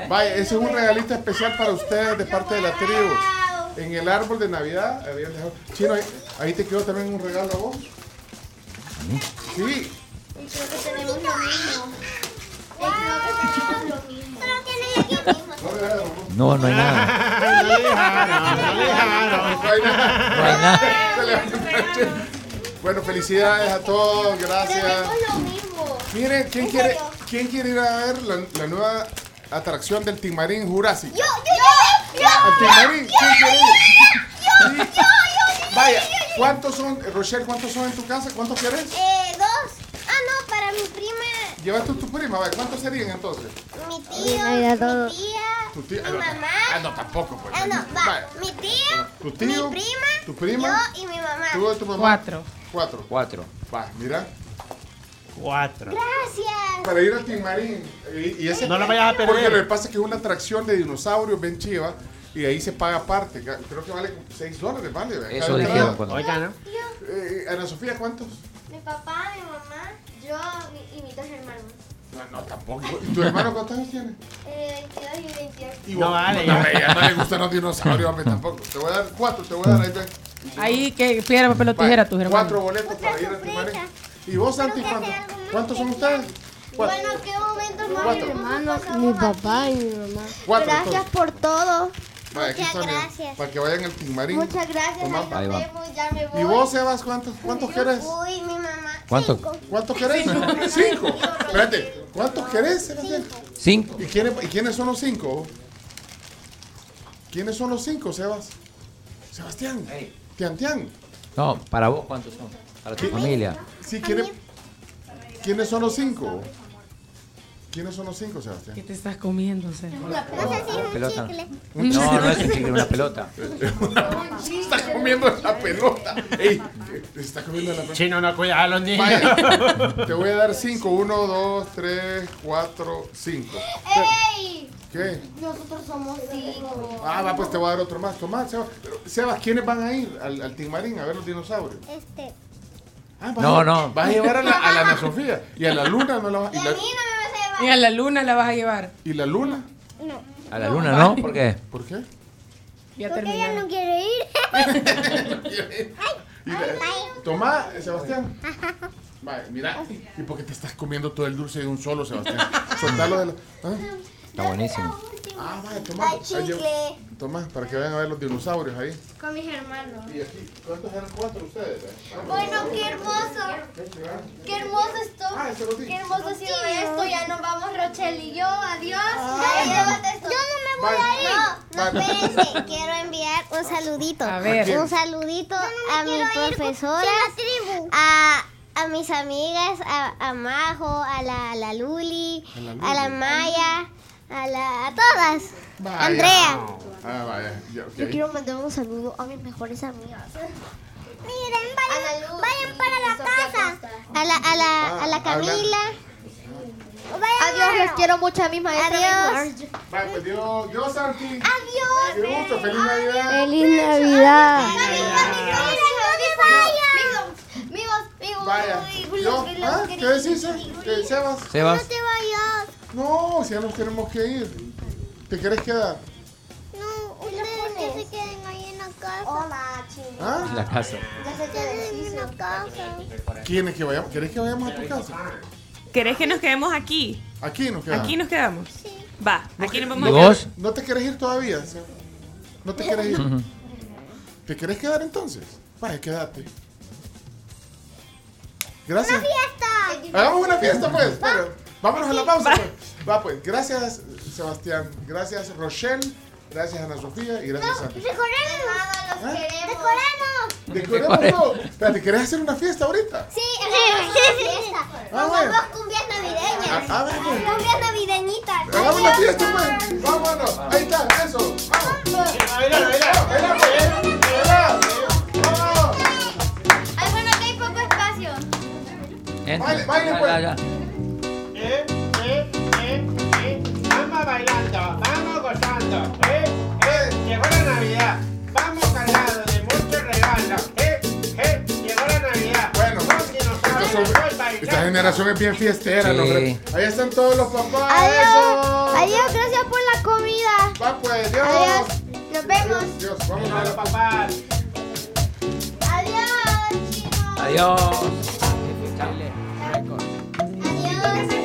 Speaker 3: Vaya, ese es un regalito especial para ustedes de parte de la tribu. En el árbol de Navidad habían dejado. Chino, ahí, ahí te quedó también un regalo a vos. Sí,
Speaker 6: No, no hay nada.
Speaker 3: No hay nada. Se levantó. Bueno, felicidades a todos, gracias. Miren, ¿quién quiere, ¿quién quiere ir a ver la, la nueva atracción del Timarín Jurásico? ¿Al Timarín? ¿Quién quiere ir? Sí. Vaya, ¿cuántos son, eh, Rochelle, cuántos son en tu casa? ¿Cuántos quieres?
Speaker 5: Eh, dos. Ah, no, para mi prima,
Speaker 3: Llevas tú tu prima, vaya, ¿cuántos serían entonces?
Speaker 5: mi tío,
Speaker 3: Navidad todo.
Speaker 5: mi tía,
Speaker 3: Tu tía-
Speaker 5: mi mamá.
Speaker 3: Ah, no, tampoco, pues.
Speaker 5: Ah, no,
Speaker 3: Vaya,
Speaker 5: va. Mi tío,
Speaker 3: tu tío,
Speaker 5: mi prima,
Speaker 3: tu prima,
Speaker 5: yo y mi mamá.
Speaker 3: tú de tu mamá.
Speaker 13: Cuatro.
Speaker 3: Cuatro.
Speaker 6: Cuatro.
Speaker 3: Va, mira.
Speaker 17: Cuatro.
Speaker 5: Gracias.
Speaker 3: Para ir al Timarín. Y, y ese-
Speaker 17: No lo vayas a perder.
Speaker 3: Porque lo que pasa es que es una atracción de dinosaurios bien chiva y ahí se paga aparte. Ca- Creo que vale 6 dólares, ¿vale? Cada
Speaker 6: Eso
Speaker 3: entrada.
Speaker 6: dijeron cuando.
Speaker 17: Oiga, ¿no?
Speaker 3: Eh, Ana Sofía, ¿cuántos?
Speaker 12: Mi papá, mi mamá, yo mi- y mis dos hermanos.
Speaker 3: No, no, tampoco. ¿Tu hermano cuántos años tiene?
Speaker 4: Eh, 22 y 28.
Speaker 3: Y vos-
Speaker 12: vale,
Speaker 3: No,
Speaker 12: ya.
Speaker 3: hombre, ya no le gustan los dinosaurios, hombre, tampoco. Te voy a dar cuatro, te voy a dar ahí, ven.
Speaker 9: Ahí que piedra, papel o tijera, tus hermanos.
Speaker 3: Cuatro boletos para ir a tu madre. ¿Y vos, Santi, cuánto- cuántos son ustedes? Cuatro.
Speaker 4: Bueno, qué momento más
Speaker 3: Cuatro.
Speaker 4: hermanos.
Speaker 10: Mi papá y mi mamá.
Speaker 3: Cuatro,
Speaker 4: Gracias
Speaker 3: entonces.
Speaker 4: por todo.
Speaker 3: Vaya, aquí
Speaker 4: Muchas
Speaker 3: está, mira,
Speaker 4: gracias.
Speaker 3: Para que vayan al Timarín.
Speaker 4: Muchas gracias,
Speaker 3: Toma.
Speaker 4: ahí nos
Speaker 3: Ahí va.
Speaker 4: vemos, ya me voy.
Speaker 3: ¿Y vos, Sebas, cuántos, cuántos querés?
Speaker 4: Uy, mi mamá.
Speaker 6: ¿Cuánto?
Speaker 3: ¿Cuántos querés? Cinco. Espérate, ¿cuántos querés, Sebastián?
Speaker 6: Cinco.
Speaker 3: ¿Y quiénes, y quiénes son los cinco? ¿Quiénes son los cinco, Sebas? Sebastián. Tian Tian.
Speaker 6: No, para vos, ¿cuántos son? Para tu
Speaker 3: ¿Qué?
Speaker 6: familia.
Speaker 3: Sí, ¿quiénes, ¿quiénes son los cinco? ¿Quiénes son los cinco, Sebastián?
Speaker 9: ¿Qué te estás comiendo, Sergio?
Speaker 6: Una pelota.
Speaker 3: Un
Speaker 6: No, no es un
Speaker 3: chicle.
Speaker 6: chicle, una pelota.
Speaker 3: Se está comiendo la pelota. Ey, se está comiendo la pelota.
Speaker 12: Chino, no cuida a los niños.
Speaker 3: Vaya, te voy a dar cinco. Uno, dos, tres, cuatro, cinco.
Speaker 4: ¡Ey!
Speaker 3: ¿Qué?
Speaker 4: Nosotros somos cinco.
Speaker 3: Ah, va, pues te voy a dar otro más. Tomás, Sebas. Pero, Sebas, ¿quiénes van a ir al, al Timarín a ver los dinosaurios?
Speaker 4: Este.
Speaker 3: Ah, vas
Speaker 6: No,
Speaker 3: a-
Speaker 6: no.
Speaker 3: Vas a llevar a la, a la Ana Sofía. Y a la luna no la vas y la,
Speaker 9: Y a la luna la vas a llevar.
Speaker 3: y la luna.
Speaker 4: No.
Speaker 6: A la luna, ¿no? ¿Por qué?
Speaker 3: ¿Por qué?
Speaker 9: Ya
Speaker 4: Porque
Speaker 9: terminé.
Speaker 4: ella no quiere ir.
Speaker 3: Y la- Tomá, eh, Sebastián. Vaya, mira. ¿Y por qué te estás comiendo todo el dulce de un solo, Sebastián? Soltalo de la. Ah,
Speaker 6: Está buenísimo.
Speaker 3: ah vaya, tomá.
Speaker 4: Ay, chicle.
Speaker 3: Ahí llevo- Tomá, para que vayan a ver los dinosaurios ahí.
Speaker 4: Con mis hermanos.
Speaker 3: Y aquí, ¿cuántos eran cuatro ustedes? eh? Ah,
Speaker 4: Bueno, qué hermoso. Qué hermoso esto.
Speaker 3: Ah,
Speaker 4: Qué hermoso ha sido esto. Ya nos vamos, Rochelle y yo. Adiós.
Speaker 3: Ah.
Speaker 5: Yo no me voy a ir. No, no, espérense. Quiero enviar un saludito.
Speaker 9: A ver.
Speaker 5: Un saludito a mi
Speaker 4: quiero ir con-
Speaker 5: profesora, a, a mis amigas, a, a Majo, a la, a la Luli,
Speaker 3: A la Luli.
Speaker 5: a la Maya, a, la, a todas.
Speaker 3: Vaya.
Speaker 5: Andrea.
Speaker 3: Ah, vaya. Ya, ok.
Speaker 13: Yo quiero mandar un saludo a mis mejores amigas.
Speaker 5: Miren, vayan, vayan para la casa. A la, a
Speaker 3: Ah.
Speaker 5: la, a la Camila.
Speaker 4: Adiós, los quiero mucho a mis maestras.
Speaker 5: Adiós.
Speaker 3: Vaya, pues Dios, Dios, Santi.
Speaker 5: Adiós.
Speaker 3: Qué gusto, feliz Navidad.
Speaker 10: ¡Feliz Navidad!
Speaker 4: Amigos, amigos, amigos.
Speaker 3: Vaya. ¿Yo? ¿Ah? ¿Qué decís? eh? ¿Qué, Sebas?
Speaker 6: Sebas.
Speaker 5: No te vayas.
Speaker 3: No, si ya nos tenemos que ir. ¿Te querés quedar?
Speaker 5: No, ustedes que se queden ahí en la casa. Hola, chicos.
Speaker 3: ¿Ah?
Speaker 6: La casa.
Speaker 5: Ya se queden en la casa.
Speaker 3: ¿Quiénes que vayamos? ¿Querés que vayamos a tu casa?
Speaker 28: ¿Querés que nos quedemos aquí?
Speaker 3: Aquí nos quedamos.
Speaker 28: Aquí nos quedamos. Va, aquí nos vamos
Speaker 6: ¿Y
Speaker 28: a quedar.
Speaker 6: vos?
Speaker 3: ¿No te querés ir todavía? Sebas? ¿No te querés ir? ¿Te querés quedar entonces? Vaya, quédate. Gracias.
Speaker 5: ¡Fiesta!
Speaker 3: Hagamos una fiesta, pues. Bueno, vámonos a la pausa, pues. Va, pues. Gracias, Sebastián. Gracias, Rochelle. Gracias, Ana Sofía. Y gracias, Santi.
Speaker 5: ¡Decoremos!
Speaker 4: Los queremos.
Speaker 5: ¡Decoremos!
Speaker 3: Decoremos todo. Espérate, ¿querés hacer una fiesta ahorita?
Speaker 5: Sí, hagamos una fiesta.
Speaker 3: bueno.
Speaker 5: Hagamos cumbias navideñas.
Speaker 3: Ah, ah, bueno.
Speaker 5: Cumbias navideñitas.
Speaker 3: Hagamos la fiesta, pues. Vámonos. Ahí está, eso. Vamos. Baila, baila, baila, baila. Vamos.
Speaker 4: Ay, bueno, que hay poco espacio.
Speaker 3: Baile,
Speaker 6: Entra.
Speaker 3: baile,
Speaker 6: Ya,
Speaker 3: pues.
Speaker 6: ya, ya.
Speaker 8: Eh, eh, eh, eh. Vamos bailando, vamos gozando. Eh, eh, llegó la Navidad. Vamos cargado de muchos regalos. Eh, eh, llegó la Navidad.
Speaker 3: Bueno,
Speaker 8: Los dinosaurios,
Speaker 3: Estos son-
Speaker 8: los bailantes.
Speaker 3: Esta generación es bien fiestera,
Speaker 6: Sí.
Speaker 3: ¿no? hombre? Ahí están todos los papás.
Speaker 4: Adiós.
Speaker 3: eso.
Speaker 4: Adiós, gracias por la comida.
Speaker 3: Va pues, Dios.
Speaker 4: Adiós. Nos vemos.
Speaker 3: Dios, Dios. Vamos a
Speaker 8: Los
Speaker 3: ver.
Speaker 8: papás.
Speaker 4: Adiós, chicos.
Speaker 6: Adiós. Chale.
Speaker 4: Adiós.